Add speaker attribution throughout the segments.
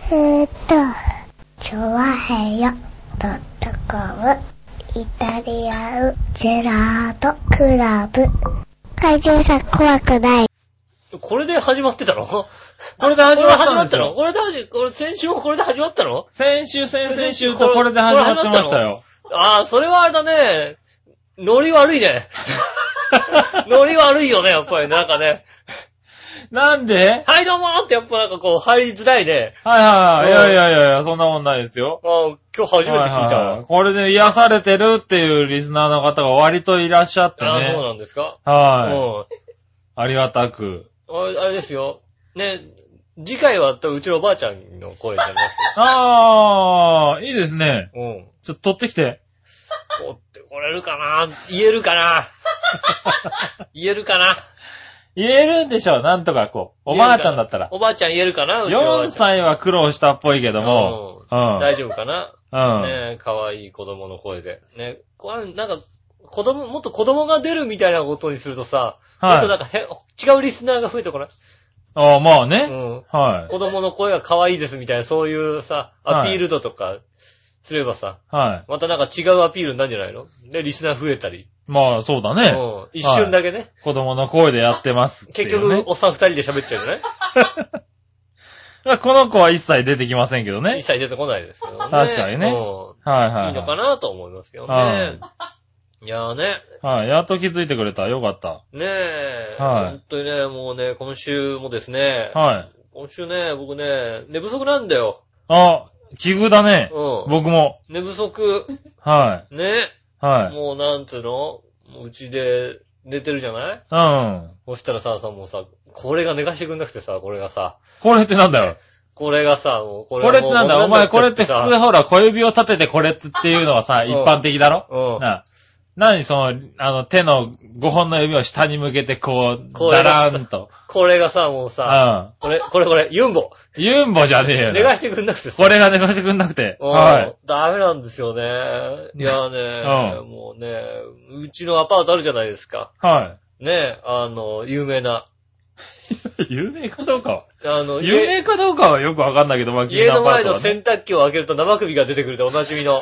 Speaker 1: えー、っと、チョワヘヨドットコム、イタリアンジェラートクラブ。怪獣さん怖くない。
Speaker 2: これで始まってたのこ
Speaker 3: これで始
Speaker 2: れで
Speaker 3: まった
Speaker 2: 始まっ
Speaker 3: んです
Speaker 2: たの
Speaker 3: よ。
Speaker 2: これで始、これ先週もこれで始まったの
Speaker 3: 先週、先々週とこれで始まってましたよ。
Speaker 2: ああ、それはあれだね。ノリ悪い ね。ノリ悪いよね、やっぱり。なんかね。
Speaker 3: なんで
Speaker 2: はい、どうもーってやっぱなんかこう入りづらいね。
Speaker 3: はいはい
Speaker 2: うん
Speaker 3: はい。いやいやいやいや、そんなもんないですよ。
Speaker 2: ああ、今日初めて聞いた
Speaker 3: はは
Speaker 2: わ。
Speaker 3: はこれで癒されてるっていうリスナーの方が割といらっしゃって
Speaker 2: ああ、そう
Speaker 3: ね。
Speaker 2: なんですか
Speaker 3: はい。
Speaker 2: うん。
Speaker 3: ありがたく。
Speaker 2: ああれですよ。ね、次回はうちのおばあちゃんの声になります
Speaker 3: あー、いいですね。
Speaker 2: よ。うん。
Speaker 3: ちょっと取ってきて。
Speaker 2: 取ってこれるかな言えるか な言えるかな
Speaker 3: 言えるんでしょう、なんとかこう。おばあちゃんだったら。
Speaker 2: おばあちゃん言えるかなうちのおばあ
Speaker 3: 4
Speaker 2: ちゃん。
Speaker 3: 歳は苦労したっぽいけども。う
Speaker 2: 大丈夫かな、
Speaker 3: ん。うん。
Speaker 2: ねえ、可愛い子供の声で。ねこれなんか、子供、もっと子供が出るみたいなことにするとさ、もっとな
Speaker 3: は
Speaker 2: ん
Speaker 3: い。
Speaker 2: かへ、違うリスナーが増えてこない
Speaker 3: あー、まあ
Speaker 2: う
Speaker 3: ね。
Speaker 2: ん。
Speaker 3: は
Speaker 2: 子供の声が可愛いですみたいな、そういうさ、アピール度とか、すればさ、
Speaker 3: い。はい。
Speaker 2: またなんか違うアピールになるんじゃないので、リスナー増えたり。
Speaker 3: まあ、そうだ
Speaker 2: う
Speaker 3: ね。
Speaker 2: ん。一瞬だけね。
Speaker 3: 子供の声でやってますってい
Speaker 2: 結
Speaker 3: うね
Speaker 2: 局、おっさん二人で喋っちゃうじゃ
Speaker 3: この子は一切出てきませんけど
Speaker 2: ない
Speaker 3: ね
Speaker 2: 一。切出てこないですけどね。
Speaker 3: 確かにね
Speaker 2: う
Speaker 3: はいはい
Speaker 2: ん。
Speaker 3: はい
Speaker 2: いのかなと思いますけど
Speaker 3: は
Speaker 2: ね。いやーね、
Speaker 3: はい。やっと気づいてくれた。よかった。
Speaker 2: ねえ。
Speaker 3: はい
Speaker 2: 本当にね、もうね、今週もですね。
Speaker 3: はい。
Speaker 2: 今週ね、僕ね、寝不足なんだよ。
Speaker 3: あ、奇遇だね。
Speaker 2: うん。
Speaker 3: 僕も。
Speaker 2: 寝不足。
Speaker 3: は
Speaker 2: ね。
Speaker 3: い。はい。
Speaker 2: もうなんつうのもううちで寝てるじゃない
Speaker 3: うん。
Speaker 2: そしたらさ、さ、もうさ、これが寝かしてくんなくてさ、これがさ、
Speaker 3: これってなんだよ。
Speaker 2: これがさ、もうこ
Speaker 3: こ
Speaker 2: れが
Speaker 3: れってなんだ
Speaker 2: も
Speaker 3: お
Speaker 2: うこんなに
Speaker 3: 前
Speaker 2: なち
Speaker 3: こ
Speaker 2: ゃ
Speaker 3: れって普
Speaker 2: さ
Speaker 3: 通ほら小指を立ててこれっていうのはさ、
Speaker 2: うん
Speaker 3: 一般的だ
Speaker 2: う
Speaker 3: ろ
Speaker 2: ん。
Speaker 3: な何その、あの手の5本の指を下に向けてこ
Speaker 2: こ
Speaker 3: う、
Speaker 2: れ
Speaker 3: だ
Speaker 2: が
Speaker 3: ら
Speaker 2: さ
Speaker 3: ーんと。
Speaker 2: これがさ、もう
Speaker 3: う
Speaker 2: さ、
Speaker 3: ん。
Speaker 2: これ、これこれ、ユンボ。
Speaker 3: ユンボじゃねえよ
Speaker 2: 寝か
Speaker 3: な。
Speaker 2: してくんなくてさ。
Speaker 3: これが寝かしてくんなくて。
Speaker 2: うん
Speaker 3: はい。
Speaker 2: ダメなんですよね。いやね、
Speaker 3: う
Speaker 2: もうね、うちのアパートあるじゃないですか。
Speaker 3: は
Speaker 2: ね、あの、有名な。
Speaker 3: い。 有名かどうかは。
Speaker 2: あの、
Speaker 3: 有
Speaker 2: 家
Speaker 3: 名かどうかはよくわかんないけど、まあ、
Speaker 2: 家の前の
Speaker 3: はね。
Speaker 2: 洗濯機を開けると生首が出てくるでおなじみの。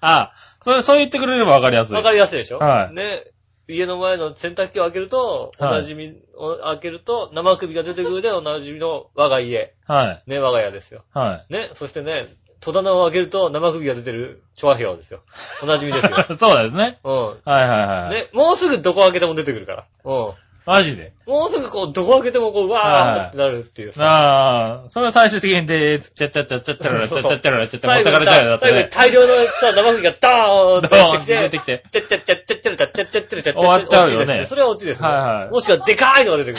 Speaker 3: あ、それ、そう言ってくれればわかりやすい。
Speaker 2: わかりやすいでしょ
Speaker 3: はい
Speaker 2: ね。家の前の洗濯機を開けると、お
Speaker 3: はい
Speaker 2: なじみ、お開けると生首が出てくるでおなじみの我が家。
Speaker 3: はい。
Speaker 2: ね、我が家ですよ。
Speaker 3: は
Speaker 2: ね。そしてね、戸棚を開けると生首が出てる調和表ですよ。おなじみです よ。
Speaker 3: い。そうですね。
Speaker 2: う
Speaker 3: はいはい
Speaker 2: ん。
Speaker 3: はい。
Speaker 2: ね、もうすぐどこ開けても出てくるから。うん。
Speaker 3: マジで。
Speaker 2: もうすぐこう、どこ開けてもこう、わーってなるっていうさ。
Speaker 3: ああ、それは最終的にでーつ、ちゃっちゃっちゃっちゃっちゃらちゃっちゃっちゃらちゃっちゃら
Speaker 2: 最
Speaker 3: ち
Speaker 2: 後
Speaker 3: ゃ
Speaker 2: に
Speaker 3: っちゃら
Speaker 2: さ、
Speaker 3: だって
Speaker 2: 最後に
Speaker 3: ね。
Speaker 2: 大量のさ、生首がドーンと落ちてきて、
Speaker 3: ドーンって出てきて
Speaker 2: ちゃっちゃっちゃっちゃっちゃらちゃっちゃっちゃっちゃらちゃっちゃっちゃ
Speaker 3: 終わっちゃうよね
Speaker 2: 落ちですそれは落ちですね。
Speaker 3: はいはい
Speaker 2: もしくはでかいのが出てく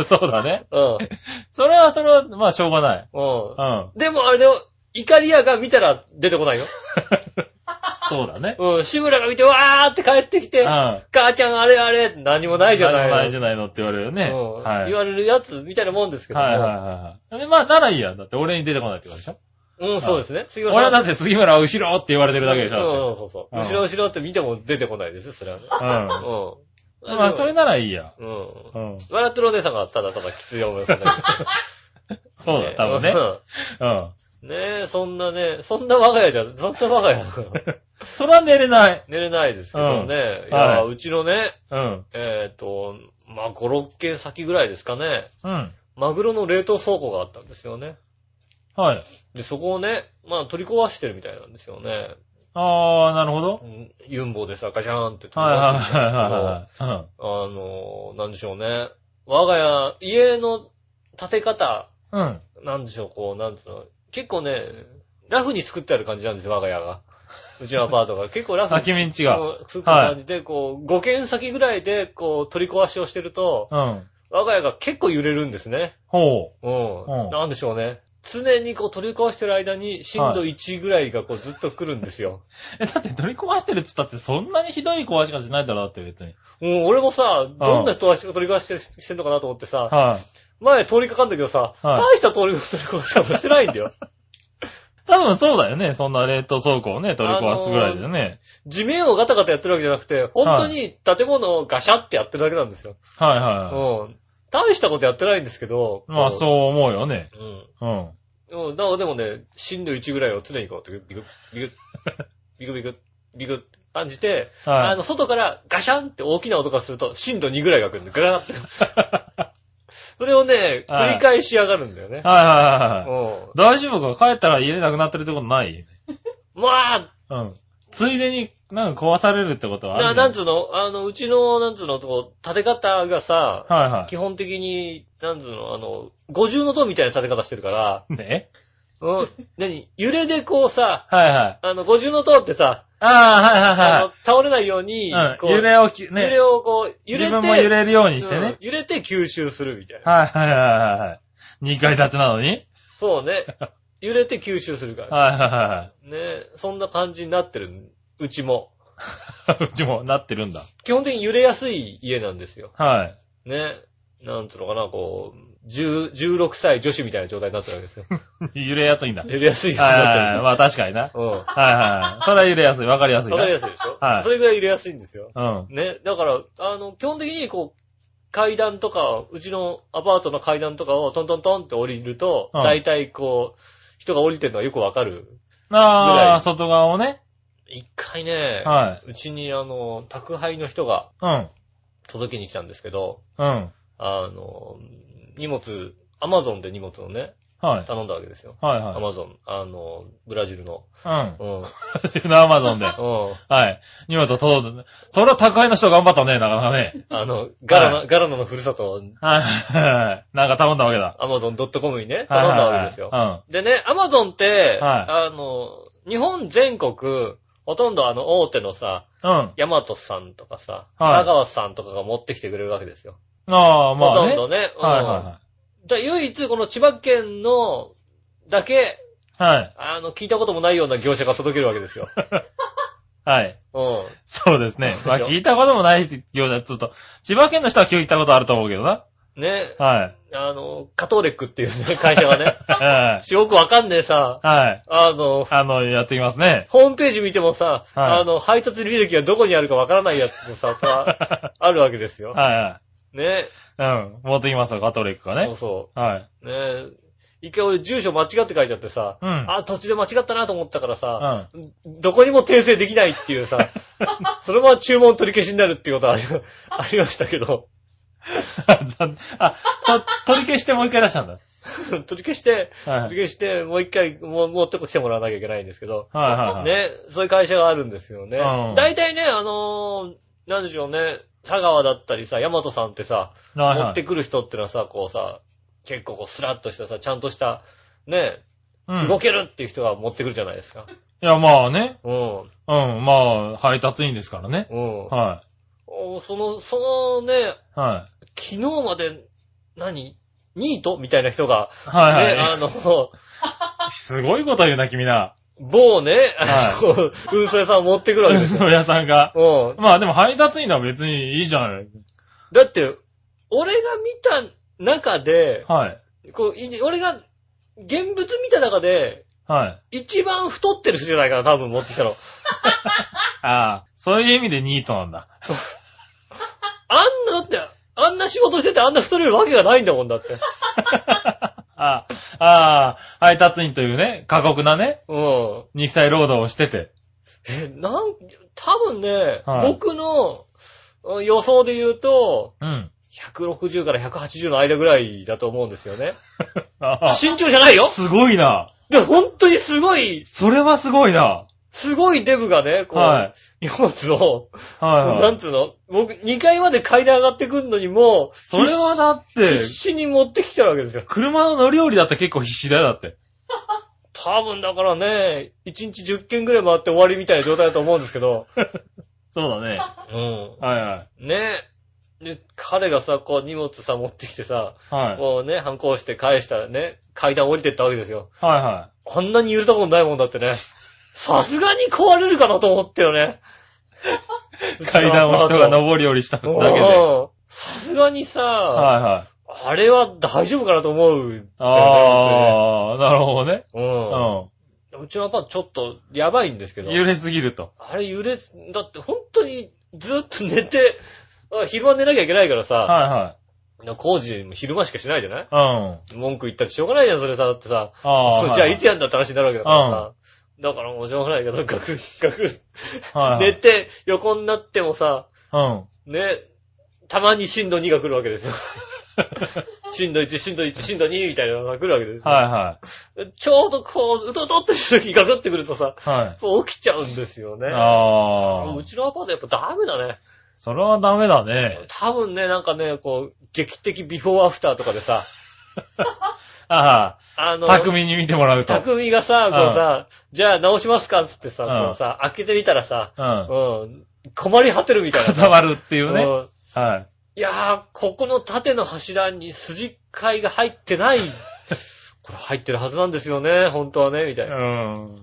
Speaker 2: る。
Speaker 3: そうだね。
Speaker 2: うん。
Speaker 3: それはそれは、まあしょうがない。
Speaker 2: う
Speaker 3: うん。
Speaker 2: ん。でもあれだよ、イカリアが見たら出てこないよ。
Speaker 3: そうだね。
Speaker 2: うん。志村が見てわーって帰ってき
Speaker 3: う
Speaker 2: て
Speaker 3: ん。、な
Speaker 2: 母ちゃんあれあれ、何もないじゃないの。
Speaker 3: ないじゃないのって言われるよね。
Speaker 2: うん。
Speaker 3: はい。
Speaker 2: 言われるやつみたいなもんですけども。
Speaker 3: はいはいはいはい。で、まあ、ならいいや。だって俺に出てこないってことでしょ
Speaker 2: うん、そうですね。杉
Speaker 3: 俺はだ
Speaker 2: だ
Speaker 3: っ、て杉村は後ろって言われてるだけでしょ
Speaker 2: うん、そうそう。
Speaker 3: うん
Speaker 2: 後ろ後ろって見ても出てこないですよ、それはね。
Speaker 3: だってうん。
Speaker 2: うん。
Speaker 3: まあ、それならいいや。
Speaker 2: うん。
Speaker 3: うん。
Speaker 2: 笑ってるお姉さんがただただきつい思いをするだけ。
Speaker 3: そうだ、多分ね。
Speaker 2: う
Speaker 3: うん。
Speaker 2: ん。ねえ、そんなね、そんな我が家じゃ、そんな我が家だから。
Speaker 3: それは寝れない。
Speaker 2: 寝れないですけどね。
Speaker 3: うん
Speaker 2: いや、
Speaker 3: は
Speaker 2: うちのね、
Speaker 3: うん。
Speaker 2: えっ、と、まあ、5、6軒先ぐらいですかね。
Speaker 3: うん。
Speaker 2: マグロの冷凍倉庫があったんですよね。
Speaker 3: はい。
Speaker 2: で、そこをね、まあ、取り壊してるみたいなんですよね。
Speaker 3: あー、なるほど
Speaker 2: う。んユンボでさ、ガチャーンって取り
Speaker 3: はい
Speaker 2: 壊
Speaker 3: は
Speaker 2: してるんで
Speaker 3: い
Speaker 2: すけど
Speaker 3: はいはい。
Speaker 2: あの、なんでしょうね。我が家、家の建て方、
Speaker 3: うん。うん。
Speaker 2: なんでしょう、こう、なんつうの。結構ね、ラフに作ってある感じなんですよ、我が家が。うちのアパートが。 結構ラフ
Speaker 3: あ、
Speaker 2: に
Speaker 3: 君んちが。
Speaker 2: こう作ってる感じで、こう、5軒先ぐらいで、こう、取り壊しをしてると、
Speaker 3: うん。
Speaker 2: 我が家が結構揺れるんですね。
Speaker 3: ほ
Speaker 2: う。
Speaker 3: うんん
Speaker 2: なんでしょうね。常にこう取り壊してる間に震度1ぐらいがこうずっと来るんですよ。
Speaker 3: う。え、だって取り壊してるっつったってそんなにひどい壊し方しないだろ、だって別に。
Speaker 2: もう俺もさ、どんな人は取り壊してしてんのかなと思ってさ、
Speaker 3: はい。
Speaker 2: 前通りかかんだけどさ、
Speaker 3: はい
Speaker 2: 大した通り 越し方してないんだよ。
Speaker 3: 多分そうだよね。そんな冷凍倉庫をね、取り壊すぐらいだよね。
Speaker 2: 地面をガタガタやってるわけじゃなくて、本当に建物をガシャってやってるだけなんですよ。
Speaker 3: はいはいは
Speaker 2: うん。大したことやってないんですけど。
Speaker 3: い。まあ
Speaker 2: う。
Speaker 3: そう思うよね。
Speaker 2: うん。
Speaker 3: うん。
Speaker 2: うん、だでもね、震度1ぐらいを常にこう、ビクビク、ビク、ビクビク、ビクって感じて、
Speaker 3: はい
Speaker 2: あの、外からガシャンって大きな音がすると、震度2ぐらいが来るんで、ガラガラって。 それをね、
Speaker 3: はい
Speaker 2: 繰り返し上がるんだよね。
Speaker 3: はいはいはいはい。
Speaker 2: う
Speaker 3: 大丈夫か帰ったら家でなくなってるってことない
Speaker 2: ん。まあ、
Speaker 3: うん。ついでになんか壊されるってことはある
Speaker 2: ななん
Speaker 3: つ
Speaker 2: つうの、あの、うちの、なんつうの、とこ、建て方がさ、
Speaker 3: はいは
Speaker 2: 基本的に、なんつうの、あの、五重の塔みたいな建て方してるから、
Speaker 3: い。ね
Speaker 2: うん、 何揺れでこうさ、
Speaker 3: はいはい。
Speaker 2: あの、五重の塔ってさ、
Speaker 3: ああ、はい
Speaker 2: あの、倒れないように、
Speaker 3: はいはい。
Speaker 2: こ
Speaker 3: う
Speaker 2: う、
Speaker 3: ん。揺れをき、
Speaker 2: 揺れ
Speaker 3: ね。
Speaker 2: をこう、揺れて、
Speaker 3: 自分も揺れるようにして
Speaker 2: う
Speaker 3: ね
Speaker 2: ん。揺れて吸収するみたいな。
Speaker 3: はいはいはいはいはい。二階建てなのに
Speaker 2: そうね。揺れて吸収するから。
Speaker 3: はいは
Speaker 2: ねそんな感じになってる、うちも。
Speaker 3: いはい。うちもなってるんだ。
Speaker 2: 基本的に揺れやすい家なんですよ。
Speaker 3: はい。
Speaker 2: ね。なんつうのかな、こう、10 16歳女子みたいな状態になってるわけ ですよ。
Speaker 3: 揺れやすいんだ。はい
Speaker 2: 揺れやすい状
Speaker 3: はいはい
Speaker 2: 態。
Speaker 3: まあ確かにな。
Speaker 2: うん。わ
Speaker 3: はいはいはい。それは揺れやすい。わかりやすいな。
Speaker 2: かりやすいでしょ
Speaker 3: はい
Speaker 2: それぐらい揺れやすいんですよ。
Speaker 3: うん。
Speaker 2: ね。だから、あの、基本的にこう、階段とか、うちのアパートの階段とかをトントントンって降りると、
Speaker 3: うん
Speaker 2: 大体こう、人が降りてるのがよくわかる。ぐ
Speaker 3: あ
Speaker 2: ら
Speaker 3: あ、
Speaker 2: い
Speaker 3: 外側をね。
Speaker 2: 一回ね、
Speaker 3: は
Speaker 2: うちにあの、宅配の人が
Speaker 3: い。うん。
Speaker 2: 届けに来たんですけど、
Speaker 3: うん。
Speaker 2: あの、荷物、アマゾンで荷物をね、
Speaker 3: はい。
Speaker 2: 頼んだわけですよ。
Speaker 3: はい
Speaker 2: ア
Speaker 3: は
Speaker 2: マゾン、あの、ブラジルの。
Speaker 3: い。うん。
Speaker 2: うん。うん。
Speaker 3: 私のアマゾンで。はい。荷物を届いてね。それは宅配の人頑張ったね、なかなかね。
Speaker 2: あの、ガラナ、ガラナのふるさと、
Speaker 3: はいはいはい。なんか頼んだわけだ。
Speaker 2: アマゾン .com にね、
Speaker 3: はい
Speaker 2: 頼ん
Speaker 3: はい
Speaker 2: だ
Speaker 3: はい
Speaker 2: わけですよ。
Speaker 3: うん。
Speaker 2: でね、アマゾンって、
Speaker 3: は
Speaker 2: あの、日本全国、ほとんどあの、大手のさ、
Speaker 3: うん。
Speaker 2: ヤマトさんとかさ、
Speaker 3: は
Speaker 2: 香
Speaker 3: い
Speaker 2: 川さんとかが持ってきてくれるわけですよ。
Speaker 3: ああ、まあ
Speaker 2: ほと
Speaker 3: ね。
Speaker 2: んどね。うん
Speaker 3: はいは
Speaker 2: だ唯一この千葉県のだけ、
Speaker 3: いはい。はい。
Speaker 2: あの、聞いたこともないような業者が届けるわけ ですよ。
Speaker 3: はい。
Speaker 2: うん。
Speaker 3: そうですね。まあ
Speaker 2: でしょ
Speaker 3: 聞いたこともない業者っつうと、千葉県の人は聞いたことあると思うけどな。
Speaker 2: ね。
Speaker 3: はい。
Speaker 2: あの、カトーレックっていうね、会社がね、
Speaker 3: はい
Speaker 2: よくわかんねえさ、
Speaker 3: はい。
Speaker 2: あの、
Speaker 3: あの、やってきますね。
Speaker 2: ホームページ見てもさ、
Speaker 3: はい
Speaker 2: あの、配達履歴がどこにあるかわからないやつも さ、さあるわけですよ。
Speaker 3: はいはい。
Speaker 2: ね。
Speaker 3: うん。持ってきますよ、カトリックが
Speaker 2: そう
Speaker 3: ね。
Speaker 2: そ
Speaker 3: はい。
Speaker 2: う。ね一回俺住所間違って書いちゃってさ、
Speaker 3: うん
Speaker 2: あ、途中で間違ったなと思ったからさ、
Speaker 3: うん。
Speaker 2: どこにも訂正できないっていう さ、そのまま注文取り消しになるっていうことはありありましたけど、
Speaker 3: あ、と、取り消してもう一回出したんだ。
Speaker 2: 取り消して、
Speaker 3: はい。はい
Speaker 2: 取り消して、もう一回、もう、持ってきてもらわなきゃいけないんですけど、
Speaker 3: はいはい。
Speaker 2: ね、そういう会社があるんですよね
Speaker 3: うん。
Speaker 2: 大体ね、あのーなんでしょうね、佐川だったりさ、大和さんってさ、
Speaker 3: はい
Speaker 2: 持
Speaker 3: は
Speaker 2: って
Speaker 3: い。
Speaker 2: くる人ってのはさ、こうさ、結構こう、スラッとしたさ、ちゃんとした、ね、
Speaker 3: うん。
Speaker 2: 動けるっていう人が持ってくるじゃないですか。
Speaker 3: いや、まあね。
Speaker 2: うん、
Speaker 3: うん。まあ、配達員ですからね。
Speaker 2: うん。
Speaker 3: は
Speaker 2: おその、そのね、
Speaker 3: い。は
Speaker 2: 昨日まで、何ニートみたいな人が、
Speaker 3: い。はい
Speaker 2: ね、
Speaker 3: は
Speaker 2: あの、
Speaker 3: い。 すごいこと言うな、君な。
Speaker 2: 某ね、
Speaker 3: はい
Speaker 2: あの運送屋さんを持ってくるわけ
Speaker 3: 運
Speaker 2: ですよ。
Speaker 3: 送屋さんが。
Speaker 2: うん。
Speaker 3: まあでも配達員は別にいいじゃない。
Speaker 2: だって、俺が見た中で、
Speaker 3: はい。
Speaker 2: こう、い俺が、現物見た中で、
Speaker 3: はい。
Speaker 2: 一番太ってる人じゃないかな、多分持ってきたの。
Speaker 3: ああ、そういう意味でニートなんだ。
Speaker 2: あんな、だって、あんな仕事しててあんな太れるわけがないんだもんだって。
Speaker 3: ああ、ああ、配達員というね、過酷なね、
Speaker 2: うん。
Speaker 3: 肉体労働をしてて。
Speaker 2: え、なん、多分ね、
Speaker 3: はい
Speaker 2: 僕のうん予想で言うと、
Speaker 3: うん。
Speaker 2: 160から180の間ぐらいだと思うんですよね。
Speaker 3: あ
Speaker 2: 身長じゃないよ
Speaker 3: あ、すごいな。
Speaker 2: で、本当にすごい、
Speaker 3: それはすごいな。
Speaker 2: すごいデブがね、こう、
Speaker 3: はい
Speaker 2: 荷物を、
Speaker 3: はい は
Speaker 2: なん
Speaker 3: い。
Speaker 2: つうの僕、2階まで階段上がってくんのにもう、
Speaker 3: それはだって
Speaker 2: 必、死に持ってきてるわけですよ。
Speaker 3: 車の乗り降りだって結構必死だよ、だって。
Speaker 2: 多分だからね、1日10件ぐらい回って終わりみたいな状態だと思うんですけ ど。
Speaker 3: そうだね。
Speaker 2: うん。
Speaker 3: はいはい。
Speaker 2: ねえ。で、彼がさ、こう荷物さ持ってきてさ、
Speaker 3: はい。
Speaker 2: こうね、反抗して返したらね、階段降りてったわけですよ。
Speaker 3: はいは
Speaker 2: あんなに揺れたことないもんだってね。さすがに壊れるかなと思ったよね。
Speaker 3: い。 階段を人が上り降りしただけ で。はい
Speaker 2: うんさすがにさ、
Speaker 3: はい。
Speaker 2: あれは大丈夫かなと思う。
Speaker 3: ああ、なるほどね。
Speaker 2: うん。
Speaker 3: う
Speaker 2: うちのパンちょっとやばいんですけ
Speaker 3: ん。
Speaker 2: ど。
Speaker 3: 揺れすぎると。
Speaker 2: あれ揺れ、だって本当にずっと寝て、あ昼間寝なきゃいけないからさ、
Speaker 3: は
Speaker 2: な工事も昼間しかしないじゃない
Speaker 3: うん。あ
Speaker 2: 文句言ったってしょうがないじゃん、それさ、だってさ。
Speaker 3: あ
Speaker 2: そう
Speaker 3: ー。
Speaker 2: じゃあ
Speaker 3: はい
Speaker 2: つやんだって話になるわけだからさ。だからもうしょうがないけど、ガ クッ、ガクッ。
Speaker 3: はい
Speaker 2: 寝て、横になってもさ、
Speaker 3: うん。
Speaker 2: ね、たまに震度2が来るわけ ですよ。震度1、震度1、震度2みたいなのが来るわけですよ。
Speaker 3: はいはい。
Speaker 2: ちょうどこう、うとうとってする時ガクってくるとさ、
Speaker 3: は
Speaker 2: 起きちゃうんですよね
Speaker 3: い。。あ
Speaker 2: う
Speaker 3: あ。
Speaker 2: ちのアパートやっぱダメだね。
Speaker 3: それはダメだね。
Speaker 2: 多分ね、なんかね、こう、劇的ビフォーアフターとかでさ、
Speaker 3: あ
Speaker 2: あの、
Speaker 3: あ。匠に見てもらうと。
Speaker 2: 匠がさ、こうさ、じゃあ直しますかっつってさ、
Speaker 3: うん
Speaker 2: こうさ、開けてみたらさ、
Speaker 3: うん。
Speaker 2: うん、困り果てるみたいな
Speaker 3: 固
Speaker 2: さ。
Speaker 3: まるっていう
Speaker 2: う
Speaker 3: ね。
Speaker 2: ん
Speaker 3: はい
Speaker 2: やー、ここの縦の柱に筋貝が入って ない。これ入ってるはずなんですよね、本当はね、みた
Speaker 3: い。
Speaker 2: いうな。い
Speaker 3: ん。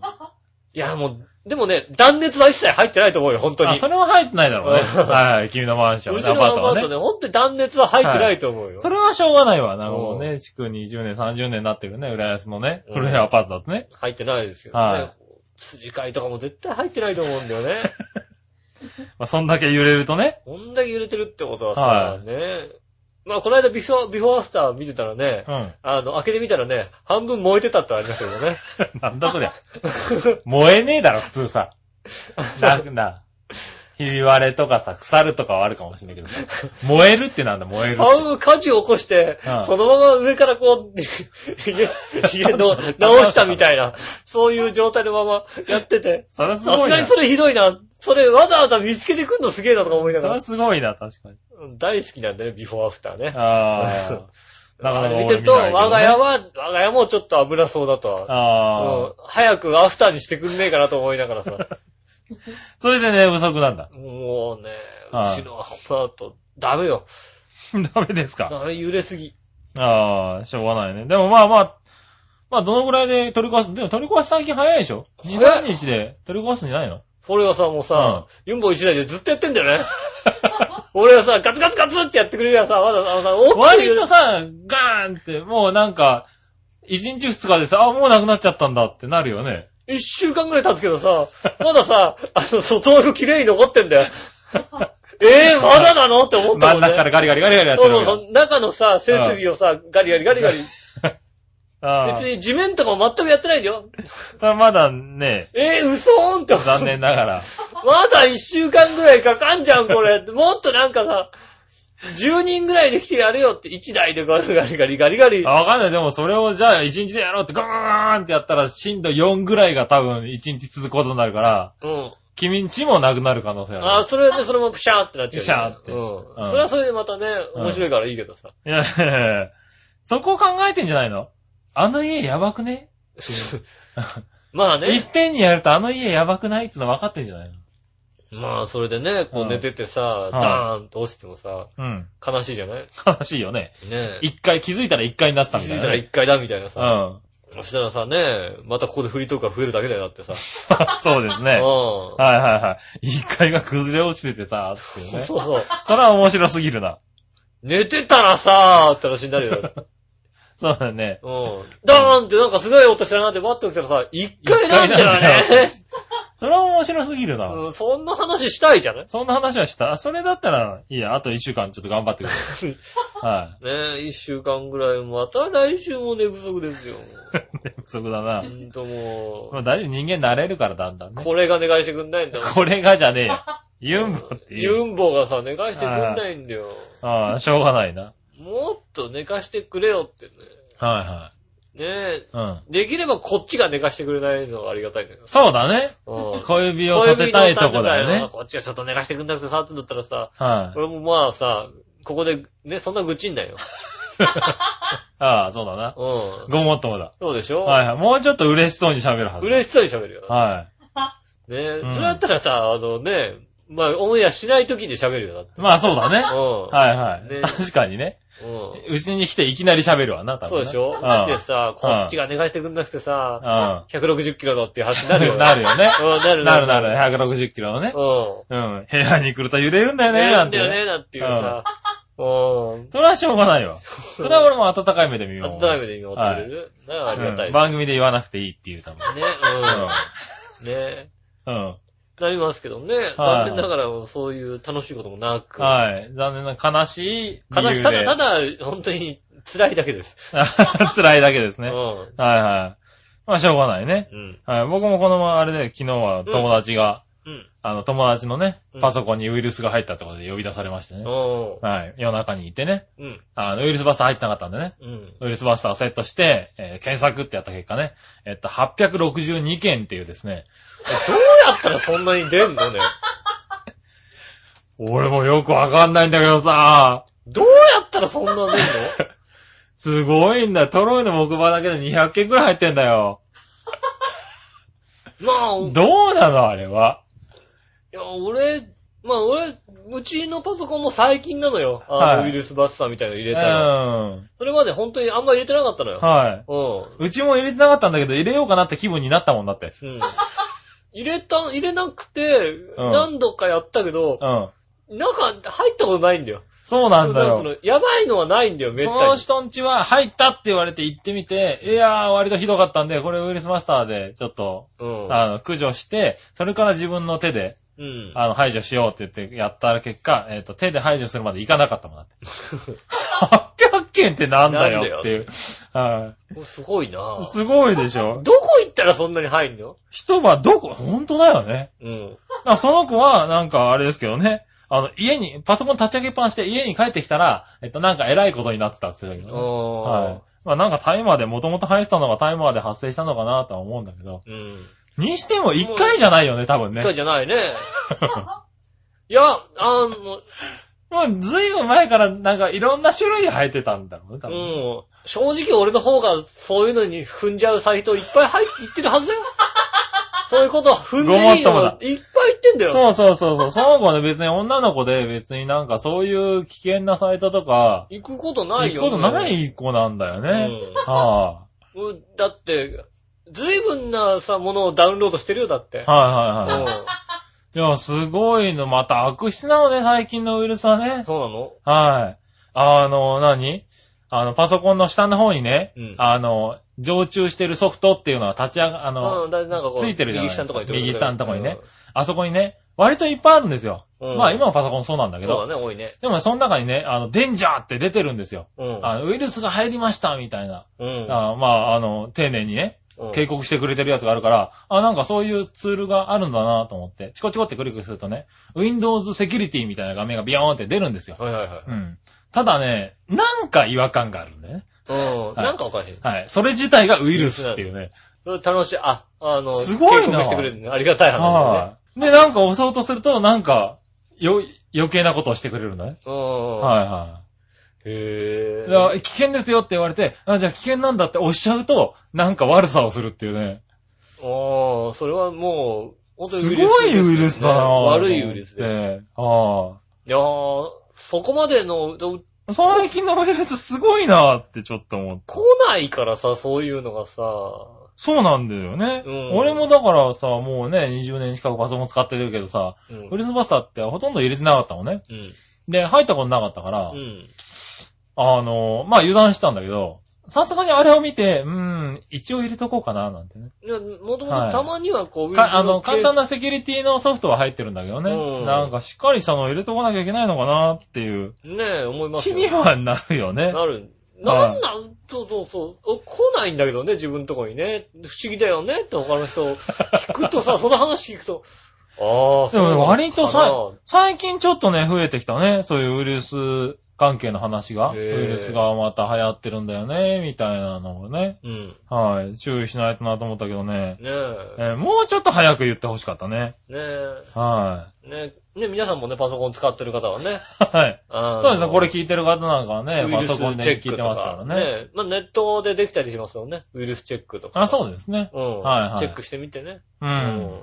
Speaker 2: やーもう、でもね、断熱は一切入ってないと思うよ、本当
Speaker 3: あ、
Speaker 2: に。
Speaker 3: それは入ってないだろうね。
Speaker 2: うん
Speaker 3: はいはい。君のマンション
Speaker 2: う
Speaker 3: ね、
Speaker 2: ちの
Speaker 3: アパ
Speaker 2: ア
Speaker 3: ート
Speaker 2: パー
Speaker 3: は
Speaker 2: トね、
Speaker 3: ね。
Speaker 2: 本当に断熱は入ってないと思うよ。
Speaker 3: それはしょうがないわ。なるほどね。築20年、30年になってるね。浦安のね。
Speaker 2: うん
Speaker 3: 古いアパートだとね。
Speaker 2: 入ってないですよ。
Speaker 3: はい
Speaker 2: ね筋貝とかも絶対入ってないと思うんだよ ね。
Speaker 3: まあ、そんだけ揺れるとね。
Speaker 2: こんだけ揺れてるってことはさ、
Speaker 3: は
Speaker 2: ね。まあ、この間ビフォー、ビフォーアフター見てたらね、
Speaker 3: うん。
Speaker 2: あの、開けてみたらね、半分燃えてたってありましたけどね。
Speaker 3: なんだそりゃ。燃えねえだろ、普通さ。なんだ。ひび割れとかさ、腐るとかはあるかもしれないけどさ。燃えるってなんだ、燃えるって。
Speaker 2: 半分火事を起こして
Speaker 3: うん、
Speaker 2: そのまま上からこう、家 家の直したみたいな、そういう状態のままやってて、
Speaker 3: それはす
Speaker 2: さ
Speaker 3: ご
Speaker 2: す
Speaker 3: い
Speaker 2: が
Speaker 3: な。
Speaker 2: に
Speaker 3: そ
Speaker 2: それひどいな。それわざわざ見つけてくんのすげえなとか思いな
Speaker 3: れ
Speaker 2: がら
Speaker 3: は。すごいな、確かに。
Speaker 2: うん大好きなんだよね、ビフォーアフターね。
Speaker 3: ああ。なかなか
Speaker 2: あれ
Speaker 3: 俺
Speaker 2: 見てると、
Speaker 3: ないけどね
Speaker 2: 我が家は、我が家もちょっと危なそうだとは
Speaker 3: ああ。
Speaker 2: うん早くアフターにしてくんねえかなと思いながら さ。
Speaker 3: それでね、不足なんだ。
Speaker 2: もうね、
Speaker 3: はいう
Speaker 2: ちのアパート、ダメよ。
Speaker 3: ダメですか。
Speaker 2: ダメ、揺れすぎ。
Speaker 3: ああ、しょうがないね。でもまあまあ、まあどのぐらいで取り壊す、でも取り壊し最近早いでしょ
Speaker 2: 早い
Speaker 3: ?2、3日で取り壊すんじゃないの
Speaker 2: それがさ、もうさ、ユンボ一台でずっとやってんだよね。 俺がさ、ガツガツガツってやってくれりゃさ、まだ、あのさ、大きい
Speaker 3: 割
Speaker 2: 揺れ
Speaker 3: とさ、ガーンって、もうなんか、1日2日でさ、あ、もうなくなっちゃったんだってなるよね。
Speaker 2: 一週間ぐらい経つけどさ、まださ、あの、外枠綺麗に残ってんだよ。 ええまだなのって思った
Speaker 3: 真
Speaker 2: も
Speaker 3: ん
Speaker 2: んね。
Speaker 3: 中からガリガリガリガリやって
Speaker 2: そう
Speaker 3: る
Speaker 2: そ
Speaker 3: わ
Speaker 2: う
Speaker 3: けだ
Speaker 2: そう、中のさ、設備をさ、ガリガリガリガリ。
Speaker 3: ああ
Speaker 2: 別に地面とかも全くやってないんだよ。
Speaker 3: それはまだね、
Speaker 2: ええ嘘ーんって思った
Speaker 3: 残念な がら。
Speaker 2: まだ一週間ぐらいかかんじゃん、これ。もっとなんかさ、10人ぐらいで来てやれよって、1台でガリガリガリガリガリ。
Speaker 3: あわかんない。でもそれをじゃあ1日でやろうってガーンってやったら、震度4ぐらいが多分1日続くことになるから、
Speaker 2: うん。
Speaker 3: 君んちもなくなる可能性
Speaker 2: あ
Speaker 3: あ
Speaker 2: あ、それでそのままプシャーってなっちゃう、
Speaker 3: プシャーって
Speaker 2: うん。
Speaker 3: うん
Speaker 2: それはそれでまたね、面白いからいいけどさ。
Speaker 3: る。いやいやいやそこを考えてんじゃないのあの家やばくね
Speaker 2: まあ
Speaker 3: いっ
Speaker 2: ね、
Speaker 3: ぺんにやるとあの家やばくないっての分かってんじゃないの
Speaker 2: まあそれでね、こう寝ててさ、
Speaker 3: うん
Speaker 2: ダーンと落ちてもさ、
Speaker 3: うん。
Speaker 2: 悲しいじゃないね
Speaker 3: 悲しいよね。
Speaker 2: え。
Speaker 3: 一回、気づいたら一回になった
Speaker 2: 気
Speaker 3: みたい
Speaker 2: づい
Speaker 3: な。
Speaker 2: たら1回だみたいなさ。
Speaker 3: うん。
Speaker 2: そしたらさ、ねえ、またここでフリートークが増えるだけだよだってさ。
Speaker 3: そうです
Speaker 2: う
Speaker 3: ね。
Speaker 2: ん。
Speaker 3: は
Speaker 2: そ
Speaker 3: いはいはい。一階が崩れ落ちててさ、ってい
Speaker 2: う
Speaker 3: うね。そ
Speaker 2: そう。
Speaker 3: れは面白すぎるな。
Speaker 2: 寝てたらさ、って話になる よ。
Speaker 3: そうだね。
Speaker 2: うん。ダーンってなんかすごい音したなってバッと起きたらさ、一回なんだよ
Speaker 3: 一回なんだ
Speaker 2: ね。
Speaker 3: それは面白すぎるな。
Speaker 2: うん、そんな話したいじゃない
Speaker 3: そんな話はした。あそれだったら、いいや、あと一週間ちょっと頑張ってくだ さい。は
Speaker 2: ねえ、一週間ぐらい、また来週も寝不足ですよ。
Speaker 3: い。寝不足だな
Speaker 2: ほ。んと
Speaker 3: ま
Speaker 2: も
Speaker 3: あ大丈夫、人間慣れるからだんだん
Speaker 2: う、
Speaker 3: ね。
Speaker 2: これが願いしてくんないんだもん。
Speaker 3: これがじゃねえよ。ユンボっていう。
Speaker 2: ユンボがさ、寝かしてくんないんだよ。
Speaker 3: ああ、しょうがないな。
Speaker 2: もっと寝かしてくれよってね。
Speaker 3: は
Speaker 2: ねえ、
Speaker 3: いはい。うん。
Speaker 2: できればこっちが寝かしてくれないのがありがたいんだけど。
Speaker 3: そうだね。
Speaker 2: うん。
Speaker 3: 小指を立てたいとこだよね。
Speaker 2: こっちがちょっと寝かしてくんなくてさ、ってんだったらさ、
Speaker 3: はい。
Speaker 2: 俺もまあさ、ここで、ね、そんな愚痴んないよ。
Speaker 3: ああ、そうだな。
Speaker 2: うん。
Speaker 3: ごもっともだ。
Speaker 2: そうでしょ
Speaker 3: はいはい。もうちょっと嬉しそうに喋るはず。
Speaker 2: 嬉しそうに喋るよ。
Speaker 3: は
Speaker 2: ねえ、
Speaker 3: うん
Speaker 2: それだったらさ、あのね、まあ、オンエアしない時に喋るよ、だって。
Speaker 3: い。まあそうだね。
Speaker 2: う
Speaker 3: はいはい。
Speaker 2: ね
Speaker 3: 確かにね。
Speaker 2: ん。うん。
Speaker 3: うちに来ていきなり喋るわな、多
Speaker 2: そう
Speaker 3: 分な。
Speaker 2: でしょ
Speaker 3: うん。
Speaker 2: マジでさ、
Speaker 3: ん
Speaker 2: こっちが願いしてくんなくて
Speaker 3: うん。
Speaker 2: さ、
Speaker 3: な
Speaker 2: 160キロだっていう話になるよ。
Speaker 3: るよね。
Speaker 2: うん、なる
Speaker 3: なるなる。。160キロのね。
Speaker 2: うん。
Speaker 3: うん。部屋に来ると揺れるんだよね、
Speaker 2: な
Speaker 3: なん
Speaker 2: だ
Speaker 3: んて
Speaker 2: よ
Speaker 3: ね。
Speaker 2: ね、なんていうさ。うん。
Speaker 3: それはしょうがないわ。それは俺も温かい目で見よう。
Speaker 2: 温めて今持ってくれるなあありがた
Speaker 3: う
Speaker 2: い。ね、
Speaker 3: ん番組で言わなくていいっていう、多分。
Speaker 2: うん。ね
Speaker 3: うん。
Speaker 2: なりますけどね。残念ながら、そういう楽しいこともなく。
Speaker 3: はい。残念な、悲しい理
Speaker 2: 悲し
Speaker 3: 由で。
Speaker 2: い。ただただ、本当に辛いだけです。
Speaker 3: 辛いだけです
Speaker 2: う
Speaker 3: ね。はい
Speaker 2: ん。
Speaker 3: はい。まあ、しょうがないね。
Speaker 2: うん。
Speaker 3: はい。僕もこのまあれで、昨日は友達が、
Speaker 2: うん。
Speaker 3: あの、友達のね
Speaker 2: うん、
Speaker 3: パソコンにウイルスが入ったってことで呼び出されましてね。
Speaker 2: お
Speaker 3: はい。夜中にいてね。
Speaker 2: ーうん。
Speaker 3: あの、ウイルスバスター入ってなかったんでね。
Speaker 2: うん。
Speaker 3: ウイルスバスターをセットして、えー検索ってやった結果ね、えっと、862件っていうですね、
Speaker 2: どうやったらそんなに出んのね。
Speaker 3: 俺もよくわかんないんだけどさ、
Speaker 2: どうやったらそんな出ん の
Speaker 3: すごいんだよ。トロイの木馬だけで200件くらい入ってんだよ。
Speaker 2: まあ、い
Speaker 3: どうなのあれは。
Speaker 2: や、俺、まあ俺、うちのパソコンも最近なのよ。あの、
Speaker 3: はい
Speaker 2: ウイルスバスターみたいなの入
Speaker 3: う
Speaker 2: れ
Speaker 3: ん。
Speaker 2: たら。
Speaker 3: は
Speaker 2: それまで本当にあんま入れてなかったのよ。
Speaker 3: い。
Speaker 2: うん。
Speaker 3: うちも入れてなかったんだけど、入れようかなって気分になったもんだって。
Speaker 2: うん入れた、入れなくて、
Speaker 3: うん
Speaker 2: 何度かやったけど、
Speaker 3: うん。
Speaker 2: なんか入ったことないんだよ。
Speaker 3: そうなんだ
Speaker 2: そ
Speaker 3: よ
Speaker 2: う。なんつうのやばいのはないんだよ、めっ
Speaker 3: そ
Speaker 2: た
Speaker 3: の
Speaker 2: に。
Speaker 3: 人んちは入ったって言われて行ってみて、いやー、割とひどかったんで、これウイルスマスターでちょっと、
Speaker 2: うん。
Speaker 3: あの、駆除して、それから自分の手で、
Speaker 2: うん。
Speaker 3: あの、排除しようって言ってやった結果、えっ、と、手で排除するまでいかなかったもんだって。800件ってなんだよっていう。は。
Speaker 2: すごいない
Speaker 3: すごいでしょ
Speaker 2: どこ行ったらそんなに入んの
Speaker 3: 一晩どこ、ほんとだよね。
Speaker 2: うん。
Speaker 3: あその子は、なんかあれですけどね。あの、家に、パソコン立ち上げっぱなして家に帰ってきたら、えっと、なんか偉いことになってたって言ってたけどね、は
Speaker 2: あ
Speaker 3: い。まあなんかタイマーで、もともと入ってたのがタイマーで発生したのかなとは思うんだけど。
Speaker 2: ー。うん。
Speaker 3: にしても1回じゃないよね、多分ね
Speaker 2: 一。回じゃ ないね。いや、あの、
Speaker 3: もうずいぶん前からなんかいろんな種類入ってたんだろうね、多
Speaker 2: う
Speaker 3: 分ね。
Speaker 2: ん。正直俺の方がそういうのに踏んじゃうサイトいっぱい 入っていってるはずだよ。そういうこと踏んでいいの
Speaker 3: ご
Speaker 2: が
Speaker 3: もっともだ
Speaker 2: いっぱい言ってんだよ。
Speaker 3: そうそうそうそう。その子ね、別に女の子で、別になんかそういう危険なサイトとか、
Speaker 2: 行くことない
Speaker 3: 行
Speaker 2: よ。
Speaker 3: くことない子なんだよね。は
Speaker 2: うんうんだって、ずいぶんなさ、ものをダウンロードしてるよ、だって。
Speaker 3: あ、はいはいは
Speaker 2: う
Speaker 3: い。いや、すごいの。また悪質なのね、最近のウイルスはね
Speaker 2: ん。そうなの
Speaker 3: はい。あの、何あの、パソコンの下の方にね、
Speaker 2: うん
Speaker 3: あの、常駐してるソフトっていうのは立ち上が、あの、
Speaker 2: うん、だなんかこう、
Speaker 3: ついてるじゃない
Speaker 2: 右下のとこに
Speaker 3: 右下のとこにねあそこにね、割といっぱいあるんですよ。
Speaker 2: うん
Speaker 3: まあ今のパソコンそうなんだ
Speaker 2: うん
Speaker 3: け
Speaker 2: そ
Speaker 3: ど、
Speaker 2: うだね、多いね。
Speaker 3: でもその中にね、あの、デンジャーって出てるんですよ。
Speaker 2: うん。
Speaker 3: あのウイルスが入りました、みたいな。
Speaker 2: うん。
Speaker 3: あまあ、あの、丁寧にね、
Speaker 2: うん
Speaker 3: 警告してくれてるやつがあるから、あ、なんかそういうツールがあるんだなと思って、チコチコってクリックするとね、Windows Security みたいな画面がビヨーンって出るんですよ。
Speaker 2: はいはいはい。
Speaker 3: うん。ただね、なんか違和感があるんだよね。
Speaker 2: うん。
Speaker 3: はい
Speaker 2: なんかおかしい。
Speaker 3: はい。それ自体がウイルスっていうね。
Speaker 2: それ楽しい。あ、あの、
Speaker 3: すごいな
Speaker 2: 警告してくれるね。ありがたい話だね。
Speaker 3: はい。で、なんか押そうとすると、なんか、よ、余計なことをしてくれるんだね。
Speaker 2: うん。
Speaker 3: はいは
Speaker 2: へ
Speaker 3: い。
Speaker 2: ぇ
Speaker 3: だから危険ですよって言われて、あ、じゃあ危険なんだって押しちゃうと、なんか悪さをするっていうね。
Speaker 2: おー、それはもう、本当に
Speaker 3: すごいウイルスだなぁ
Speaker 2: 悪いウイルスですね。
Speaker 3: で。ああ。
Speaker 2: いやー、そこまでの、ど
Speaker 3: 最近のウイルスすごいなーってちょっと思って。
Speaker 2: 来ないからさ、そういうのがさ、
Speaker 3: そうなんだよね。
Speaker 2: うん
Speaker 3: 俺もだからさ、もうね、20年近くパソコン使ってるけどさ、
Speaker 2: うん。
Speaker 3: ウイルスバスターってほとんど入れてなかったのね。
Speaker 2: うん。
Speaker 3: で、入ったことなかったから、
Speaker 2: うん。
Speaker 3: あのー、まあ油断したんだけど、さすがにあれを見て、うーん、一応入れとこうかな、なんてね。
Speaker 2: いや、もとも
Speaker 3: は
Speaker 2: と
Speaker 3: い
Speaker 2: たまにはこう、
Speaker 3: かあの、簡単
Speaker 2: な。
Speaker 3: なセキュリティのソフトは入ってるんだけどね。
Speaker 2: うん
Speaker 3: なんかしっかりしたのを入れとかなきゃいけないのかなっていう
Speaker 2: ねえ、思います
Speaker 3: 気
Speaker 2: よ。
Speaker 3: にはなるよね。
Speaker 2: なる。
Speaker 3: は
Speaker 2: なん
Speaker 3: い
Speaker 2: なん、そうそうそう。来ないんだけどね、自分のとこにね。不思議だよねって他の人聞くと さ、その話聞くと、ああ、そ
Speaker 3: で
Speaker 2: うなのかな
Speaker 3: も割とさ、最近ちょっとね、増えてきたね。そういうウイルス関係の話が。
Speaker 2: へ
Speaker 3: ウイ
Speaker 2: ー
Speaker 3: ルスがまた流行ってるんだよね、みたいなのをね。
Speaker 2: うん。
Speaker 3: はい。注意しないとなと思ったけどね。
Speaker 2: ねえ。
Speaker 3: えーもうちょっと早く言ってほしかったね。
Speaker 2: ねえ。
Speaker 3: は
Speaker 2: ねえ、ね皆さんもね、パソコン使ってる方はね。
Speaker 3: い。 はい。
Speaker 2: あの
Speaker 3: そうですね。これ聞いてる方なんかはね
Speaker 2: ウ、イ
Speaker 3: パ
Speaker 2: ルス
Speaker 3: ソコン
Speaker 2: チェ
Speaker 3: で
Speaker 2: ック
Speaker 3: 聞い
Speaker 2: と
Speaker 3: てますから
Speaker 2: か。
Speaker 3: ね。
Speaker 2: えまあ、ネットでできたりしますよね。ウイルスチェックとか。
Speaker 3: あ、そうですね。
Speaker 2: うん。
Speaker 3: はいはい
Speaker 2: チェックしてみてね。
Speaker 3: う。。
Speaker 2: うん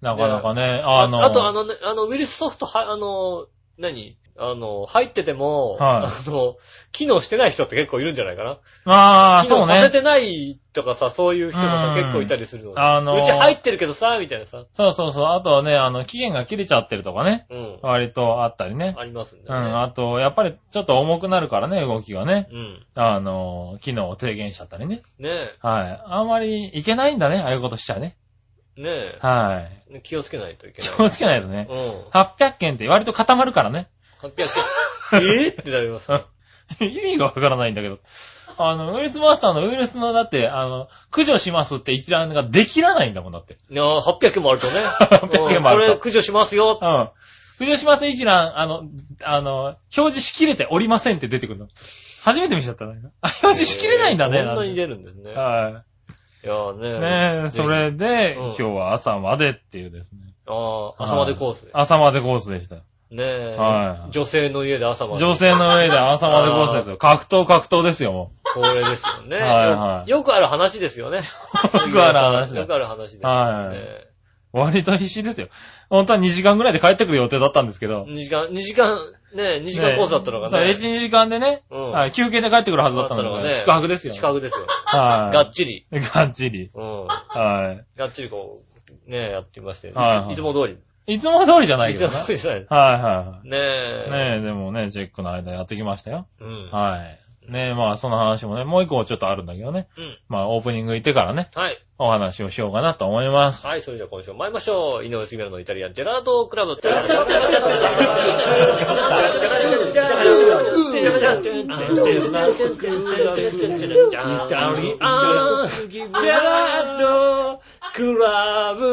Speaker 3: なかなかね、
Speaker 2: あ
Speaker 3: あの、
Speaker 2: あと、あのね、あの、ウイルスソフト、は、あの、何あの、入ってても、
Speaker 3: は
Speaker 2: あ
Speaker 3: い
Speaker 2: の、機能してない人って結構いるんじゃないかな。
Speaker 3: あー、
Speaker 2: 機
Speaker 3: そ
Speaker 2: 能
Speaker 3: う
Speaker 2: させ
Speaker 3: ね。
Speaker 2: てないとかさ、そういう人がさ、
Speaker 3: うん
Speaker 2: 結構いたりするの。
Speaker 3: あのー
Speaker 2: うち入ってるけどさ、みたいなさ。
Speaker 3: そうそうそう。あとはね、あの、期限が切れちゃってるとかね。
Speaker 2: うん。
Speaker 3: 割とあったりね。
Speaker 2: ありますんでね。
Speaker 3: うん。あと、やっぱりちょっと重くなるからね、動きがね。
Speaker 2: うん。
Speaker 3: あの、機能を低減しちゃったりね。
Speaker 2: ね
Speaker 3: はい。あんまりいけないんだね、ああいうことしちゃね。
Speaker 2: え。ね
Speaker 3: はい。
Speaker 2: え。気をつけないといけない。
Speaker 3: 気をつけないとね。
Speaker 2: うん。
Speaker 3: 800件って割と固まるからね。
Speaker 2: 800円。えーってなりますね。
Speaker 3: 意味がわからないんだけど。あの、ウイルスマスターのウイルスの、だって、あの、駆除しますって一覧ができらないんだもんだって。
Speaker 2: いやー800もあるとね。
Speaker 3: 800円もあると
Speaker 2: うんこれ駆除しますよ。
Speaker 3: うん。駆除します一覧、あの、あの、表示しきれておりませんって出てくるの。初めて見ちゃったね。あ、表示しきれないんだね。
Speaker 2: 本当に
Speaker 3: ね。
Speaker 2: 出るんですね。
Speaker 3: はい
Speaker 2: やーね
Speaker 3: い。ねえ、そ。れで、
Speaker 2: うん
Speaker 3: 今日は朝までっていうですね。
Speaker 2: ああ、朝までコースで
Speaker 3: 朝までコースでした。
Speaker 2: す。ねえ。
Speaker 3: はい
Speaker 2: 女性の家で朝まで。
Speaker 3: 女性の上で朝までコースですよ。格闘格闘ですよ、も
Speaker 2: これですよね。
Speaker 3: はいはい
Speaker 2: よよくある話ですよね。よ
Speaker 3: う。 よくある話だ
Speaker 2: よく。ある話です。
Speaker 3: はい
Speaker 2: ね
Speaker 3: 割と必死ですよ。本当は2時間ぐらいで帰ってくる予定だったんですけど。
Speaker 2: 2時間、2時間、ねえ、2時間コースだったのが
Speaker 3: そう、
Speaker 2: ね。
Speaker 3: 1、2時間でね、
Speaker 2: うん
Speaker 3: はい休憩で帰ってくるはずだったのが、ね、宿泊ですよ、ね。
Speaker 2: 宿泊ですよ。
Speaker 3: はい。
Speaker 2: がっちり。
Speaker 3: がっちり。
Speaker 2: うん。
Speaker 3: は
Speaker 2: がっちりこう、ねえ、やってみまして。
Speaker 3: はいはい
Speaker 2: いつも通
Speaker 3: い。いつも通りじゃな
Speaker 2: り。
Speaker 3: い
Speaker 2: い
Speaker 3: け
Speaker 2: つ
Speaker 3: ど
Speaker 2: も
Speaker 3: な。は
Speaker 2: 通
Speaker 3: い
Speaker 2: りじゃない。
Speaker 3: は
Speaker 2: ね
Speaker 3: い。
Speaker 2: え。
Speaker 3: ねえ、でもね、チェックの間やってきましたよ。
Speaker 2: うん。
Speaker 3: はい。ねえ、まあその話もね、もう一個ちょっとあるんだけどね。
Speaker 2: うん。
Speaker 3: まあオープニング行ってからね、
Speaker 2: はい。
Speaker 3: お話をしようかなと思います。
Speaker 2: はい、それでは今週も参りましょう。井上杉村のイタリアンジェラートクラブ。チャ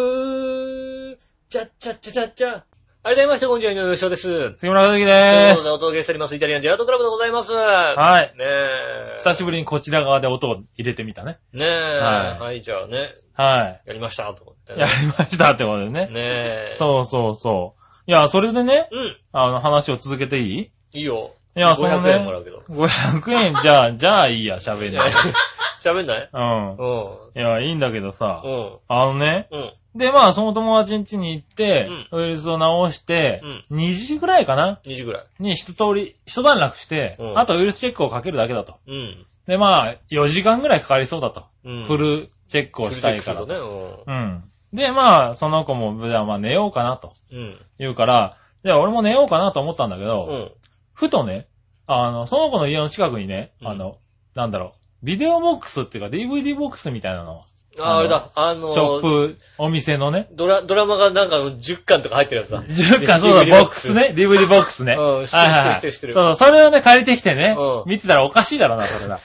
Speaker 2: ッチャッチャチャッチャ。ありがとうございました。こんにちは、井上翔です。
Speaker 3: 杉村和樹
Speaker 2: と
Speaker 3: で
Speaker 2: い
Speaker 3: ー
Speaker 2: うことでお
Speaker 3: す。
Speaker 2: 届けしております、イタリアンジェラートクラブでございます。は
Speaker 3: はい。
Speaker 2: い。ねえ。
Speaker 3: 久しぶりにこちら側で音を入れてみたね。
Speaker 2: ねえ。
Speaker 3: はい
Speaker 2: はい、じゃあね、
Speaker 3: は
Speaker 2: やりました、と思って
Speaker 3: い。や
Speaker 2: ね。
Speaker 3: りましたってことでね。
Speaker 2: ねえ。
Speaker 3: そうそうそう。いや、それでね、
Speaker 2: うん。
Speaker 3: あの話を続けていい
Speaker 2: いいよ。
Speaker 3: いや、その
Speaker 2: 500円もらう
Speaker 3: ね、
Speaker 2: けど。
Speaker 3: 500円、じ ゃあ、じゃあいいや、喋んない。
Speaker 2: 喋んない
Speaker 3: うん。
Speaker 2: うん。
Speaker 3: いや、いいんだけどさ
Speaker 2: う、ん。
Speaker 3: あのね、
Speaker 2: うん。
Speaker 3: で、まあ、その友達ん家に行って、ウイルスを治して、2時ぐらいかな
Speaker 2: 2時ぐらい。
Speaker 3: に一通り、一段落して、
Speaker 2: うん
Speaker 3: あとウイルスチェックをかけるだけだと。
Speaker 2: うん。
Speaker 3: で、まあ、4時間ぐらいかかりそうだと。
Speaker 2: うん。
Speaker 3: フルチェックをしたいから
Speaker 2: フル。チェックす
Speaker 3: うん。で、まあ、その子も、じゃあまあ寝ようかなと
Speaker 2: るとね。
Speaker 3: 言うから、じゃあ俺も寝ようかなと思ったんだけど、
Speaker 2: うん。うん。
Speaker 3: ふとね、あの、その子の家の近くにね、あの、なんだろう、ビデオボックスっていうか DVD ボックスみたいなの、
Speaker 2: ああ、あれだ。あ
Speaker 3: ショッ
Speaker 2: の、
Speaker 3: プ、お店のね、
Speaker 2: ドラ、ドラマがなんか10巻とか入ってるやつだ。
Speaker 3: 10巻、そうだ、
Speaker 2: DVD
Speaker 3: ボックスね、DVD ボックスね。
Speaker 2: うん知ってる
Speaker 3: はいはいはい
Speaker 2: 知ってる知ってる
Speaker 3: そうそう、それをね、借りてきてね、
Speaker 2: うん
Speaker 3: 見てたらおかしいだろうな、そ れが。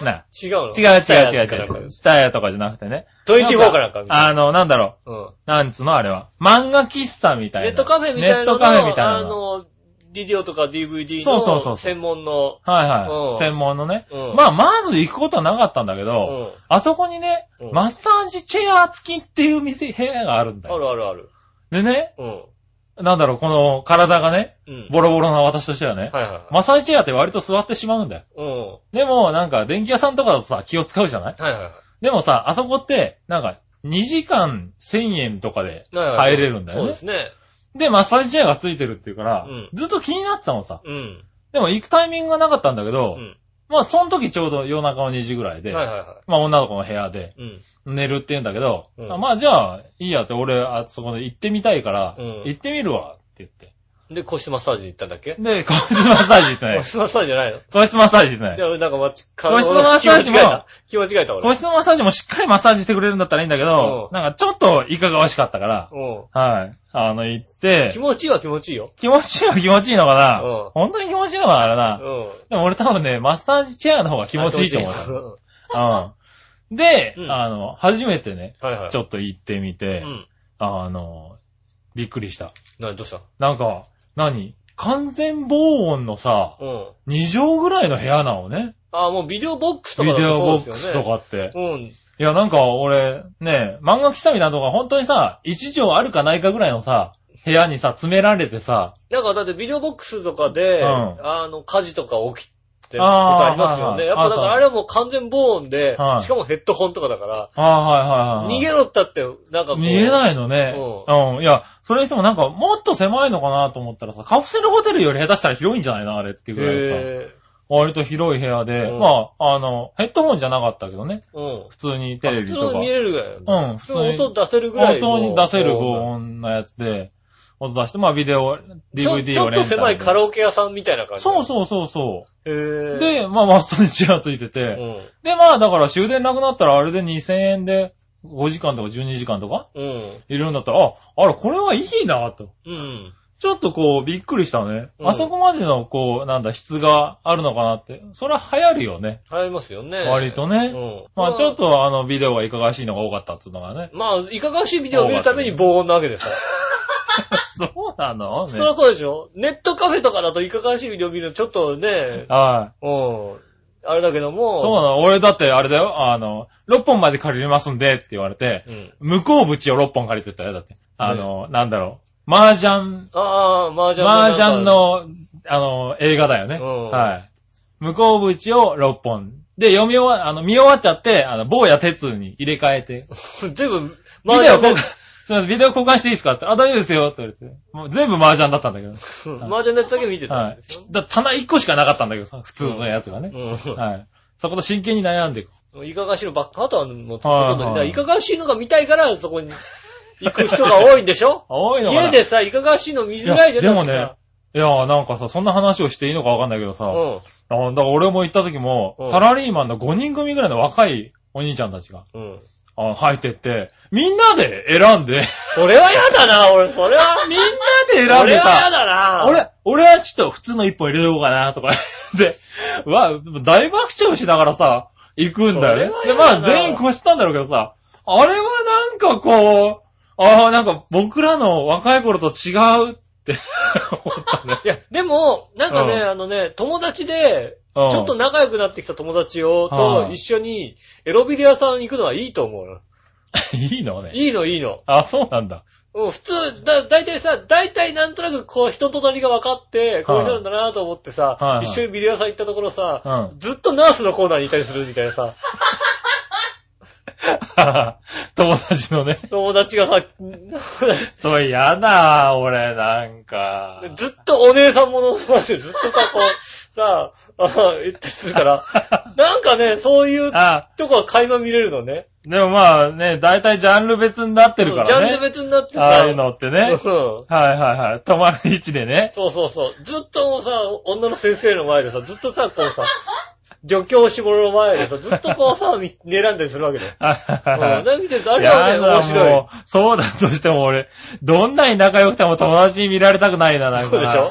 Speaker 3: な、
Speaker 2: 違うの
Speaker 3: 違う違う違う
Speaker 2: スターか
Speaker 3: 違
Speaker 2: なん
Speaker 3: う。
Speaker 2: か
Speaker 3: スタイヤとかじゃなくてね。
Speaker 2: 24かなんか。
Speaker 3: あの、なんだろ
Speaker 2: うん。
Speaker 3: う、なんつうのあれは。漫画喫茶みたいな。
Speaker 2: ネットカフェみたいなの
Speaker 3: ネッ
Speaker 2: の
Speaker 3: トカフェみたいな
Speaker 2: あ
Speaker 3: の。
Speaker 2: の、ビデオとか DVD
Speaker 3: そうそうそうそ
Speaker 2: の
Speaker 3: う
Speaker 2: 専門の。
Speaker 3: はい
Speaker 2: うん
Speaker 3: はい。専門のね。
Speaker 2: うん
Speaker 3: まあ、まず行くことはなかったんだけど、
Speaker 2: うん
Speaker 3: あそこにね、
Speaker 2: うん
Speaker 3: マッサージチェア付きっていう店、部屋があるんだ
Speaker 2: あ
Speaker 3: よ。
Speaker 2: るあるある。
Speaker 3: でね、
Speaker 2: うん。
Speaker 3: なんだろう、この体がね、
Speaker 2: うん。
Speaker 3: ボロボロな私としてはね、
Speaker 2: はいはい。
Speaker 3: マッサージチェアって割と座ってしまうんだよ。
Speaker 2: うん。は
Speaker 3: でも、なんか、電気屋さんとかだとさ、気を使うじゃない
Speaker 2: いはいは
Speaker 3: でもさ、あそこって、なんか、2時間1000円とかで
Speaker 2: いはいはい。
Speaker 3: 入れるんだよ
Speaker 2: そう
Speaker 3: ね。
Speaker 2: ですね。
Speaker 3: で、マッサージチェアが付いてるっていうから、
Speaker 2: うん
Speaker 3: ずっと気になってたのさ。
Speaker 2: うん。
Speaker 3: でも行くタイミングがなかったんだけ
Speaker 2: う
Speaker 3: ど、
Speaker 2: ん。
Speaker 3: まあ、その時ちょうど夜中の2時ぐらいで、
Speaker 2: はいはいは
Speaker 3: まあ、女の子の部屋で
Speaker 2: い。うん。
Speaker 3: 寝るって言うんだけど、
Speaker 2: うん
Speaker 3: あまあ、じゃあ、いいやって、俺、あそこで行ってみたいから、
Speaker 2: うん
Speaker 3: 行ってみるわって言って。
Speaker 2: で、腰マッサージ行ったんだっけ
Speaker 3: で、個室マッサージ行ってない
Speaker 2: 腰。マッサージじゃないの
Speaker 3: 個室マッサージ行ってない
Speaker 2: じ。ゃあ、なんか、まち、か
Speaker 3: 個室マッサージ
Speaker 2: 気持ち違
Speaker 3: も
Speaker 2: えた。気持ち違えた、
Speaker 3: 個
Speaker 2: 俺。
Speaker 3: 室のマッサージもしっかりマッサージしてくれるんだったらいいんだけど、
Speaker 2: うん
Speaker 3: なんかちょっといかがわしかったから、
Speaker 2: う
Speaker 3: はい。あの、行っ
Speaker 2: ん。気
Speaker 3: て、
Speaker 2: 持ちいいは気持ちいいよ。
Speaker 3: 気持ちいいは気持ちいいのかな、
Speaker 2: うん
Speaker 3: 本当に気持ちいいのかなあれ
Speaker 2: う
Speaker 3: な、
Speaker 2: ん。
Speaker 3: でも俺多分ね、マッサージチェアの方が気持ちいいと思
Speaker 2: あ気持ちいい
Speaker 3: う。うん。で、
Speaker 2: うん
Speaker 3: あの、初めてね、
Speaker 2: うんはいはい。
Speaker 3: ち
Speaker 2: っ
Speaker 3: ょっと行ってみて、
Speaker 2: うん。
Speaker 3: あの、びっくりした。
Speaker 2: なに、どうした
Speaker 3: なんか、何完全防音のさ、
Speaker 2: うん。
Speaker 3: 2畳ぐらいの部屋なのね。
Speaker 2: ああ、もうビデオボックスとか
Speaker 3: ビ
Speaker 2: だ
Speaker 3: デオボ
Speaker 2: とそう
Speaker 3: ック
Speaker 2: ですよ
Speaker 3: スと
Speaker 2: ね
Speaker 3: かって。
Speaker 2: うん。
Speaker 3: いや、なんか俺、ね、漫画喫茶みたいなとこが本当にさ、一畳あるかないかぐらいのさ、部屋にさ、詰められてさ、
Speaker 2: なんかだってビデオボックスとかで、
Speaker 3: うん
Speaker 2: あの、火事とか起きてることありますよ
Speaker 3: あーはいは
Speaker 2: ね。
Speaker 3: い
Speaker 2: やっぱだから
Speaker 3: あ
Speaker 2: あ
Speaker 3: る
Speaker 2: れはもう完全防音で、
Speaker 3: はい
Speaker 2: しかもヘッドホンとかだから、
Speaker 3: ああ、はいはいはいはい。
Speaker 2: 逃げろったって、なんかこう
Speaker 3: 見えないのね。うん。いや、それにしてもなんか、もっと狭いのかなと思ったらさ、カプセルホテルより下手したら広いんじゃないのあれっていうぐらいでさ、
Speaker 2: へ
Speaker 3: 割と広い部屋で、
Speaker 2: うん
Speaker 3: まあ、あの、ヘッドホンじゃなかったけどね。
Speaker 2: ぇうん。
Speaker 3: 普通にテレビ
Speaker 2: 普
Speaker 3: と
Speaker 2: 通
Speaker 3: か
Speaker 2: に見。れるぐらいだよね。
Speaker 3: うん、
Speaker 2: 普
Speaker 3: 普
Speaker 2: 通
Speaker 3: 通
Speaker 2: に
Speaker 3: に。
Speaker 2: 音出せるぐらい
Speaker 3: 本
Speaker 2: の。
Speaker 3: 当に出せる防
Speaker 2: 音。
Speaker 3: 音のやつで、音出して、まあ、ビデオ、
Speaker 2: ち
Speaker 3: DVD
Speaker 2: ょ
Speaker 3: をレンタルで
Speaker 2: ちょっと狭いカラオケ屋さんみたいな感じ。
Speaker 3: そうそうそうそう。
Speaker 2: う。へぇ
Speaker 3: で、まあ、マッサージチェアついて
Speaker 2: う
Speaker 3: て、
Speaker 2: ん。
Speaker 3: で、まあ、だから終電なくなったらあれで2000円で5時間とか12時間とか
Speaker 2: うん。
Speaker 3: いるんだったら、あ、あら、これはいいなと。
Speaker 2: うん。
Speaker 3: ちょっとこう、びっくりしたね。
Speaker 2: うん
Speaker 3: あそこまでの、こう、なんだ、質があるのかなって。それは流行るよね。
Speaker 2: 流行りますよね。
Speaker 3: 割とね
Speaker 2: うん。。
Speaker 3: まあ、ちょっ。とあの、ビデオがいかがわしいのが多かったっていうのがね
Speaker 2: まあ、いかがわしいビデオを見るために防音なわけですよ。
Speaker 3: そうなのね
Speaker 2: そりゃそうでしょネットカフェとかだといかがわしいビデオ見るのちょっと ね、
Speaker 3: はい。
Speaker 2: うん。あれだけども。
Speaker 3: そうなの。俺だってあれだよ。あの、6本まで借りれますんでって言われて、
Speaker 2: うん。
Speaker 3: 向こう口を6本借りてったよ。だって。あの、なんだろう。麻雀、
Speaker 2: ああ、麻雀
Speaker 3: 麻雀。の、あの、映画だよね。
Speaker 2: うん
Speaker 3: はい。向こう口を6本。で、読み終わ、あの、見終わっちゃって、あの、坊や鉄に入れ替え て。
Speaker 2: 全部、
Speaker 3: ビデオ交換、
Speaker 2: ね
Speaker 3: すいません、ビデオ交換していいですかって。あ、大丈夫ですよって言われて。もう全部麻雀だったんだけど。
Speaker 2: うん麻雀のやつだけ見てた
Speaker 3: は
Speaker 2: ん
Speaker 3: い
Speaker 2: ですよ。。
Speaker 3: だ棚1個しかなかったんだけどさ、普通のやつがね。
Speaker 2: う
Speaker 3: はい。そこと真剣に悩んでいく。
Speaker 2: ん。いかがわしいのばっか、あとはもう、
Speaker 3: はい
Speaker 2: ということでだから
Speaker 3: はい
Speaker 2: いかがわしいのが見たいから、そこに行く人が多いんでし ょ
Speaker 3: 多いのかな
Speaker 2: 家でさ、いかがわしいの見づらいじゃ
Speaker 3: いやで
Speaker 2: な
Speaker 3: も
Speaker 2: いです
Speaker 3: ね
Speaker 2: か。、
Speaker 3: いや、なんかさ、そんな話をしていいのかわかんないけどさ、
Speaker 2: も
Speaker 3: あだから俺も行った時も、
Speaker 2: うん
Speaker 3: サラリーマンの5人組ぐらいの若いお兄ちゃんたちが、
Speaker 2: ね。うん。うん。
Speaker 3: あ入ってって、みんなで選んで、
Speaker 2: それは嫌だな、俺、それは。
Speaker 3: みんなで選ん
Speaker 2: 俺
Speaker 3: で
Speaker 2: は嫌
Speaker 3: さ、
Speaker 2: だな。
Speaker 3: 俺、俺はちょっと普通の一本入れようかな、とか言って、 うわ、大爆笑しながらさ、行くんだよ
Speaker 2: そ
Speaker 3: ね。
Speaker 2: れ
Speaker 3: で、
Speaker 2: はや
Speaker 3: ま
Speaker 2: だ
Speaker 3: あ全員越したんだろうけどさ、あれはなんかこう、ああ、なんか僕らの若い頃と違うって思っ たね。
Speaker 2: いや、でも、なんかね、
Speaker 3: うん
Speaker 2: あのね、友達で、
Speaker 3: ち
Speaker 2: ちょっと仲良くなってきた友達を、と
Speaker 3: うん
Speaker 2: 一緒に、エロビデオ屋さん行くのはいいと思うよ。
Speaker 3: いいのね。
Speaker 2: いいの、いいの。
Speaker 3: あ、そうなんだ。
Speaker 2: うん普通、だ、だいたいさ、だいたいなんとなくこう人となりが分かって、こういう人なんだなと思ってさ、
Speaker 3: はいはい
Speaker 2: 一緒にビデオ屋さん行ったところさ、
Speaker 3: う
Speaker 2: ずっとナースのコーナーにいたりするみたいなさ、
Speaker 3: 友達のね。
Speaker 2: 友達がさ、
Speaker 3: そう、やだ、俺、なんか。
Speaker 2: ずっとお姉さんものまでずっとさ、こう、さ、 あ行ったりする から、なんかね、そういう
Speaker 3: あ、
Speaker 2: とこは垣間見れるのね。
Speaker 3: でもまあね、大体ジャンル別になってるか
Speaker 2: ジャ
Speaker 3: ら
Speaker 2: ン
Speaker 3: ね。
Speaker 2: ル別になってさ、
Speaker 3: ああいうのって
Speaker 2: うん
Speaker 3: ね。はいはいはい。泊まる位置でね。
Speaker 2: そうそうそう。ずっともうさ、女の先生の前でさ、ずっとさ、こう さ、助教師者の前でさ、ずっとこうさ、み睨んだりするわけだよ。
Speaker 3: はい
Speaker 2: うん、
Speaker 3: はいは
Speaker 2: ないんか見てるとあれはね、面白い
Speaker 3: も。うそうだとしても俺、どんなに仲良くても友達に見られたくないな、なんか。
Speaker 2: そうでしょ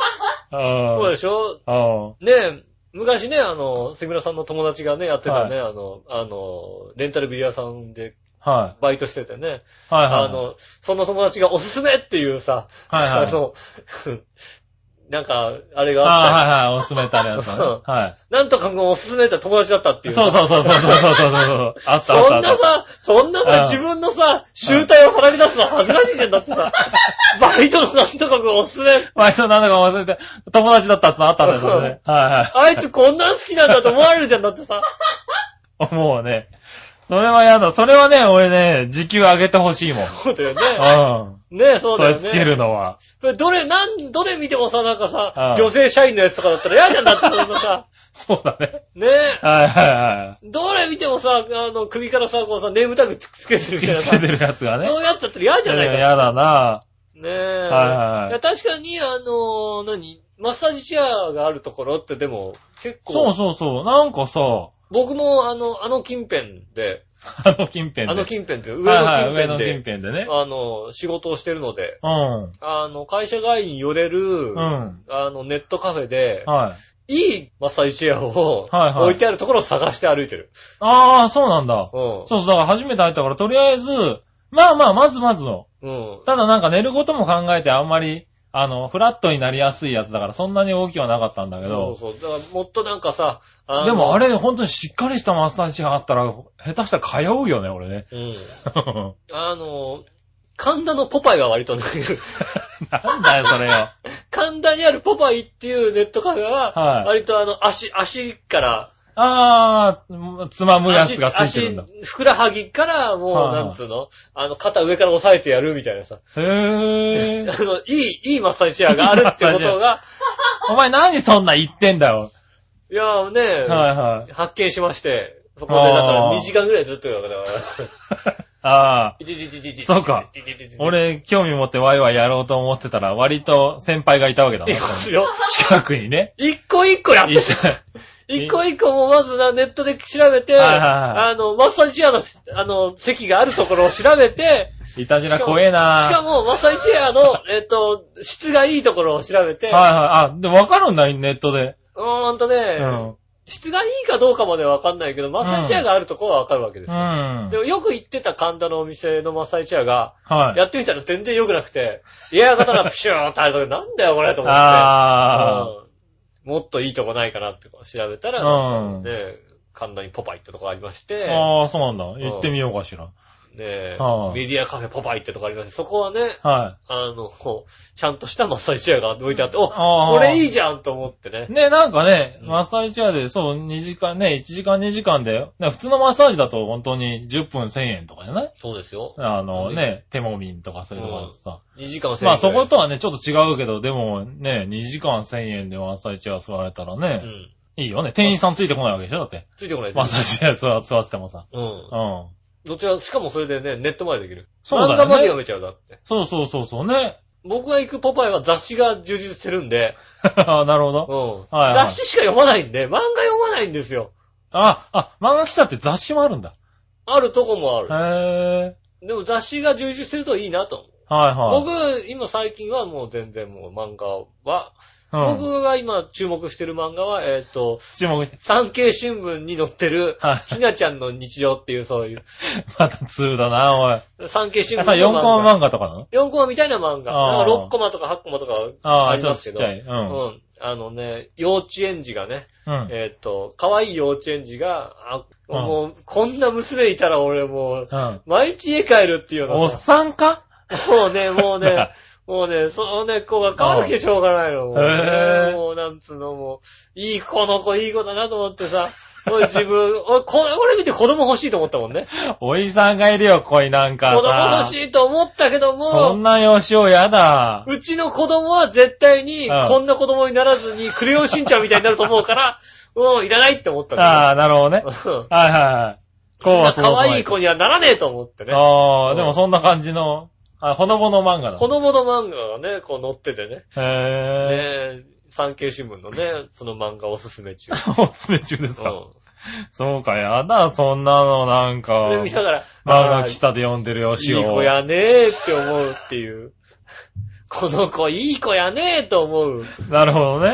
Speaker 2: そう
Speaker 3: う
Speaker 2: でしょ
Speaker 3: ん。うん。
Speaker 2: ねえ、昔ね、あの、杉村さんの友達がね、やってたね、あの、あの、レンタルビデオ屋さんで
Speaker 3: はい。
Speaker 2: バイトしててね、
Speaker 3: はいはい。
Speaker 2: あ、の、その友達がおすすめっていうさ、
Speaker 3: はいは い
Speaker 2: あの、なんか、あれがあっ
Speaker 3: ああ、はいはい。おすすめたやつだね。はい。
Speaker 2: たなんとかのおすすめって友達だったっていう。
Speaker 3: そうそうそうそうそうそうそう。あった
Speaker 2: そ
Speaker 3: あ
Speaker 2: ん
Speaker 3: ったあ
Speaker 2: な
Speaker 3: った。
Speaker 2: さ、そんなさ
Speaker 3: う、ん
Speaker 2: 自分のさ、集体をさらけ出すの恥ずかしいじゃん。だってさ、 バイトのなんとかくんおすすめ。
Speaker 3: 前のなんだか忘れて、友達だったってのあったんだけどね。はい
Speaker 2: あいつこんなん好きなんだと思われるじゃん。だってさ、
Speaker 3: はい。もうね。それはやだ。それはね、俺ね、時給上げてほしいもん。
Speaker 2: そうだよね。
Speaker 3: うん。
Speaker 2: ねえ、そう
Speaker 3: そ
Speaker 2: だよ
Speaker 3: れ
Speaker 2: ね。
Speaker 3: つけるのは。
Speaker 2: それどれ、なん、どれ見てもさ、なんかさ、
Speaker 3: うん
Speaker 2: 女性社員のやつとかだったら嫌じゃん。だってそんなさ、
Speaker 3: そうだね。
Speaker 2: ねえ。
Speaker 3: はいはいは
Speaker 2: どれ見てもさ、あの、首からさ、こうさ、ネームタグつつけてるみ
Speaker 3: い。
Speaker 2: たいな
Speaker 3: つけ
Speaker 2: さ
Speaker 3: て。るやつがね。
Speaker 2: そうやつだったら嫌じゃないか。
Speaker 3: やだな
Speaker 2: ねえ。
Speaker 3: はいはい
Speaker 2: や確かに、あの、何マッサージチェアがあるところってでも、結構。
Speaker 3: そうそうそう。なんかさ、
Speaker 2: 僕も、あの、あの近辺で、
Speaker 3: あの近辺
Speaker 2: あ
Speaker 3: で。
Speaker 2: の近辺っていう上
Speaker 3: はいは
Speaker 2: の
Speaker 3: い上
Speaker 2: 近
Speaker 3: の
Speaker 2: 辺
Speaker 3: 近
Speaker 2: で、
Speaker 3: 辺でね。
Speaker 2: あの、仕事をしてるので、
Speaker 3: うん。
Speaker 2: あの、会社外に寄れる、
Speaker 3: うん。
Speaker 2: あの、ネットカフェで、
Speaker 3: はい。
Speaker 2: いいマッサージチェアを、
Speaker 3: はいはい
Speaker 2: 置いてあるところを探して歩いてる。
Speaker 3: ああ、そうなんだ。
Speaker 2: うん。
Speaker 3: そうそう。だから初めて入ったから、とりあえず、まあまあ、まずまずの。
Speaker 2: うん。
Speaker 3: ただなんか寝ることも考えてあんまり、あの、フラットになりやすいやつだからそんなに大きくはなかったんだけ
Speaker 2: そう
Speaker 3: ど。
Speaker 2: そう。だから、もっとなんかさ、の
Speaker 3: でもあれ、本当にしっかりしたマッサージがあったら、下手したら通うよね、俺ね。
Speaker 2: うん。あの、神田のポパイは割 とね、
Speaker 3: なんだよ、それよ。
Speaker 2: 神田にあるポパイっていうネットカフェは
Speaker 3: は、い
Speaker 2: 割とあの、足、足から、
Speaker 3: あー、つまむやつがついてるんだ。
Speaker 2: 足、足ふくらはぎから、も
Speaker 3: は
Speaker 2: う、
Speaker 3: いはい
Speaker 2: なんつうのあの、肩上から押さえてやるみたいな さ。あ
Speaker 3: へー。
Speaker 2: の、いい、いいマッサージチェアがあるってことが、
Speaker 3: お前何そんな言ってんだよ。
Speaker 2: いやーね、
Speaker 3: はいはい。
Speaker 2: 発見しまして、そこでだから
Speaker 3: あー
Speaker 2: 2時間ぐらいずっとやるから、
Speaker 3: あ
Speaker 2: いちいちいちいちいち
Speaker 3: そうか。
Speaker 2: いちいちいちいち
Speaker 3: ー、、俺興味持ってワイワイやろうと思ってたら、割と先輩がいたわけだな。
Speaker 2: いくよ。
Speaker 3: 近くにね。
Speaker 2: 一個一個やって
Speaker 3: い
Speaker 2: る
Speaker 3: た
Speaker 2: 一個一個もまずな、ネットで調べて、
Speaker 3: はいはいは
Speaker 2: あの、マッサージチェアの、あの、席があるところを調べて、
Speaker 3: いたじら怖えな
Speaker 2: しかも、マッサージチェアの、えっと、質がいいところを調べて、
Speaker 3: はいはい。あ、で、わかるんだ、ネットで。
Speaker 2: うーんと
Speaker 3: う
Speaker 2: ね、
Speaker 3: ん。
Speaker 2: 質がいいかどうかまではわかんないけど、マッサージチェアがあるところはわかるわけで
Speaker 3: う
Speaker 2: すよ。
Speaker 3: ん。
Speaker 2: で
Speaker 3: は
Speaker 2: もよく行ってた神田のお店のマッサージチェアが、
Speaker 3: い。
Speaker 2: やってみたら全然良くなくて、エア型がプシューンってあるとなんだよこれと思って。
Speaker 3: あ
Speaker 2: うんもっといいとこないかなってこう調べたら、
Speaker 3: うん
Speaker 2: ねえ、神田にポパイってとこありまして、
Speaker 3: ー。ああ、そうなんだ。行ってみようかしら。
Speaker 2: ねえ
Speaker 3: ああ
Speaker 2: メディアカフェポパイってとこありまして、そこはね、
Speaker 3: は
Speaker 2: あの、こうちゃんとしたマッサージチェアが置いてあって、お、
Speaker 3: ああ
Speaker 2: これいいじゃんと思ってね
Speaker 3: い。。ね、なんかね、
Speaker 2: うん
Speaker 3: マッサージチェアで、そう、2時間ね、1時間2時間で、ね普通のマッサージだと本当に10分1000円とかじゃない
Speaker 2: そうですよ。
Speaker 3: あのね、手もみんとかそういうのがあってさ。
Speaker 2: 2時間1000円。
Speaker 3: まあそこと、はね、ちょっと違うけど、でもね、2時間1000円でマッサージチェア座れたら
Speaker 2: う
Speaker 3: ね、
Speaker 2: ん。
Speaker 3: いいよね。店員さんついてこないわけでしょだって。
Speaker 2: ついてこない
Speaker 3: マッ
Speaker 2: で
Speaker 3: サー
Speaker 2: す。
Speaker 3: ジチェア座座っててもさ。
Speaker 2: うん
Speaker 3: う。ん。
Speaker 2: どちら、しかもそれでね、ネットまでできる。
Speaker 3: そうだよね
Speaker 2: 漫画まで読めちゃうだって。
Speaker 3: そうそうそうそうね。
Speaker 2: 僕が行くポパイは雑誌が充実してるんで、
Speaker 3: あなるほ
Speaker 2: う
Speaker 3: ど。
Speaker 2: ん。
Speaker 3: はいはい
Speaker 2: 雑誌しか読まないんで、漫画読まないんですよ。
Speaker 3: あ、あ、漫画記者って雑誌もあるんだ。
Speaker 2: あるとこもあ
Speaker 3: へ
Speaker 2: る。
Speaker 3: え。
Speaker 2: でも雑誌が充実してるといいなと思う。
Speaker 3: はいはい。
Speaker 2: 僕、今最近はもう全然もう漫画は、
Speaker 3: うん、
Speaker 2: 僕が今注目してる漫画は、えっ、と、
Speaker 3: 注目して。
Speaker 2: 産経新聞に載って る、
Speaker 3: はい。
Speaker 2: ひなちゃんの日常っていうそういう、
Speaker 3: また通だな、おい。
Speaker 2: 産経新聞
Speaker 3: あ、
Speaker 2: の
Speaker 3: さ、4
Speaker 2: 漫画
Speaker 3: コマ漫画とかなの
Speaker 2: 4コマみたいな漫画。
Speaker 3: あ
Speaker 2: な
Speaker 3: ー
Speaker 2: んか6コマとか8コマとか
Speaker 3: あ
Speaker 2: あ
Speaker 3: あ、
Speaker 2: り
Speaker 3: ちょ
Speaker 2: ま
Speaker 3: っと
Speaker 2: す
Speaker 3: ち
Speaker 2: けど。
Speaker 3: っちゃい。うん。うん。
Speaker 2: うん。あのね、幼稚園児がね、えーっと、可愛い幼稚園児が、あ、
Speaker 3: うん
Speaker 2: もう、こんな娘いたら俺もう、
Speaker 3: うん。
Speaker 2: 毎日家帰るっていう
Speaker 3: お
Speaker 2: の
Speaker 3: っ
Speaker 2: さ。
Speaker 3: さんか
Speaker 2: もうね、もう ね、もうね、そのね、子が可愛くてしょうがないの。もう
Speaker 3: へー
Speaker 2: ねもうなんつうの、もう、いい子の子、いい子だなと思ってさ、俺自分、 俺、こ俺見て子供欲しいと思ったもんね。
Speaker 3: おじさんがいるよ、恋なん
Speaker 2: 子
Speaker 3: か
Speaker 2: 供欲
Speaker 3: さ
Speaker 2: し。いと思ったけども、
Speaker 3: そんなよしおやだ。
Speaker 2: うちの子供は絶対に、
Speaker 3: うん
Speaker 2: こんな子供にならずに、クレヨンしんちゃんみたいになると思うから、 もういらないって思ったん
Speaker 3: あ
Speaker 2: だ
Speaker 3: あ、なるほどね
Speaker 2: よ。。うん
Speaker 3: はいはいはい。こうはそう
Speaker 2: 可愛い子にはならねえと思ってね。
Speaker 3: あ
Speaker 2: う
Speaker 3: あ、
Speaker 2: ん
Speaker 3: でもそんな感じの、あ、ほのぼの漫画だ。
Speaker 2: 子供の漫画がね、こう載っててね。ね
Speaker 3: へえ。
Speaker 2: え産経新聞のね、その漫画おすすめ中。
Speaker 3: おすすめ中ですか。
Speaker 2: う
Speaker 3: そうか、やだ、そんなの、なんか
Speaker 2: ん。。で、見ながら、
Speaker 3: 漫
Speaker 2: あ
Speaker 3: 画
Speaker 2: ー
Speaker 3: 喫茶で読んでるよ、
Speaker 2: い
Speaker 3: し
Speaker 2: い
Speaker 3: お
Speaker 2: 子。やねえって思うっていう。 この子いい子やねえと思う。
Speaker 3: なるほど
Speaker 2: う
Speaker 3: ね。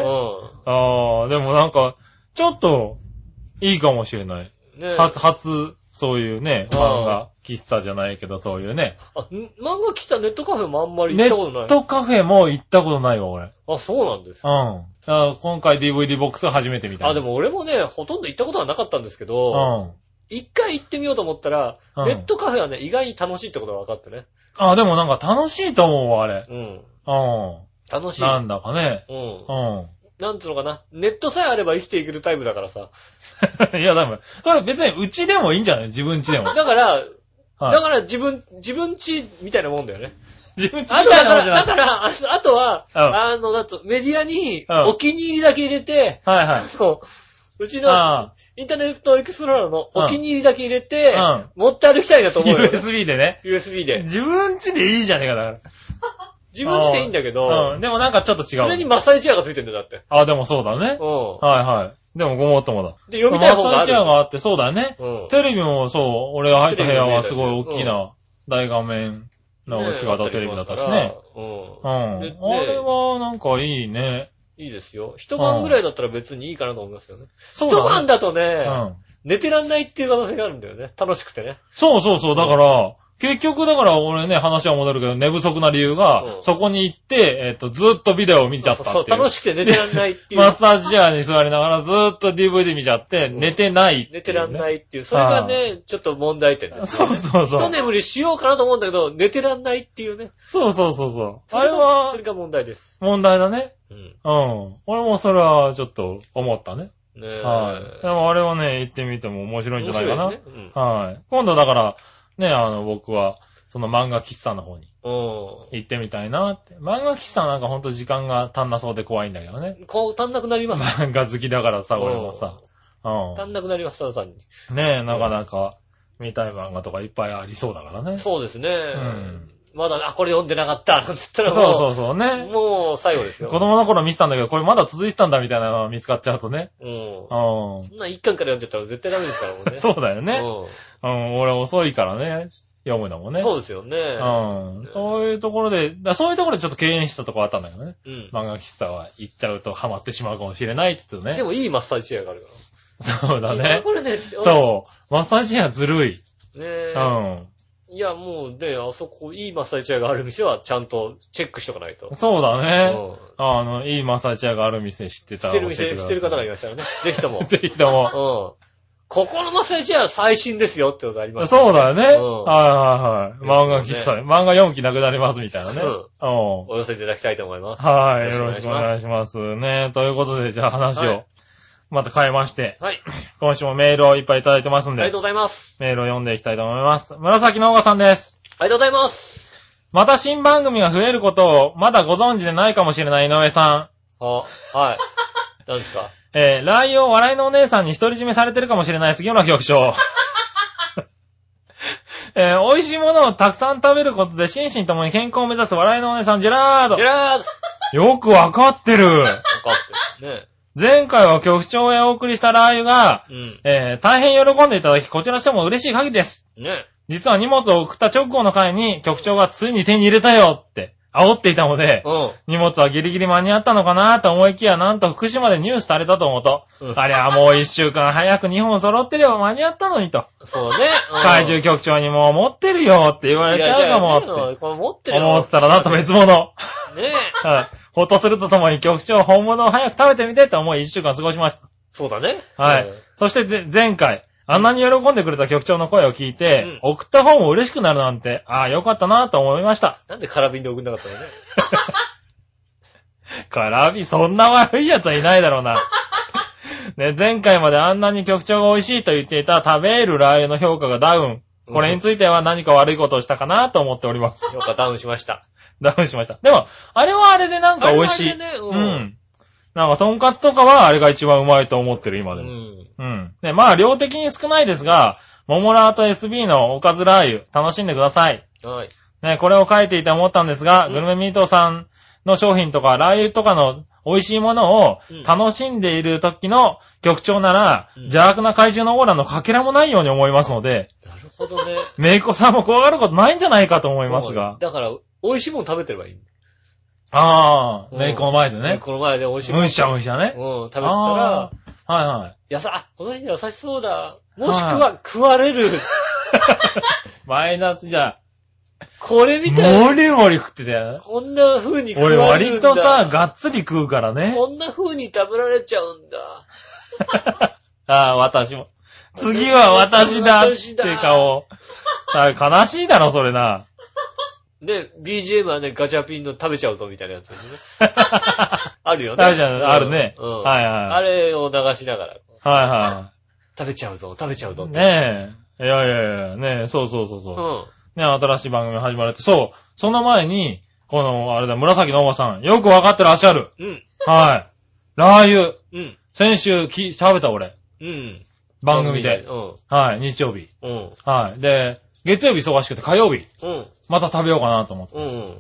Speaker 3: ああ、でもなんか、ちょっと、いいかもしれ
Speaker 2: ん。
Speaker 3: ない。
Speaker 2: ねえ
Speaker 3: 初、初、そういうね、
Speaker 2: うん
Speaker 3: 漫画、喫茶じゃないけど、そういうね。
Speaker 2: あん漫画来たネットカフェもあんまり行
Speaker 3: ネ
Speaker 2: ったことない。
Speaker 3: ットカフェも行ったことないわ、俺。うん。
Speaker 2: あ、そうなんです。
Speaker 3: だから今回 DVD ボックス初めて見た。
Speaker 2: あ、で。も俺もね、ほとんど行ったことはなかったんですけ
Speaker 3: う
Speaker 2: ど、
Speaker 3: ん。
Speaker 2: 一回行ってみようと思ったら、
Speaker 3: うん
Speaker 2: ネットカフェはね、意外に楽しいってことが分かってね。
Speaker 3: あ、でもなんか楽しいと思うわ、あれ。
Speaker 2: うん。
Speaker 3: う
Speaker 2: 楽し
Speaker 3: ん。
Speaker 2: い。
Speaker 3: なんだかね。
Speaker 2: うん。
Speaker 3: う
Speaker 2: なんつうのかな。ネットさえあれば生きていけるタイプだからさ。
Speaker 3: ん。いや、多分、それ別にうちでもいいんじゃない自分家でも。
Speaker 2: だから、
Speaker 3: はい
Speaker 2: だから自分、自分ちみたいなもんだよね。
Speaker 3: 自分家
Speaker 2: あ
Speaker 3: み
Speaker 2: とだ
Speaker 3: たいな
Speaker 2: か
Speaker 3: もん
Speaker 2: ら、
Speaker 3: じゃ
Speaker 2: だ
Speaker 3: ない。
Speaker 2: から、ああとは、
Speaker 3: うん
Speaker 2: あの、だとメディアに
Speaker 3: うん
Speaker 2: お気に入りだけ入れて、
Speaker 3: はいはい。
Speaker 2: そう、うちの
Speaker 3: あ
Speaker 2: インターネットエクスプローラーの
Speaker 3: うん
Speaker 2: お気に入りだけ入れて
Speaker 3: うん、
Speaker 2: 持って歩きたいなと思う よ。
Speaker 3: USB でね。
Speaker 2: USB で。
Speaker 3: 自分家でいいじゃねえか、だか
Speaker 2: 自分ちでいいんだけ
Speaker 3: ら。う
Speaker 2: ど
Speaker 3: ん。、でもなんかちょっと違う。
Speaker 2: それにマッサージチェアがついてんだよ、だって。
Speaker 3: あ、でもそうだね。
Speaker 2: う
Speaker 3: はいはい。でもごもっともだ。
Speaker 2: ん。で、読みたい本が
Speaker 3: マッサー
Speaker 2: あ
Speaker 3: ジチェア
Speaker 2: る。
Speaker 3: があって、そうだよね。
Speaker 2: うん。
Speaker 3: テレビもそう、俺が入った部屋はすごい大き
Speaker 2: テレビ
Speaker 3: な大画面の
Speaker 2: ね
Speaker 3: 仕型テレビだったし
Speaker 2: あ
Speaker 3: ね。
Speaker 2: たりも
Speaker 3: う
Speaker 2: か
Speaker 3: ん。
Speaker 2: ら
Speaker 3: あ
Speaker 2: で
Speaker 3: れ
Speaker 2: で
Speaker 3: はなんかいいね。
Speaker 2: うん。いいですよ。一晩ぐらいだったら別にいいかなと思いますよね。
Speaker 3: そうだね
Speaker 2: 一晩だと
Speaker 3: う
Speaker 2: ね、
Speaker 3: ん。
Speaker 2: 寝てらんないっていう可能性があるんだよね。楽しくてね。
Speaker 3: そうそうそう。だから、結局だから俺ね、話は戻るけど、寝不足な理由
Speaker 2: う
Speaker 3: が
Speaker 2: ん、
Speaker 3: そこに行って、えっと、ずっとビデオを見ちゃったってい
Speaker 2: そうう、。楽しくて寝てらんないってい
Speaker 3: マッ
Speaker 2: う。
Speaker 3: サージチェアに座りながらずっと DVD 見ちゃって、
Speaker 2: ん
Speaker 3: 寝てないっていうね
Speaker 2: 寝てらんないっていう。それがね、ちょっと問題点です。
Speaker 3: そうそうそ
Speaker 2: 一
Speaker 3: う。
Speaker 2: 眠りしようかなと思うんだけど、寝てらんないっていうね。
Speaker 3: そうそうそうそう。
Speaker 2: そ
Speaker 3: あれ
Speaker 2: が
Speaker 3: は
Speaker 2: それが問題です。
Speaker 3: 問題だね。
Speaker 2: うん。
Speaker 3: うん。俺もそれはちょっと思ったね。
Speaker 2: ねえ。
Speaker 3: はい。でもあれはね、行ってみても面白いんじ
Speaker 2: 面
Speaker 3: ゃな
Speaker 2: 白
Speaker 3: いか
Speaker 2: い
Speaker 3: な。
Speaker 2: ですね。うん。
Speaker 3: はい。今度だから、ね、あの、僕は、その漫画喫茶の方に
Speaker 2: うん。
Speaker 3: 行ってみたいなって。漫画喫茶なんかほんと時間が足んなそうで怖いんだけどね。
Speaker 2: こう、足んなくなります。
Speaker 3: 漫画好きだからさ、俺もさ。
Speaker 2: 足
Speaker 3: うん
Speaker 2: なくなります、ただ単に。
Speaker 3: ん。ねえ、なかなか見たい漫画とかいっぱいありそうだからね。
Speaker 2: そうですね。
Speaker 3: ん
Speaker 2: まだ、あ、これ読んでなかった、なんて言ったら
Speaker 3: そ
Speaker 2: もう、
Speaker 3: うそうそうね。
Speaker 2: もう最後ですよ。
Speaker 3: 子供の頃見てたんだけど、これまだ続いてたんだみたいなのが見つかっちゃうとね。
Speaker 2: うん。
Speaker 3: う
Speaker 2: そんな一巻から読んじゃったら絶対ダメですからもうね。
Speaker 3: ん。 そうだよね。
Speaker 2: う
Speaker 3: うん、俺遅いからね。読むのも
Speaker 2: ん
Speaker 3: ね。
Speaker 2: そうですよね。
Speaker 3: うん。そういうところで、だそういうところでちょっと敬遠したとこあったんだけどね。
Speaker 2: うん。
Speaker 3: 漫画喫茶は行っちゃうとハマってしまうかもしれないっていうね。
Speaker 2: でもいいマッサージチェアがあるか
Speaker 3: そうだ
Speaker 2: ら。
Speaker 3: ね。
Speaker 2: これね、
Speaker 3: そう。マッサージ屋ずるい。
Speaker 2: う。ね
Speaker 3: う
Speaker 2: え。
Speaker 3: ん。
Speaker 2: いや、もうね、あそこ、いいマッサージチェアがある店はちゃんとチェックしとかないと。
Speaker 3: そうだね。
Speaker 2: うん
Speaker 3: あの、いいマッサージ屋がある店知ってた
Speaker 2: 知っ
Speaker 3: ら
Speaker 2: てる
Speaker 3: 教え
Speaker 2: 店、
Speaker 3: くだ
Speaker 2: 知
Speaker 3: さ
Speaker 2: っ
Speaker 3: い
Speaker 2: てる方がいましたらね。ぜひとも。うん。
Speaker 3: ぜひとも。
Speaker 2: ここのマッサージチェアは最新ですよってことあります
Speaker 3: そうだよね。はい
Speaker 2: うん
Speaker 3: はいはい。漫画喫茶、
Speaker 2: そ
Speaker 3: 漫画読む気なくなりますみたいなね。
Speaker 2: う
Speaker 3: うんん。
Speaker 2: お寄せいただきたいと思います。
Speaker 3: はい。
Speaker 2: よ
Speaker 3: よ
Speaker 2: ろ
Speaker 3: ろ
Speaker 2: し
Speaker 3: し
Speaker 2: く
Speaker 3: く
Speaker 2: お
Speaker 3: お
Speaker 2: 願
Speaker 3: 願いします。ね。ということで、じゃあ話
Speaker 2: は
Speaker 3: を
Speaker 2: い、
Speaker 3: また変えまして、
Speaker 2: はい。あ
Speaker 3: 今週もメールをいっぱいいただいてますん
Speaker 2: りが
Speaker 3: で
Speaker 2: と、うございます。
Speaker 3: メールを読んでいきたいと思います。紫のおがさんです。
Speaker 2: ありがとうございます。
Speaker 3: また新番組が増えることをまだご存知でないかもしれない井上さ
Speaker 2: あ、 はい。何ですか
Speaker 3: ん。えー、ライオン笑いのお姉さんに独り占めされてるかもしれない杉村局長。 えー、美味しいものをたくさん食べることで心身ともに健康を目指す笑いのお姉さんジェラー
Speaker 2: ジェ
Speaker 3: ド。
Speaker 2: ラード
Speaker 3: よくわかってる。
Speaker 2: 分かってる。ね。
Speaker 3: 前回は局長へお送りしたラー油が、
Speaker 2: うん。
Speaker 3: えー、大変喜んでいただき、こちらしても嬉しい限りです。
Speaker 2: ね。
Speaker 3: 実は荷物を送った直後の回に局長がついに手に入れたよって煽っていたので、
Speaker 2: うん。
Speaker 3: 荷物はギリギリ間に合ったのかなと思いきや、なんと福島でニュースされたと思うと、
Speaker 2: うん
Speaker 3: ありゃもう一週間早く2本揃ってれば間に合ったのにと、
Speaker 2: そうね。うん
Speaker 3: 怪獣局長にもう持ってるよって言われちゃうか
Speaker 2: いやいや
Speaker 3: もっ
Speaker 2: いやこれ持って
Speaker 3: て
Speaker 2: るよ
Speaker 3: 思ったらなんと別物。
Speaker 2: ねえ。
Speaker 3: はいほっとするとともに局長本物を早く食べてみてと思い一週間過ごしまし
Speaker 2: そうだね。
Speaker 3: た。はい。そしてぜ前回、あんなに喜んでくれた局長の声を聞いて、送った方も嬉しくなるなんて、ああ、よかったなと思いました。
Speaker 2: なんで空瓶で送んなかったのね。
Speaker 3: からび、そんな悪い奴はいないだろ うな。ね、前回まであんなに局長が美味しいと言っていた食べるラー油の評価がダウン。これについては何か悪いことをしたかなと思っております。
Speaker 2: よっかダウンしました。
Speaker 3: ダウンしました。でも、あれはあれでなんか美味しい。
Speaker 2: あれはあれでねう
Speaker 3: うんん。なんか、とんかつとかはあれが一番うまいと思ってる、今
Speaker 2: う
Speaker 3: でも。
Speaker 2: ん。
Speaker 3: うん。で、まあ、量的に少ないですが、モモラーと SB のおかずラー油、楽しんでください。
Speaker 2: はい。
Speaker 3: ね、これを書いていて思ったんですが、
Speaker 2: うん
Speaker 3: グルメミートさんの商品とか、ラー油とかの美味しいものを
Speaker 2: うん
Speaker 3: 楽しんでいる時の局長なら、
Speaker 2: うん
Speaker 3: 邪悪な怪獣のオーラのかけらもないように思いますので、
Speaker 2: なるほどね。
Speaker 3: メイコさんも怖がることないんじゃないかと思います
Speaker 2: そう
Speaker 3: が。
Speaker 2: だから、美味しいもの食べてればいい。
Speaker 3: あ
Speaker 2: う
Speaker 3: あ、
Speaker 2: ん
Speaker 3: メイコの前でね。
Speaker 2: この前で美味しいもの。
Speaker 3: むしゃむしゃ
Speaker 2: う
Speaker 3: ね。
Speaker 2: ん、食べてたら
Speaker 3: あ、あはいはい。
Speaker 2: やさ、あこの人優しそうだ。もしくは、食われる。
Speaker 3: マイナスじゃ、
Speaker 2: これみたい
Speaker 3: もりもり食ってたよ。
Speaker 2: こんな風に食われ
Speaker 3: 俺
Speaker 2: るんだ。
Speaker 3: 割とさ、がっつり食うからね。
Speaker 2: こんな風に食べられちゃうんだ。
Speaker 3: ああ、私も。次は私だって顔。あ悲しいだろ、それな。
Speaker 2: で、BGM はね、ガチャピンの食べちゃうぞみたいなやつですね。 あるよね。
Speaker 3: 大ちゃん、あるね。
Speaker 2: うん。
Speaker 3: はい
Speaker 2: あ
Speaker 3: はい。
Speaker 2: れを流しながら、
Speaker 3: はいは
Speaker 2: 食べちゃうぞ、食べちゃうぞっ
Speaker 3: い。
Speaker 2: て。
Speaker 3: ねえ。いやいやいや、ねえ、そうそうそう
Speaker 2: う
Speaker 3: そ
Speaker 2: ん。
Speaker 3: う。ねえ、新しい番組始まるって。そう。その前に、この、あれだ、紫のおばさん、よくわかってらっしゃる。
Speaker 2: うん。
Speaker 3: はい。ラー油、
Speaker 2: うん。
Speaker 3: 先週、き、食べた俺。
Speaker 2: うん。
Speaker 3: 番組で。
Speaker 2: うん。
Speaker 3: はい、日曜日。
Speaker 2: うん。
Speaker 3: はい。で、月曜日忙しくて、火曜日、
Speaker 2: うん。
Speaker 3: また食べようかなと思って。
Speaker 2: うん。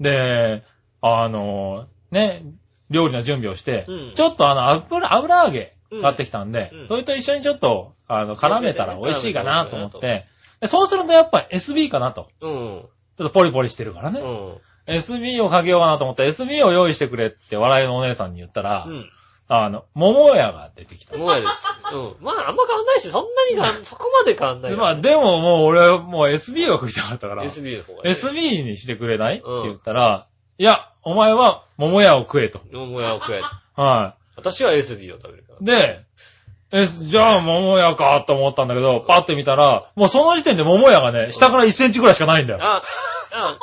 Speaker 3: で、あの、ね、料理の準備をして、
Speaker 2: うん
Speaker 3: ちょっとあの、油、油揚げ買ってきたんで、
Speaker 2: うんうん
Speaker 3: それと一緒にちょっと、あの、絡めたら美味しいかなと思っ
Speaker 2: 絡め
Speaker 3: て、でそうするとやっぱ SB かなと。
Speaker 2: うん。
Speaker 3: ちょっとポリポリしてるから
Speaker 2: う
Speaker 3: ね。
Speaker 2: ん。
Speaker 3: SB をかけようかなと思って、SB を用意してくれって笑いのお姉さんに言ったら、
Speaker 2: うん。
Speaker 3: あの、桃屋が出てきた。
Speaker 2: もうやです。うん。まあ、あんま変わんないし、そんなにが、そこまで変わんない
Speaker 3: で
Speaker 2: よ。
Speaker 3: まあ、でももう俺、もう SB が食いたかったから、
Speaker 2: SB の方がね。
Speaker 3: SB にしてくれない、
Speaker 2: うん
Speaker 3: って言ったら、いや、お前は桃屋を食えと。
Speaker 2: もやを食え。
Speaker 3: はい。
Speaker 2: 私は SB を食べるから。
Speaker 3: で、え、じゃあ、桃屋かと思ったんだけど、パッて見たら、もうその時点で桃屋がね、下から1センチぐらいしかないんだよ。
Speaker 2: あ、あ、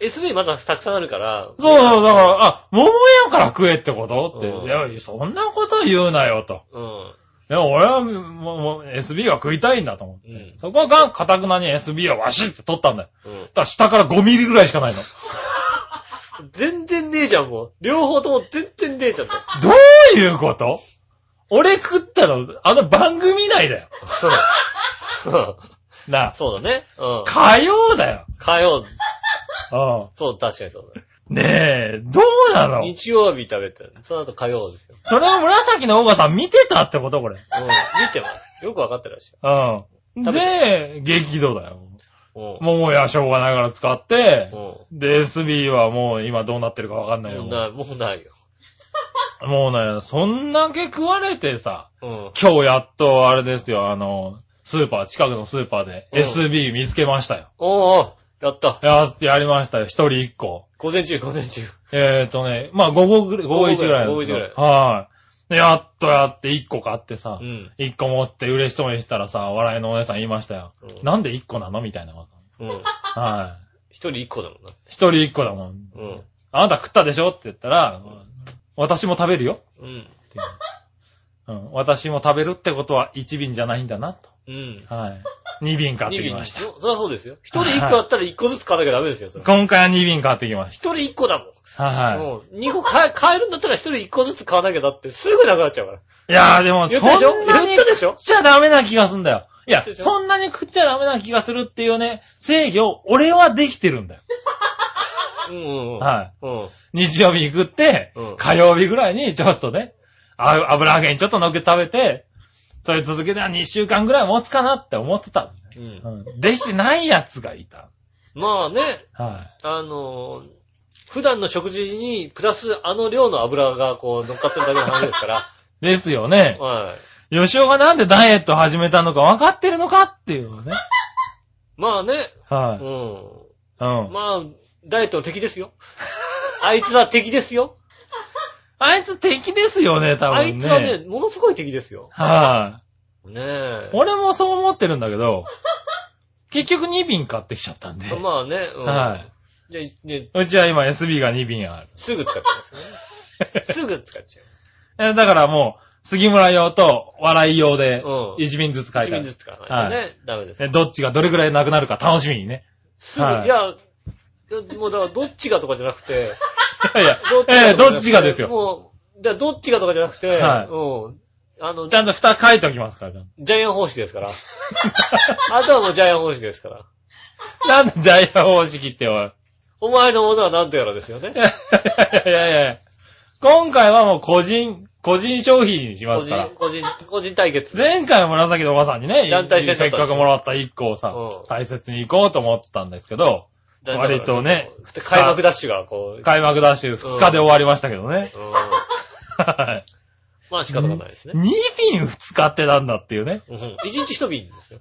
Speaker 2: SB まだたくさんあるから。
Speaker 3: そうそう、だから、あ、桃屋から食えってことって。
Speaker 2: うん
Speaker 3: いや、そんなこと言うなよ、と。
Speaker 2: うん。
Speaker 3: でも俺は、もうもう、SB が食いたいんだと思って。
Speaker 2: うん
Speaker 3: そこはが、かたくなに SB をワシって取ったんだよ。
Speaker 2: うん。
Speaker 3: だから下から5ミリぐらいしかないの。
Speaker 2: 全然ねえじゃん、もう。両方とも全然ねえじゃん。
Speaker 3: どういうこと俺食ったの、あの番組内だよ。
Speaker 2: そう。
Speaker 3: なあ、
Speaker 2: そうだね。うん。
Speaker 3: 火曜だよ。
Speaker 2: 火曜。
Speaker 3: う
Speaker 2: そう、確かにそうだね。
Speaker 3: ん。ねえ、どうなの
Speaker 2: 日曜日食べて、その後火曜ですよ。
Speaker 3: それを紫のオーガさん見てたってことこれ。
Speaker 2: うん、見てます。よくわかってらっし
Speaker 3: うん。
Speaker 2: 食べ
Speaker 3: で、激怒だよ。
Speaker 2: ゃる。うん。
Speaker 3: 桃やしょうがないから使って、
Speaker 2: も
Speaker 3: で、SB はもう今どうなってるかわかん
Speaker 2: う
Speaker 3: ない
Speaker 2: ん。
Speaker 3: よ
Speaker 2: もう。ない、もうないよ。
Speaker 3: もうね、そんだけ食われてさ、
Speaker 2: うん。
Speaker 3: 今日やっとあれですよ、あの、スーパー、近くのスーパーで
Speaker 2: うん
Speaker 3: SB 見つけましたよ。
Speaker 2: おーおーやった。
Speaker 3: や、やりましたよ、一人一個。
Speaker 2: 午前中、午前中。
Speaker 3: えーとね、まあ午後ぐらい、午後1ぐらいなんです
Speaker 2: 午後一
Speaker 3: よ
Speaker 2: ぐ。
Speaker 3: はい。でやっとやって1個買ってさ
Speaker 2: う、ん。
Speaker 3: 1個持って嬉しそうにしたらさ、笑いのお姉さん言いましたよ
Speaker 2: う。ん
Speaker 3: なんで1個なのみたいなこと。
Speaker 2: うん。
Speaker 3: はい。
Speaker 2: 一人一個だもんな。
Speaker 3: 一人一個だもん。あなた食ったでしょって言ったら、私も食べるよ
Speaker 2: うん。うん。
Speaker 3: っていううん。私も食べるってことは1瓶じゃないんだな、と。
Speaker 2: うん。
Speaker 3: はい。2瓶買ってきました。
Speaker 2: た。そりゃそうですよ。一人一個あったら一個ずつ買わなきゃダメですよ、それ。
Speaker 3: 今回は2瓶買ってきまし
Speaker 2: 一人一個だもん。
Speaker 3: た。は
Speaker 2: うん。二個買え、買えるんだったら一人一個ずつ買わなきゃだって、すぐなくなっちゃうから。
Speaker 3: い。いやーでも、
Speaker 2: 言
Speaker 3: そ
Speaker 2: ったで
Speaker 3: ん
Speaker 2: しょ
Speaker 3: なに
Speaker 2: 言ったでしょ
Speaker 3: 食っちゃダメな気がすんだよ。い
Speaker 2: 言っ
Speaker 3: や
Speaker 2: たで、しょ
Speaker 3: そんなに食っちゃダメな気がするっていうね、制御を俺はできてるんだよ。
Speaker 2: うんうんうん。。
Speaker 3: はい
Speaker 2: うん。
Speaker 3: 日曜日に食って
Speaker 2: うん、
Speaker 3: 火曜日ぐらいにちょっとね、あ油揚げにちょっと乗っけて食べて、それ続けて2週間ぐらい持つかなって思ってた。
Speaker 2: うん
Speaker 3: うんできてないやつがいた。
Speaker 2: まあね、
Speaker 3: は
Speaker 2: あのー普段の食事に、プラスあの量の油がこう乗っかってるだけの話です から。
Speaker 3: い。ですよね。
Speaker 2: はい。
Speaker 3: 吉尾がなんでダイエットを始めたのか分かってるのかっていうね。
Speaker 2: まあね、う
Speaker 3: はい。
Speaker 2: ん。
Speaker 3: うん。
Speaker 2: まあ、ダイエットの敵です よ。あいつは敵ですよ。
Speaker 3: あいつ敵ですよね、多
Speaker 2: あい
Speaker 3: 分
Speaker 2: つ
Speaker 3: ね。
Speaker 2: はね、ものすごい敵ですよ。
Speaker 3: は
Speaker 2: ね
Speaker 3: い
Speaker 2: え。。
Speaker 3: 俺もそう思ってるんだけど、結局2瓶買ってきちゃったんで。
Speaker 2: まあね、うん。
Speaker 3: は
Speaker 2: じゃあ、ね、
Speaker 3: うちは今 SB が2瓶ある。
Speaker 2: すぐ使っちゃいますよ ね。すぐ使っちゃう。
Speaker 3: えだからもう、杉村用と笑い用で
Speaker 2: う、ん
Speaker 3: 1瓶ずつ買い
Speaker 2: 一
Speaker 3: た
Speaker 2: 瓶
Speaker 3: い
Speaker 2: ずつ使わないと
Speaker 3: は
Speaker 2: ね、ダメです
Speaker 3: え。どっちがどれぐらいなくなるか楽しみに ね。
Speaker 2: すぐ、
Speaker 3: はい
Speaker 2: いや、いやもうだからどっちがとかじゃなく て、
Speaker 3: いやいや
Speaker 2: どっち、
Speaker 3: え
Speaker 2: が
Speaker 3: え
Speaker 2: とかじゃなくて
Speaker 3: どっちがですよ。
Speaker 2: もう、だからどっちがとかじゃなくて、
Speaker 3: はい
Speaker 2: うん。あの、
Speaker 3: ち
Speaker 2: ジャ
Speaker 3: ゃんと蓋書いておきますから。ちゃんと
Speaker 2: ジャイアン方式です から。あとはもうジャイアン方式ですから。
Speaker 3: なんでジャイアン方式って おい。
Speaker 2: お前のものは何とやらですよね
Speaker 3: い。やいやいや今回はもう個人、個人商品にしま
Speaker 2: 個
Speaker 3: すから
Speaker 2: 人、。個人、個人対決。
Speaker 3: 前回紫のおばさんにね、
Speaker 2: 団体戦だ
Speaker 3: せ
Speaker 2: っ
Speaker 3: った
Speaker 2: んですよ
Speaker 3: かくもらった1個をさ
Speaker 2: うん、
Speaker 3: 大切に行こうと思ったんですけど、
Speaker 2: だから
Speaker 3: 割とね。
Speaker 2: 開幕ダッシュがこう。
Speaker 3: 開幕ダッシュ2日で終わりましたけどね。
Speaker 2: うん。
Speaker 3: はい。
Speaker 2: まあ仕方がないですね。
Speaker 3: 2瓶2日ってなんだっていうね。
Speaker 2: うん。一日一瓶ですよ。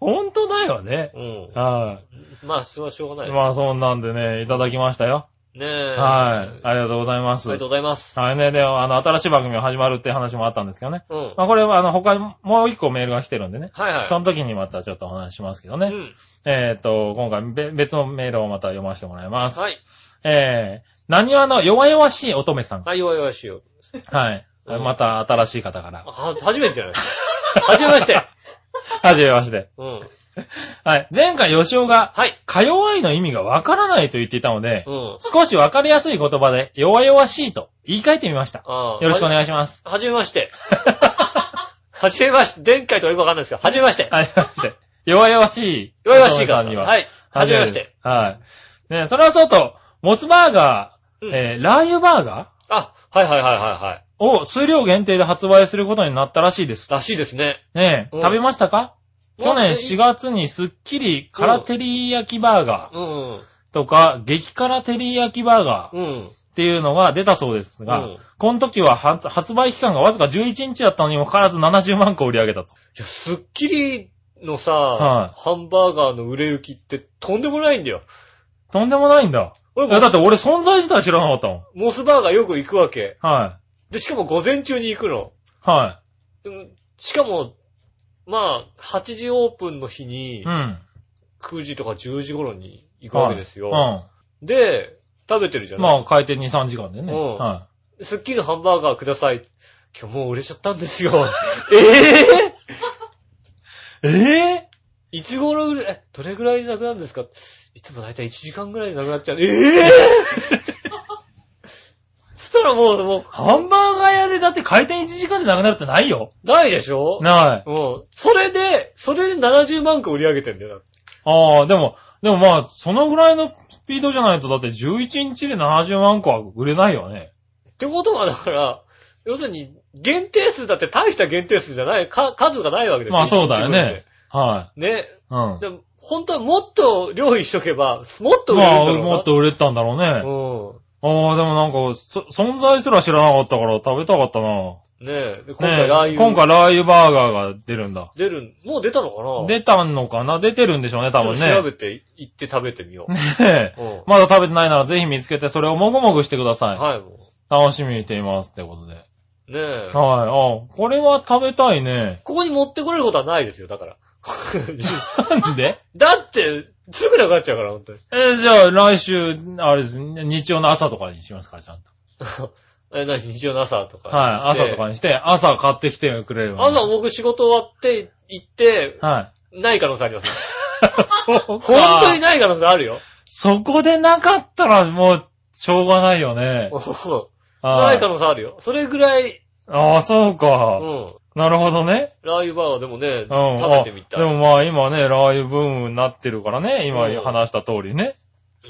Speaker 3: ほんとだよね。
Speaker 2: うん。
Speaker 3: は
Speaker 2: まあ、それはしょうがない
Speaker 3: い。
Speaker 2: です。
Speaker 3: まあそんなんでね、いただきましたよ。
Speaker 2: ねえ。
Speaker 3: はい。
Speaker 2: あ
Speaker 3: ありがとうございます
Speaker 2: り。がとうございます。
Speaker 3: はいね、で、あの、新しい番組が始まるって話もあったんですけどね。
Speaker 2: うん。はい
Speaker 3: まあこれは、あの、他にもう一個メールが来てるんでね。
Speaker 2: はい。
Speaker 3: その時にまたちょっとお話ししますけど
Speaker 2: う
Speaker 3: ね。
Speaker 2: ん。
Speaker 3: えっ、と、今回べ別のメールをまた読ませてもらいます。
Speaker 2: はい。
Speaker 3: えー、何わの弱々しい乙女さん。
Speaker 2: はい、弱々しいよ。
Speaker 3: はい。
Speaker 2: うん
Speaker 3: また新しい方から。
Speaker 2: は、初めてじゃないです か。初めまして。
Speaker 3: はじめまして。
Speaker 2: うん。
Speaker 3: はい。前回、吉尾が、
Speaker 2: はい。
Speaker 3: か弱いの意味がわからないと言っていたので
Speaker 2: う、ん。
Speaker 3: 少しわかりやすい言葉で、弱々しいと言い換えてみました。
Speaker 2: ああ
Speaker 3: よろしくお願いします。
Speaker 2: はじめまして。はじめまして。前回とはよくわかんないですけど、はじめまして。
Speaker 3: ありがとうございます。弱々しい。
Speaker 2: 弱々しい
Speaker 3: 乙女
Speaker 2: か
Speaker 3: さんに
Speaker 2: ら。
Speaker 3: は。
Speaker 2: はい。はじめまして。。
Speaker 3: はい。ねそれはそうと、モツバーガー、
Speaker 2: うん
Speaker 3: えーラー油バーガ
Speaker 2: あ、はいはいはいはいはい。
Speaker 3: ーを数量限定で発売することになったらしいです。
Speaker 2: らしいですね。
Speaker 3: ねえ、
Speaker 2: うん
Speaker 3: 食べましたか
Speaker 2: うん
Speaker 3: 去年4月にスッキリ辛照り焼きバーガー
Speaker 2: うん。
Speaker 3: とか、激辛照り焼きバーガーっ
Speaker 2: うん。
Speaker 3: ていうのが出たそうですが、
Speaker 2: うん
Speaker 3: この時は発発売期間がわずか11日だったのにもかかわらず70万個売り上げたと。
Speaker 2: いや、スッキリのさ、
Speaker 3: は
Speaker 2: ハンバーガーの売れ行きってとんでもないんだよ。
Speaker 3: とんでもないんだ。
Speaker 2: 俺
Speaker 3: いやだっ
Speaker 2: も
Speaker 3: て俺存在自体知らなかったもん。
Speaker 2: モスバーガーよく行くわけ。
Speaker 3: は
Speaker 2: で、しかも午前中に行くの。
Speaker 3: い。は
Speaker 2: でもしかも、まあ、8時オープンの日
Speaker 3: い。
Speaker 2: に
Speaker 3: う、ん。
Speaker 2: 9時とか10時頃に行くわけですよ。
Speaker 3: はいうん。
Speaker 2: で、食べてるじゃない、
Speaker 3: まあ、回転2、3時間でね。
Speaker 2: うん
Speaker 3: は
Speaker 2: スッキリのハンバーガーください。今日もう売れちゃったん ですよ。ええ
Speaker 3: い。え
Speaker 2: いつ頃売れ、えどれぐらいでなくなるんですかいつもだいたい1時間ぐらいでなくなっちゃう。え えそしたらもう、もう、
Speaker 3: ハンバーガー屋でだって回転1時間でなくなるってないよ。
Speaker 2: ないでしょ
Speaker 3: ない。
Speaker 2: うん。それで、それで70万個売り上げてんだよ。
Speaker 3: うん。ああ、でも、でもまあ、そのぐらいのスピードじゃないと、だって11日で70万個は売れないよね。
Speaker 2: ってことはだから、要するに、限定数だって大した限定数じゃない、か、数がないわけです
Speaker 3: まあそうだよね。。は
Speaker 2: 一日分ね。
Speaker 3: い。うん。
Speaker 2: でも本当はもっと料理しとけば、もっと売れるんだ
Speaker 3: まあ、
Speaker 2: ろうな。
Speaker 3: もっと売れてたんだろうね。ああ、でもなんか、そ存在すら知らなかったから食べたかったな。
Speaker 2: うん。ねえ。で今
Speaker 3: ね
Speaker 2: 回ラー油。
Speaker 3: 今回ラー油バーガーが出るんだ。
Speaker 2: 出る、もう出たのかな
Speaker 3: 出たのかな出てるんでしょうね、多分
Speaker 2: ちょ
Speaker 3: ね
Speaker 2: っと調。べて、行って食べてみよう。
Speaker 3: ねえ。
Speaker 2: うん。
Speaker 3: まだ食べてないならぜひ見つけて、それをもぐもぐしてください。
Speaker 2: はい、も
Speaker 3: 楽しみにしています。ってことで。はい。
Speaker 2: う。ねえ。
Speaker 3: あこれは食べたいね。
Speaker 2: ここに持ってこれることはないですよ、だから。
Speaker 3: なんで
Speaker 2: だって、すぐなくなっちゃうから、本当に。
Speaker 3: えーじゃあ来週、あれですね、日曜の朝とかにしますから、ちゃんと。
Speaker 2: え、なに、日曜の朝とか。
Speaker 3: はい。朝とか
Speaker 2: にし
Speaker 3: にして、朝買ってきてくれれ
Speaker 2: て。
Speaker 3: ば、
Speaker 2: 朝僕仕事終わって、行って、
Speaker 3: はい。
Speaker 2: ない可能性あり ます。
Speaker 3: そう
Speaker 2: 本当にない可能性あるよ。
Speaker 3: そこでなかったらもう、しょうがないよね。
Speaker 2: な
Speaker 3: はい
Speaker 2: 可能性あるよ。それぐらい、
Speaker 3: ああ、そう
Speaker 2: う
Speaker 3: か。
Speaker 2: ん。
Speaker 3: なるほどね。
Speaker 2: ラー油バーガーでもね、
Speaker 3: うん。
Speaker 2: 食べてみた
Speaker 3: あで
Speaker 2: い。
Speaker 3: もまあ今ね、ラー油ブームになってるからね、今
Speaker 2: うん
Speaker 3: 話した通りね。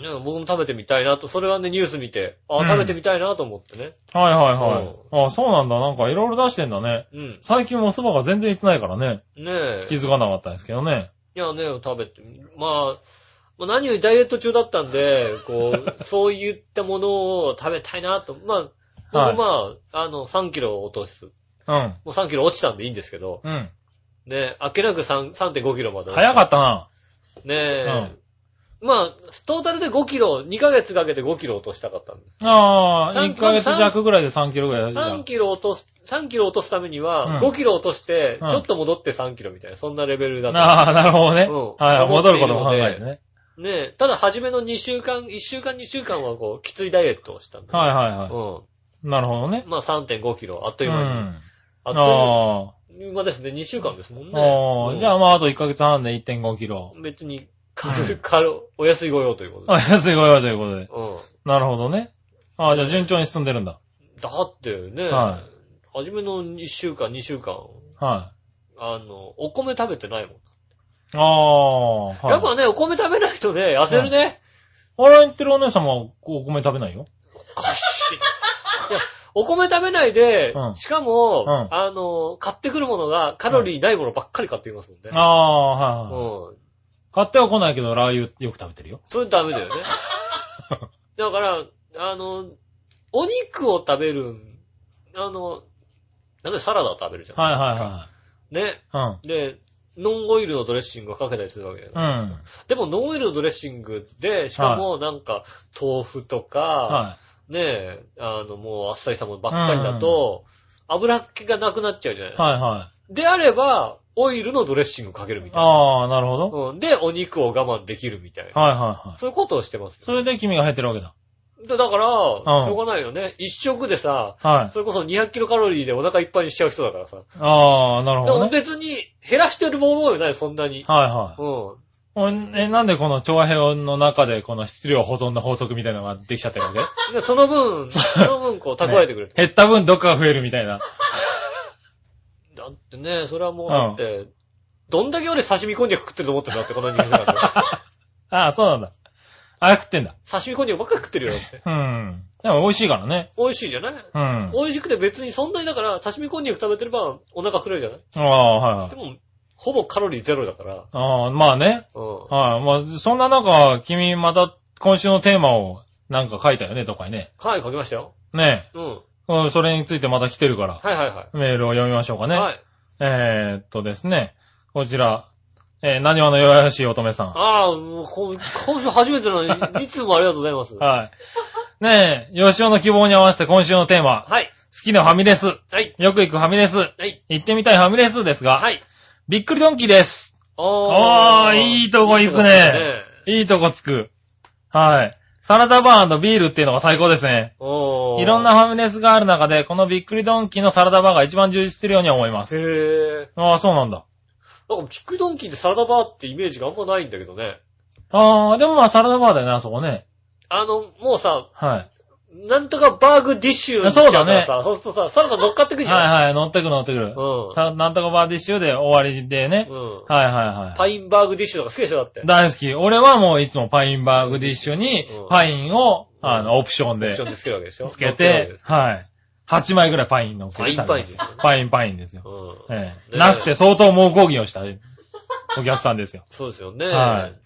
Speaker 2: ね僕も食べてみたいなと、それはね、ニュース見て、
Speaker 3: う
Speaker 2: あ、
Speaker 3: ん
Speaker 2: 食べてみたいなと思ってね。
Speaker 3: はいはいはい。ああ、そうなんだ。なんかいろいろ出してんだね。
Speaker 2: うん。
Speaker 3: 最近お蕎麦が全然行ってないからね。
Speaker 2: ねえ。
Speaker 3: 気づかなかったですけどね。
Speaker 2: いやね、食べて、まあ、まあ、何よりダイエット中だったんで、こ う、そういったものを食べたいなと。まあ、僕
Speaker 3: はい
Speaker 2: まあ、あの、3キロ落とす。
Speaker 3: うん。
Speaker 2: もう3キロ落ちたんでいいんですけど、
Speaker 3: うん。
Speaker 2: ね、あっけなく3 3.5キロまで。
Speaker 3: 早かったな。
Speaker 2: ねえ。まあ、トータルで5キロ、2ヶ月かけて5キロ落としたかったんです。
Speaker 3: ああ、
Speaker 2: 三
Speaker 3: 1ヶ月弱ぐらいで3キロぐらいだ
Speaker 2: 3。キロ落とす、3キロ落とすためには、
Speaker 3: うん
Speaker 2: 5キロ落として
Speaker 3: う、ん
Speaker 2: ちょっと戻って3キロみたいな、そんなレベルだった。
Speaker 3: ああ、なるほどね。
Speaker 2: うん
Speaker 3: はい、
Speaker 2: 思って
Speaker 3: 戻
Speaker 2: い
Speaker 3: る
Speaker 2: るの
Speaker 3: こ
Speaker 2: で
Speaker 3: とも考えてね。
Speaker 2: ねえ、ただ初めの2週間、1週間2週間はこう、きついダイエットをしたんだ。
Speaker 3: はいはいはい。
Speaker 2: うん。
Speaker 3: なるほどね。
Speaker 2: まあ3.5キロ、あっというう間に。
Speaker 3: ん。
Speaker 2: あっと
Speaker 3: あ
Speaker 2: いう間ですね。2週間ですもんね。
Speaker 3: あ。ああ、じゃあまああと1ヶ月半で1.5キロ
Speaker 2: う。ん別に、軽い、軽い、お安いご用ということ
Speaker 3: あ、
Speaker 2: で。
Speaker 3: すごいわ、ということで。
Speaker 2: う
Speaker 3: なるほどね。ああ、じゃあ順調に進んでるんだ。
Speaker 2: ん。だってね、
Speaker 3: は
Speaker 2: 初めの1週間、2週間、
Speaker 3: は
Speaker 2: あの、お米食べてないもん。
Speaker 3: い。ああ、はい。
Speaker 2: やっぱね、お米食べないとね、痩せるね。
Speaker 3: 笑いに行ってるお姉様はお米食べないよ。
Speaker 2: おかしい。いや、お米食べないで、
Speaker 3: うん
Speaker 2: しかも、
Speaker 3: うん
Speaker 2: あの、買ってくるものがカロリーないものばっかり買ってきますもんね。
Speaker 3: ああ、はい、はい。
Speaker 2: うん。
Speaker 3: 買っては来ないけど、ラー油よく食べてるよ。
Speaker 2: それダメだ よね。だから、あの、お肉を食べるん、あの、なんでサラダを食べるじゃん。
Speaker 3: はいは
Speaker 2: ね。
Speaker 3: いはい。
Speaker 2: で、ノンオイルのドレッシングをかけたりするわけだよ、
Speaker 3: うん。うん。
Speaker 2: でもノンオイルのドレッシングで、しかもなんか、豆腐とか、
Speaker 3: は
Speaker 2: ねえ、あの、もうあっさりしたものばっかりだと、油っ気がなくなっちゃうじゃない
Speaker 3: い。、はいはい。
Speaker 2: であれば、オイルのドレッシングかけるみたいな。
Speaker 3: ああ、なるほど。
Speaker 2: うん、で、お肉を我慢できるみたいな。
Speaker 3: はいはいはい。
Speaker 2: そういうことをしてますよ。
Speaker 3: それで君が入ってるわけだ。
Speaker 2: でだから、
Speaker 3: ん
Speaker 2: しょうがないよね。一食でさ、
Speaker 3: はい。
Speaker 2: それこそ200キロカロリーでお腹いっぱいにしちゃう人だからさ。
Speaker 3: ああ、なるほ
Speaker 2: で
Speaker 3: ど
Speaker 2: も
Speaker 3: ね。
Speaker 2: 別に減らしてるも思うよね、そんなに。
Speaker 3: はいはい。
Speaker 2: うん。
Speaker 3: おえ、なんでこの調和表の中でこの質量保存の法則みたいなのができちゃってるわ け
Speaker 2: で、その 分、その分こう蓄えてくれる
Speaker 3: ね。減った分どっかが増えるみたいな。
Speaker 2: だってね、それはもう
Speaker 3: うん
Speaker 2: だって、どんだけ俺刺身こんにゃく食ってると思ってんだって、この人間だ から。
Speaker 3: ああ、そうなんだ。ああ、食ってんだ。
Speaker 2: 刺身こんにゃくばっかり食ってるよだって。
Speaker 3: うん。でも美味しいからね。
Speaker 2: 美味しいじゃない
Speaker 3: うん。あ
Speaker 2: 美味しくて別にそんなにだから、刺身こんにゃく食べてればお腹膨れるじゃない
Speaker 3: あ、はいはい
Speaker 2: で。も、ほぼカロリーゼロだから。
Speaker 3: ああ、まあね。
Speaker 2: うん。
Speaker 3: はい。まあ、そんな中、君また今週のテーマをなんか書いたよね、どっかにね。
Speaker 2: はい、書きましたよ。
Speaker 3: ね
Speaker 2: うん。
Speaker 3: え。うんそれについてまた来てるから、
Speaker 2: はいはいは
Speaker 3: メールを読みましょうか
Speaker 2: い。
Speaker 3: ね。
Speaker 2: はい。
Speaker 3: えー、っとですね。こちら、えー、何話の弱々しい乙女さん。
Speaker 2: ああ、もうこ今週初めてなのに、いつもありがとうございます。
Speaker 3: はい。ねえ、吉尾の希望に合わせて今週のテーマ、好
Speaker 2: はい。
Speaker 3: きなファミレス。
Speaker 2: はい。
Speaker 3: よく行くファミレス。
Speaker 2: はい。
Speaker 3: 行ってみたいファミレスですが、
Speaker 2: はい。
Speaker 3: びっくりドンキーです。
Speaker 2: あ
Speaker 3: あーいいとこ行くねいいとこつく。はい。サラダバービールっていうのが最高ですね。
Speaker 2: おー
Speaker 3: いろんな。ファミレスがある中で、このびっくりドンキーのサラダバーが一番充実してるように思います。
Speaker 2: へー。
Speaker 3: ああ、そうなんだ。
Speaker 2: なんか、チックドンキーってサラダバーってイメージがあんまないんだけどね。
Speaker 3: ああ、でもまあサラダバーだよね、あそこね。
Speaker 2: あの、もうさ、
Speaker 3: はい。
Speaker 2: なんとかバーグディッシュにしちゃうからさ、そうするとさ、サラダ乗っかってくじゃん。
Speaker 3: はいはい、乗ってくる乗ってくる。たなんとかバーディッシュで終わりでね。
Speaker 2: うん。うん。
Speaker 3: はいはいはい。
Speaker 2: パインバーグディッシュとか好きでしょだって。
Speaker 3: 大好き。俺はもういつもパインバーグディッシュに
Speaker 2: うん、
Speaker 3: パインを、
Speaker 2: うん
Speaker 3: あの、オプション
Speaker 2: オプ
Speaker 3: で
Speaker 2: ションでつけるわけでしょ
Speaker 3: つけて、はい。8枚ぐらいパインのっけて食べます
Speaker 2: パインパイン
Speaker 3: パインパインですよ。
Speaker 2: 乗ってるわけですうん。ね
Speaker 3: ええ。なくて相当猛抗議をしたお客さんですよ。
Speaker 2: そうですよね。
Speaker 3: はい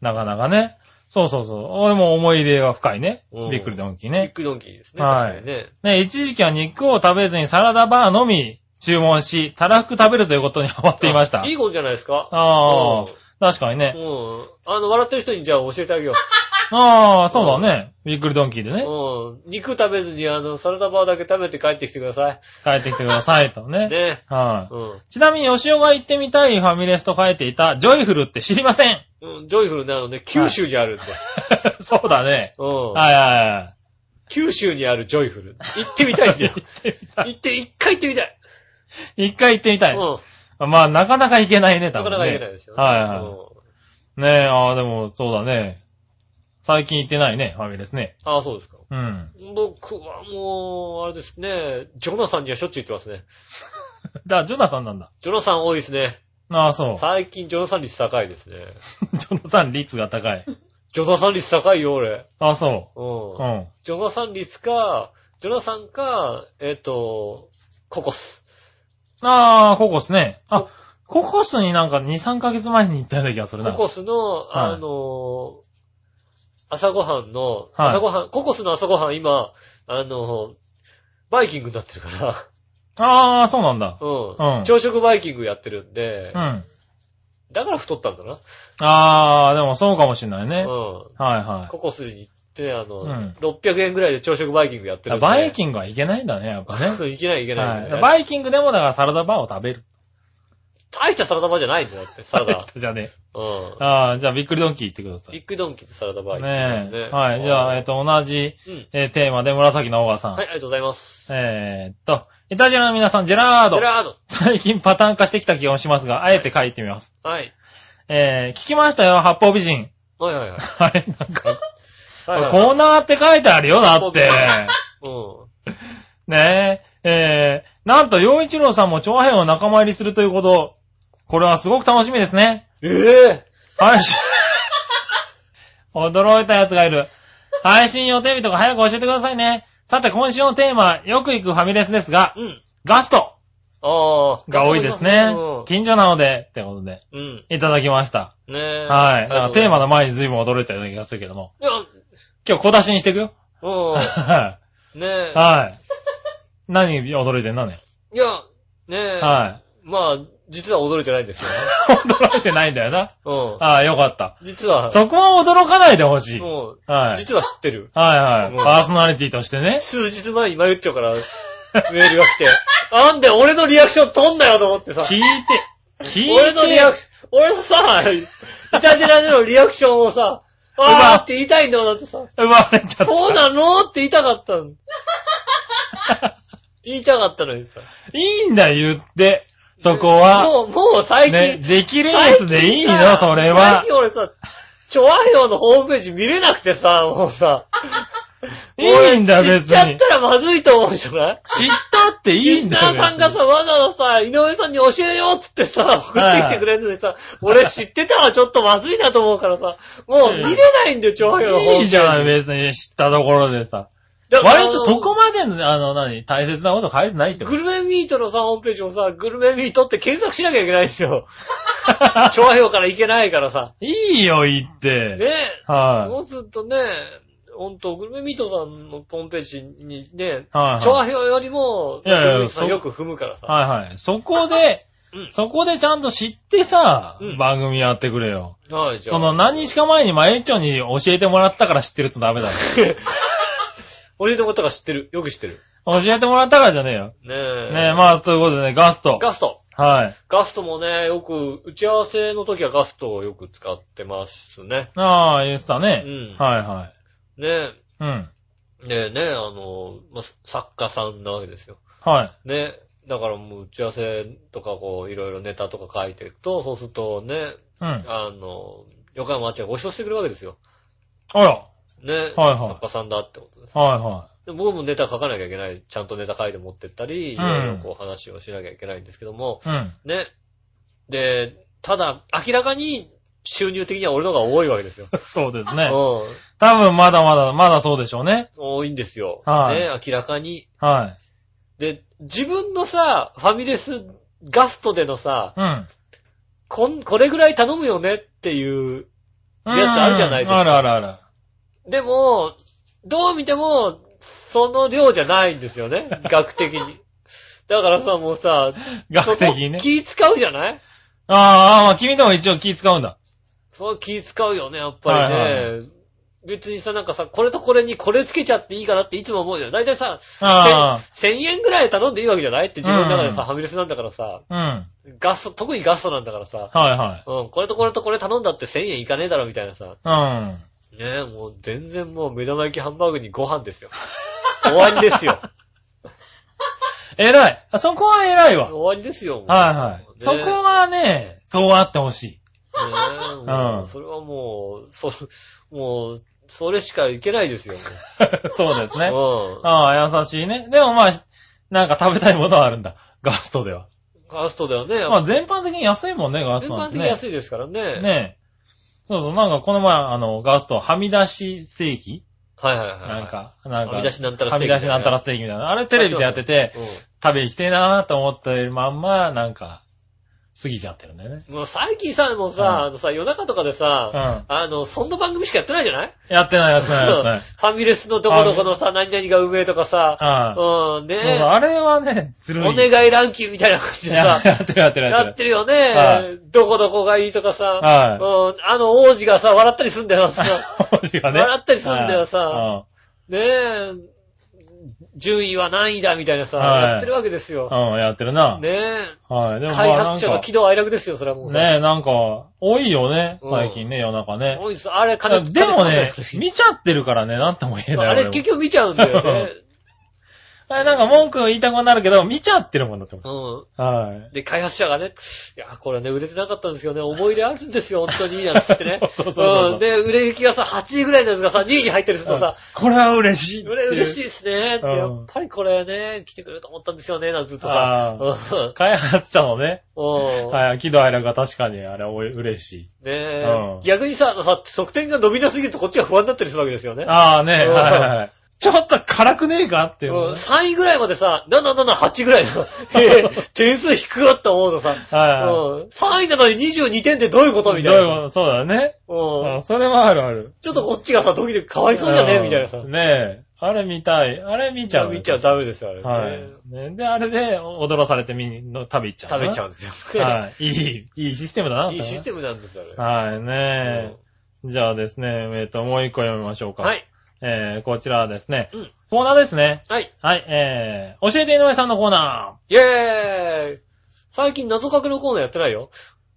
Speaker 3: なかなかね。そうそうそう。俺も思い入れが深いね
Speaker 2: うん。
Speaker 3: びっくりドンキー
Speaker 2: ビッ
Speaker 3: ね。
Speaker 2: グドンキーですね。
Speaker 3: はい
Speaker 2: 確かにね。
Speaker 3: ね、一時期は肉を食べずにサラダバーのみ注文し、たらふく食べるということにハマっていました
Speaker 2: あい。いことじゃないですか。
Speaker 3: ああ
Speaker 2: うん、
Speaker 3: 確かに
Speaker 2: う
Speaker 3: ね。
Speaker 2: ん。あの、笑ってる人にじゃあ教えてあげよ
Speaker 3: ああ、そうだね。びっくりドンキーで
Speaker 2: う。
Speaker 3: ね。
Speaker 2: うん。肉食べずに、あの、サラダバーだけ食べて帰ってきてくださ
Speaker 3: 帰ってきてくださいと
Speaker 2: い。
Speaker 3: ね。
Speaker 2: ね。
Speaker 3: はい。
Speaker 2: うん
Speaker 3: ちなみに、吉尾が行ってみたいファミレスと書いていた、ジョイフルって知りま せん
Speaker 2: うん。ジョイフルなので、九州にあるんで。
Speaker 3: そうだね。
Speaker 2: うん。
Speaker 3: はいはいはい。
Speaker 2: 九州にあるジョイフル。行ってみたいんだよ。
Speaker 3: 行ってみたい
Speaker 2: 行って、一回行ってみたい。
Speaker 3: 一回行ってみたい。
Speaker 2: うん。
Speaker 3: まあ、なかなか行けないね、多
Speaker 2: なか
Speaker 3: 分ね。
Speaker 2: なか行けないですよね。
Speaker 3: はいは
Speaker 2: い。
Speaker 3: い。ねえ、ああ、でも、そうだね。最近行ってないね、ファミレスね。
Speaker 2: ああ、そうですか。
Speaker 3: うん。
Speaker 2: 僕はもう、あれですね、ジョナサンにはしょっちゅう行ってますね。
Speaker 3: だ、ジョナさんなんだ。
Speaker 2: ジョナサン多いですね。
Speaker 3: ああ、そ
Speaker 2: 最近ジョナサン率高いですね。
Speaker 3: う。ジョナさん率が高い。
Speaker 2: ジョナサン率高いよ、俺。
Speaker 3: ああ、そうう。
Speaker 2: ん。
Speaker 3: うん。
Speaker 2: ジョナサン率か、ジョナサンか、えっ、と、ココス。
Speaker 3: ああ、ココスね。あ、ココスになんか2、3ヶ月前に行ったような気がする
Speaker 2: コ
Speaker 3: な。
Speaker 2: コスの、
Speaker 3: はい
Speaker 2: あの朝ごはんの、
Speaker 3: はい
Speaker 2: 朝ごはん、ココスの朝ごはん今、あのバイキングになってるから、
Speaker 3: ああ、そうなんだ。
Speaker 2: うん。
Speaker 3: うん
Speaker 2: 朝食バイキングやってるんで、
Speaker 3: うん。
Speaker 2: だから太ったんだな。
Speaker 3: ああ、でもそうかもしんないうね。
Speaker 2: ん。
Speaker 3: はいはい。
Speaker 2: ココスに行って、あの、
Speaker 3: うん
Speaker 2: 600円ぐらいで朝食バイキングやってるんで。
Speaker 3: バイキングはいけないんだね、やっ ぱね。
Speaker 2: ングいけないいけない。
Speaker 3: はい、バイキングでもだからサラダバーを食べる。
Speaker 2: 大したサラダバーじゃないんだよ、だって、サラ ダ。
Speaker 3: じゃあね。
Speaker 2: うん。
Speaker 3: ああ、じゃあびっくりドンキー行ってください。
Speaker 2: ビッグドンキーとサラダバー行って
Speaker 3: ね
Speaker 2: ますね。
Speaker 3: え。はい。じゃあ、えっ、と、同じ、
Speaker 2: うん
Speaker 3: えーテーマで紫のオーガさん。
Speaker 2: はい、ありがとうございます。
Speaker 3: えーっと、イタジラの皆さん、ジェラード
Speaker 2: ジェ。ラード。
Speaker 3: 最近パターン化してきた気がしますが、あえて書いてみます。
Speaker 2: はい。
Speaker 3: えー、聞きましたよ、八方美人。
Speaker 2: はいはいはい。
Speaker 3: あれなんか、
Speaker 2: はいはいはい
Speaker 3: コーナーって書いてあるよ、だって。
Speaker 2: うん。
Speaker 3: ねえ。えー、なんと、洋一郎さんも長編を仲間入りするということ。これはすごく楽しみですね。
Speaker 2: ええ
Speaker 3: 配信、驚いた奴がいる。配信予定日とか早く教えてくださいね。さて、今週のテーマ、よく行くファミレスですが、
Speaker 2: うん。
Speaker 3: ガスト
Speaker 2: ああ。
Speaker 3: が多いですね
Speaker 2: うん。
Speaker 3: 近所なので、ってことで、
Speaker 2: うん。
Speaker 3: いただきました。
Speaker 2: ねえ。
Speaker 3: はい。なんかテーマ
Speaker 2: だ。
Speaker 3: の前に随分驚いたような気がするけども。
Speaker 2: いや、
Speaker 3: 今日小出しにしていくよ。
Speaker 2: う
Speaker 3: は
Speaker 2: ん。ねえ
Speaker 3: い。。はい。何に驚いてんのね。
Speaker 2: いや、ねえ。
Speaker 3: は
Speaker 2: まあ、実は驚いてないんです
Speaker 3: い。驚いてないんだよな。
Speaker 2: よね。
Speaker 3: ああ、よかった。
Speaker 2: うん。実は、
Speaker 3: そこは驚かないでほしい。はい。
Speaker 2: もう、
Speaker 3: はい
Speaker 2: 実は知ってる。
Speaker 3: はい。
Speaker 2: もう
Speaker 3: パーソナリティとしてね。
Speaker 2: 数日前にマユッチョからメールが来て、なんで俺のリアクション取んなよと思ってさ、
Speaker 3: 聞いて、聞いて。
Speaker 2: 俺のリアクション、俺のさ、イタジラでのリアクションを さ、あーって言いたいんだよだってさ、
Speaker 3: 奪われちゃった。
Speaker 2: そうなのって言いたかった の。言いたかったのにさ。
Speaker 3: いいんだ、言って。そこは。
Speaker 2: もう、もう最近。
Speaker 3: ね、できレースでい
Speaker 2: 最近
Speaker 3: いの、
Speaker 2: さ
Speaker 3: それは
Speaker 2: 最。近俺さ、チョアヘオのホームページ見れなくてさ、もうさ。
Speaker 3: いいんだ
Speaker 2: 俺知
Speaker 3: 別に
Speaker 2: っちゃったらまずいと思うじゃない
Speaker 3: 知ったっていいんだ
Speaker 2: リスナーさんが
Speaker 3: 別に
Speaker 2: さ、わざわざさ、井上さんに教えようっつってさ、送ってきてくれるのにさ、俺知ってたわ、ちょっとまずいなと思うからさ、もう見れないんだよ、チョアヘオのホームページ。
Speaker 3: いいじゃない、
Speaker 2: い、
Speaker 3: 別に知ったところでさ。割とそこまでの、あの、何、大切なこと書いてないってこ
Speaker 2: グ
Speaker 3: と。
Speaker 2: ルメミートのさ、ホームページをさ、グルメミートって検索しなきゃいけないんです よ。調和表からいけないからさ。
Speaker 3: いいよ、言っ
Speaker 2: ね
Speaker 3: て。
Speaker 2: え。
Speaker 3: は
Speaker 2: そうするとね、ほんと、グルメミートさんのホームページにね、
Speaker 3: い。はい
Speaker 2: 調和
Speaker 3: は
Speaker 2: 表よりも、
Speaker 3: いやいや
Speaker 2: グルメミートさん
Speaker 3: そ
Speaker 2: よく踏むから
Speaker 3: い。
Speaker 2: さ。
Speaker 3: はいはい。そこで
Speaker 2: う、ん
Speaker 3: そこでちゃんと知ってさ
Speaker 2: うん、
Speaker 3: 番組やってくれよ。
Speaker 2: はい、じゃあ。
Speaker 3: その何日か前にマエッチョに教えてもらったから知ってるとダ メだろ。
Speaker 2: 教えてもらったから知ってる。よく知ってる。
Speaker 3: 教えてもらったからじゃねえよ。
Speaker 2: ねえ。
Speaker 3: ねえ、まあ、ということでね、ガスト。
Speaker 2: ガスト。
Speaker 3: はい。
Speaker 2: ガストもね、よく、打ち合わせの時はガストをよく使ってますね。
Speaker 3: ああ、言ってたね。
Speaker 2: うん
Speaker 3: はいは
Speaker 2: ねえ。
Speaker 3: い。うん。
Speaker 2: ねえねえ、あの、まあ、作家さんなわけですよ。
Speaker 3: はい。
Speaker 2: ね。だからもう打ち合わせとかこう、いろいろネタとか書いていくと、そうするとね、
Speaker 3: うん。
Speaker 2: あの、横山あっちゃんがご馳走してくるわけですよ。
Speaker 3: あら。
Speaker 2: ね。
Speaker 3: はいはい
Speaker 2: 作家さんだってことです。
Speaker 3: はいは
Speaker 2: で僕もネタ書かなきゃいけない。ちゃんとネタ書いて持ってったり、い
Speaker 3: うん
Speaker 2: ろいろこう話をしなきゃいけないんですけども、
Speaker 3: い。うん。
Speaker 2: ね。で、ただ、明らかに収入的には俺の方が多いわけですよ。
Speaker 3: そうです
Speaker 2: う
Speaker 3: ね
Speaker 2: ん。。
Speaker 3: 多分まだまだ、まだそうでしょうね。
Speaker 2: 多いんですよ。
Speaker 3: はい
Speaker 2: ね、明らかに。
Speaker 3: は
Speaker 2: で、自分のさ、ファミレスガストでのさ、
Speaker 3: い。うん。
Speaker 2: こん、これぐらい頼むよねっていう。
Speaker 3: う
Speaker 2: や
Speaker 3: ん
Speaker 2: つあるじゃないですか
Speaker 3: あるあるある。
Speaker 2: でも、どう見ても、その量じゃないんですよ ね。額的に。だからさ、もうさ、
Speaker 3: 学的にね
Speaker 2: そこ。気使うじゃない
Speaker 3: あーあー、まあ君でも一応気使うんだ。
Speaker 2: その気使うよね、やっぱりね。
Speaker 3: はいはい
Speaker 2: 別にさ、なんかさ、これとこれにこれつけちゃっていいかなっていつも思うじゃん。だいたいさ、
Speaker 3: あ
Speaker 2: 1000円ぐらい頼んでいいわけじゃないって自分の中でさ、
Speaker 3: うん
Speaker 2: ファミレスなんだからさ、
Speaker 3: あ、うん。はい
Speaker 2: ガスト、特にガストなんだからさ、
Speaker 3: は
Speaker 2: うん、これとこれとこれ頼んだって1000円いかねえだろみたいなさ、
Speaker 3: い。
Speaker 2: ねえ、もう全然もう目玉焼きハンバーグにご飯 ですよ。終わりですよ。
Speaker 3: うん。偉い。あそこは偉いわ。
Speaker 2: 終わりですよ、もう
Speaker 3: はいはい。そこはね、そうあってほし い。
Speaker 2: ねえ、も
Speaker 3: う
Speaker 2: う、
Speaker 3: ん
Speaker 2: それはもう、そ、もう、それしかいけないですよ。も
Speaker 3: そうですね。
Speaker 2: ううん。
Speaker 3: ああ、優しいね。でもまあ、なんか食べたいものはあるんだ。ガストでは。
Speaker 2: ガストだよね。
Speaker 3: まあ全般的に安いもんね、ガス
Speaker 2: 全
Speaker 3: トな
Speaker 2: 般
Speaker 3: んて
Speaker 2: 的
Speaker 3: ね。
Speaker 2: に安いですからね。
Speaker 3: ねえ。そうそう、なんかこの前、あの、ガスト、はみ出しステーキ
Speaker 2: はいはいはい。
Speaker 3: なん。か、なんか。
Speaker 2: はみ出しなんたらス
Speaker 3: は
Speaker 2: テーキみたいな
Speaker 3: み出しなんたらステーキみたいな。あれテレビでやってて、食べに来てえなーと思ってるまんま、なんか、過ぎちゃってるんだよね。
Speaker 2: うん。もう最近さ、もう
Speaker 3: うん
Speaker 2: さ、あのさ、夜中とかでさ、あの、そんな番組しかやってないじゃない
Speaker 3: やってない、やってない、やってな い。
Speaker 2: ファミレスのどこどこのさ、何々がうめえとかさ、
Speaker 3: ああ
Speaker 2: うん、ね
Speaker 3: そうそうあれはね、ずるい。
Speaker 2: お願いランキングみたいな感じで
Speaker 3: や
Speaker 2: さ、
Speaker 3: やってる、やってる、や
Speaker 2: や
Speaker 3: っ
Speaker 2: って
Speaker 3: る。
Speaker 2: てるよ
Speaker 3: は
Speaker 2: ね。どこどこがいいとかさ、
Speaker 3: はい。
Speaker 2: うんあの王子がさ、笑ったりすんだよさ。
Speaker 3: 王子がね。
Speaker 2: 笑ったりするんだよさ
Speaker 3: は
Speaker 2: ねえ、順位は何位だみたいなさ、
Speaker 3: はい
Speaker 2: やってるわけですよ。
Speaker 3: いうん、うん、やってるな。
Speaker 2: ねえ、
Speaker 3: はい。でもま
Speaker 2: 開
Speaker 3: あな
Speaker 2: 発
Speaker 3: ん
Speaker 2: 者が
Speaker 3: か、
Speaker 2: 喜怒哀楽ですよ、それはもうさ。
Speaker 3: ねえ、なんか、多いよね、
Speaker 2: うん
Speaker 3: 最近ね、夜中ね。
Speaker 2: 多いですあれ、金
Speaker 3: でもね
Speaker 2: 金、金
Speaker 3: 見ちゃってるからね、なんとも言
Speaker 2: そ
Speaker 3: え
Speaker 2: う
Speaker 3: ない。
Speaker 2: あ
Speaker 3: 俺
Speaker 2: れ
Speaker 3: も
Speaker 2: 結局見ちゃうんだよね。
Speaker 3: あれなんか文句言いたくなるけど、見ちゃってるもんだと思
Speaker 2: う
Speaker 3: う。はい。。
Speaker 2: ん。で、開発者がね、いや、これね、売れてなかったんですけどね、思い出あるんですよ、本当に、なんつってね。
Speaker 3: そうそうそうそうん
Speaker 2: で、売れ行きがさ、8位ぐらいのやつがさ、2位に入ったりするとさ、
Speaker 3: これは嬉しい。
Speaker 2: うれ、嬉しい
Speaker 3: い。
Speaker 2: ですね。って
Speaker 3: うん
Speaker 2: やっぱりこれね、来てくれると思ったんですよね、なんつうと
Speaker 3: あ
Speaker 2: さ。うん
Speaker 3: 開発者のね、
Speaker 2: うん。
Speaker 3: はい、喜怒哀楽が確かにあれおい嬉しい。
Speaker 2: ねえ、
Speaker 3: うん
Speaker 2: 逆にさ、さ、側点が伸びなすぎるとこっちが不安になったりするわけですよね。
Speaker 3: ああね、はい
Speaker 2: うん
Speaker 3: はいはい。ちょっと辛くねえかっていう
Speaker 2: うん
Speaker 3: のね。
Speaker 2: 3位ぐらいまでさ、7、7、8ぐらい の、へえ点数低かった思うとさ、
Speaker 3: はいは
Speaker 2: うん、3位なのに22点ってどういうことみ
Speaker 3: い。
Speaker 2: た
Speaker 3: ど
Speaker 2: いうな。
Speaker 3: いうことそうだね。
Speaker 2: う
Speaker 3: うんん、それはあるある。
Speaker 2: ちょっとこっちがさ、ドキドキかわいそうじゃねみたいなさ。
Speaker 3: うんねえ。あれ見たい。あれ見ちゃう。
Speaker 2: 見ちゃダメですよ、あれ、ね
Speaker 3: はい。ねで、あれで踊らされてみんの食べ行っちゃう
Speaker 2: 食
Speaker 3: な。
Speaker 2: べちゃうんですよ。
Speaker 3: はい。いい、いいシステムだな。
Speaker 2: いいシステムなんですよ、あ
Speaker 3: はい、
Speaker 2: れ。
Speaker 3: ねえ。じゃあですね、えっ、と、もう一個読みましょう
Speaker 2: う
Speaker 3: か。
Speaker 2: んは。い。
Speaker 3: えー、こちらはですね、
Speaker 2: うん
Speaker 3: コーナーですね。
Speaker 2: はい。
Speaker 3: はい、えー、教えて井上さんのコーナ
Speaker 2: イェーイ最近謎かけのコーナーやってないよ。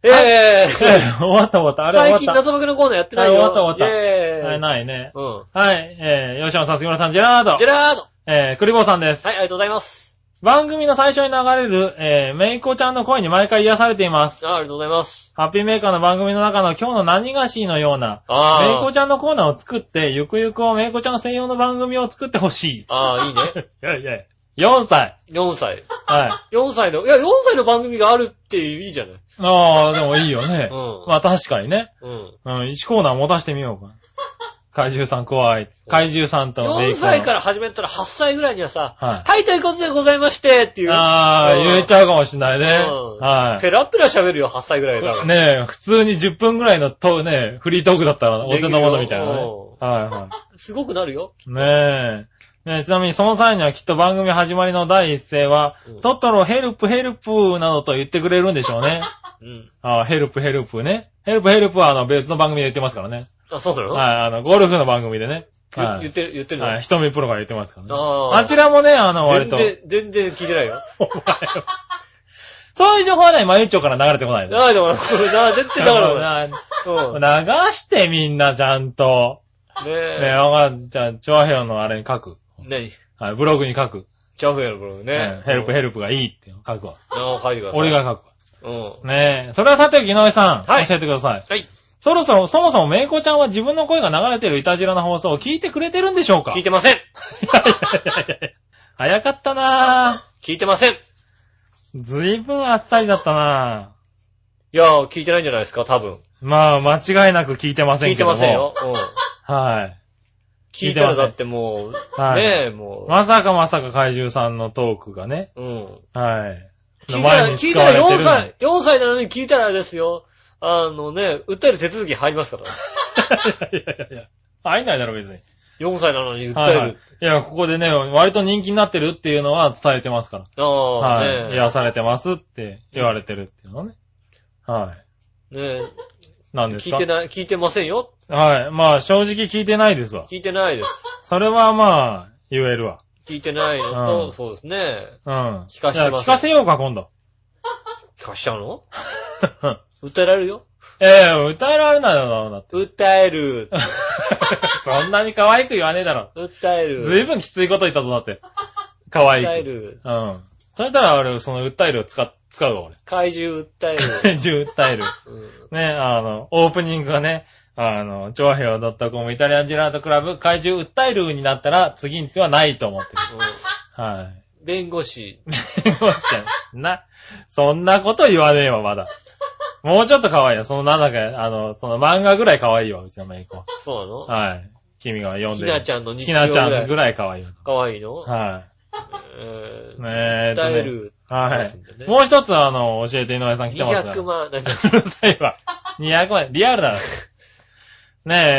Speaker 2: え
Speaker 3: ー。
Speaker 2: ー
Speaker 3: 終わった終わった。あれ終わ
Speaker 2: 最
Speaker 3: っ
Speaker 2: 近
Speaker 3: た。
Speaker 2: 謎かけのコーナーやってないよ。
Speaker 3: あ終わった終わった
Speaker 2: イェーイ。
Speaker 3: はい、ないね。
Speaker 2: うん。
Speaker 3: はい、えー、吉野さん、杉村さん、ジェラード
Speaker 2: ジェ。ラード
Speaker 3: えー、クリボーさんです。
Speaker 2: はい、ありがとうございます。
Speaker 3: 番組の最初に流れる、えー、めいこちゃんの声に毎回癒されています。
Speaker 2: あありがとうございます。
Speaker 3: ハッピーメーカーの番組の中の今日の何がしのような、
Speaker 2: ああ。
Speaker 3: めいこちゃんのコーナーを作って、ゆくゆくはめいこちゃん専用の番組を作ってほしい。
Speaker 2: ああ、いいね。
Speaker 3: いやいや4歳。
Speaker 2: 4歳。
Speaker 3: はい。
Speaker 2: 4歳の、いや、4歳の番組があるっていいじゃない。
Speaker 3: ああ、でもいいよね。
Speaker 2: うん
Speaker 3: まあ確かにね。
Speaker 2: うん。
Speaker 3: うん、1コーナー持たせてみようか。怪獣さん怖い。怪獣さんとメ
Speaker 2: 4
Speaker 3: イコーナー
Speaker 2: 歳から始めたら8歳ぐらいにはさ、
Speaker 3: はい
Speaker 2: ということでございましてっていう。
Speaker 3: ああ、
Speaker 2: うん
Speaker 3: 言えちゃうかもしんないね。
Speaker 2: うん
Speaker 3: は
Speaker 2: ペラペラ喋るよ、8歳ぐらいだから。
Speaker 3: い。ねえ、普通に10分ぐらいのと、ねえ、フリートークだったらお手の物みたいなね。
Speaker 2: できる
Speaker 3: はい
Speaker 2: よ
Speaker 3: は
Speaker 2: すごくなるよ。
Speaker 3: い。ねえ。ねえちなみにその際にはきっと番組始まりの第一声は、
Speaker 2: うん
Speaker 3: トトロヘルプヘルプなどと言ってくれるんでしょうね。
Speaker 2: うん。
Speaker 3: ああ、ヘルプヘルプね。ヘルプヘルプはあの別の番組で言ってますからね。
Speaker 2: あ、そうなの、
Speaker 3: はい、あの、ゴルフの番組でね。
Speaker 2: 言
Speaker 3: はい
Speaker 2: 言ってる、言ってるの、
Speaker 3: はい、瞳プロが言ってますからね。
Speaker 2: あ
Speaker 3: あ
Speaker 2: ー
Speaker 3: ちらもね、あの、割
Speaker 2: 全
Speaker 3: と。
Speaker 2: 然、全然聞いてないよ。
Speaker 3: お前はそういう情報はね、マユッチョから流れてこないの。
Speaker 2: ないでもない。な絶対だからない。
Speaker 3: な
Speaker 2: うん。ね
Speaker 3: 流してみんな、ちゃんと。ねえ、
Speaker 2: え。
Speaker 3: わかんじゃあ、チョアヘヨのあれに書く。
Speaker 2: 何
Speaker 3: はい、ブログに書く。
Speaker 2: ジャフやるブログ
Speaker 3: ね
Speaker 2: ね。
Speaker 3: ヘルプヘ
Speaker 2: ル
Speaker 3: ルプがいいって書くわ。
Speaker 2: プ。ああ、書いてください。
Speaker 3: 俺が書くわ。
Speaker 2: うん。
Speaker 3: ねえ、それはさておき、井上さん、
Speaker 2: はい
Speaker 3: 教えてください。
Speaker 2: はい。
Speaker 3: そろそろ、そもそもめいこちゃんは自分の声が流れてるいたじらの放送を聞いてくれてるんでしょうか
Speaker 2: 聞いてません
Speaker 3: 早かったな
Speaker 2: 聞いてませんい
Speaker 3: ぁ。ずいぶんあっさりだったなぁ。
Speaker 2: やー、聞いてないんじゃないですか、多分。
Speaker 3: まあ、間違いなく聞いてませ
Speaker 2: 聞
Speaker 3: ん
Speaker 2: いて
Speaker 3: けども。
Speaker 2: ませんよ。 うん。
Speaker 3: はい。
Speaker 2: 聞いたらだってもう、
Speaker 3: はい
Speaker 2: ねえ、も
Speaker 3: まさかまさか怪獣さんのトークがね。
Speaker 2: う。うん。
Speaker 3: はい。
Speaker 2: 聞いたら、
Speaker 3: 前に
Speaker 2: 聞い
Speaker 3: 使
Speaker 2: た
Speaker 3: わ
Speaker 2: ら
Speaker 3: れてる
Speaker 2: 4歳、4歳なのに聞いたらあれですよ。あのね、訴える手続き入りますから。
Speaker 3: いやいやいや。会えないだろ、別に。
Speaker 2: 4歳なのに訴
Speaker 3: はいは
Speaker 2: え
Speaker 3: い
Speaker 2: る。。
Speaker 3: いや、ここでね、割と人気になってるっていうのは伝えてますか
Speaker 2: あ
Speaker 3: ら。
Speaker 2: あ、
Speaker 3: はい。
Speaker 2: ね
Speaker 3: 癒されてますって言われてるっていうのね。は
Speaker 2: え。ね
Speaker 3: い。なん
Speaker 2: え、
Speaker 3: です
Speaker 2: 聞い
Speaker 3: か
Speaker 2: てない、聞いてませんよ。
Speaker 3: はい。まあ、正直聞いてないですわ。
Speaker 2: 聞いてないです。
Speaker 3: それはまあ、言えるわ。
Speaker 2: 聞いてないの
Speaker 3: うん
Speaker 2: と、そうですね。
Speaker 3: うん。
Speaker 2: 聞かせて
Speaker 3: いや
Speaker 2: ません
Speaker 3: 聞かせようか、今度。
Speaker 2: 聞かしちゃう の訴えられるよ。
Speaker 3: ええ歌えられないだろうな、だ って。
Speaker 2: 訴える。
Speaker 3: そんなに可愛く言わねえだろ。
Speaker 2: 訴える。
Speaker 3: ずいぶんきついこと言ったぞ、だって。可愛い。
Speaker 2: 訴える。
Speaker 3: うん。そしたら俺、その訴えるを使っ、使うわ、俺。
Speaker 2: 怪獣訴える。
Speaker 3: 怪獣訴える。
Speaker 2: うん
Speaker 3: ね、あの、オープニングがね、あの、調和平和 .com イタリアンジェラートクラブ怪獣訴えるになったら次にはないと思ってる。はい。
Speaker 2: 弁護士。
Speaker 3: 弁護士ちゃんな、そんなこと言わねえわ、まだ。もうちょっと可愛いよ。そのなんだか、あの、その漫画ぐらい可愛いわ、うちのメイコ。
Speaker 2: そうな
Speaker 3: はい。君が読
Speaker 2: の
Speaker 3: ん
Speaker 2: ひ
Speaker 3: で
Speaker 2: な
Speaker 3: る。
Speaker 2: ちゃんの日
Speaker 3: ひ
Speaker 2: 常
Speaker 3: な
Speaker 2: ぐ
Speaker 3: ちゃ
Speaker 2: ら
Speaker 3: ん
Speaker 2: い
Speaker 3: ぐ。らい可愛いわ。
Speaker 2: かわいいの
Speaker 3: は
Speaker 2: え
Speaker 3: い。
Speaker 2: ー
Speaker 3: ねえ、
Speaker 2: 訴える。
Speaker 3: は
Speaker 2: そうです
Speaker 3: い。
Speaker 2: ね
Speaker 3: もう一つ、あの、教えて井上さん来てますから
Speaker 2: 200万、何
Speaker 3: うるさいわ。200万円。リアルだな。ね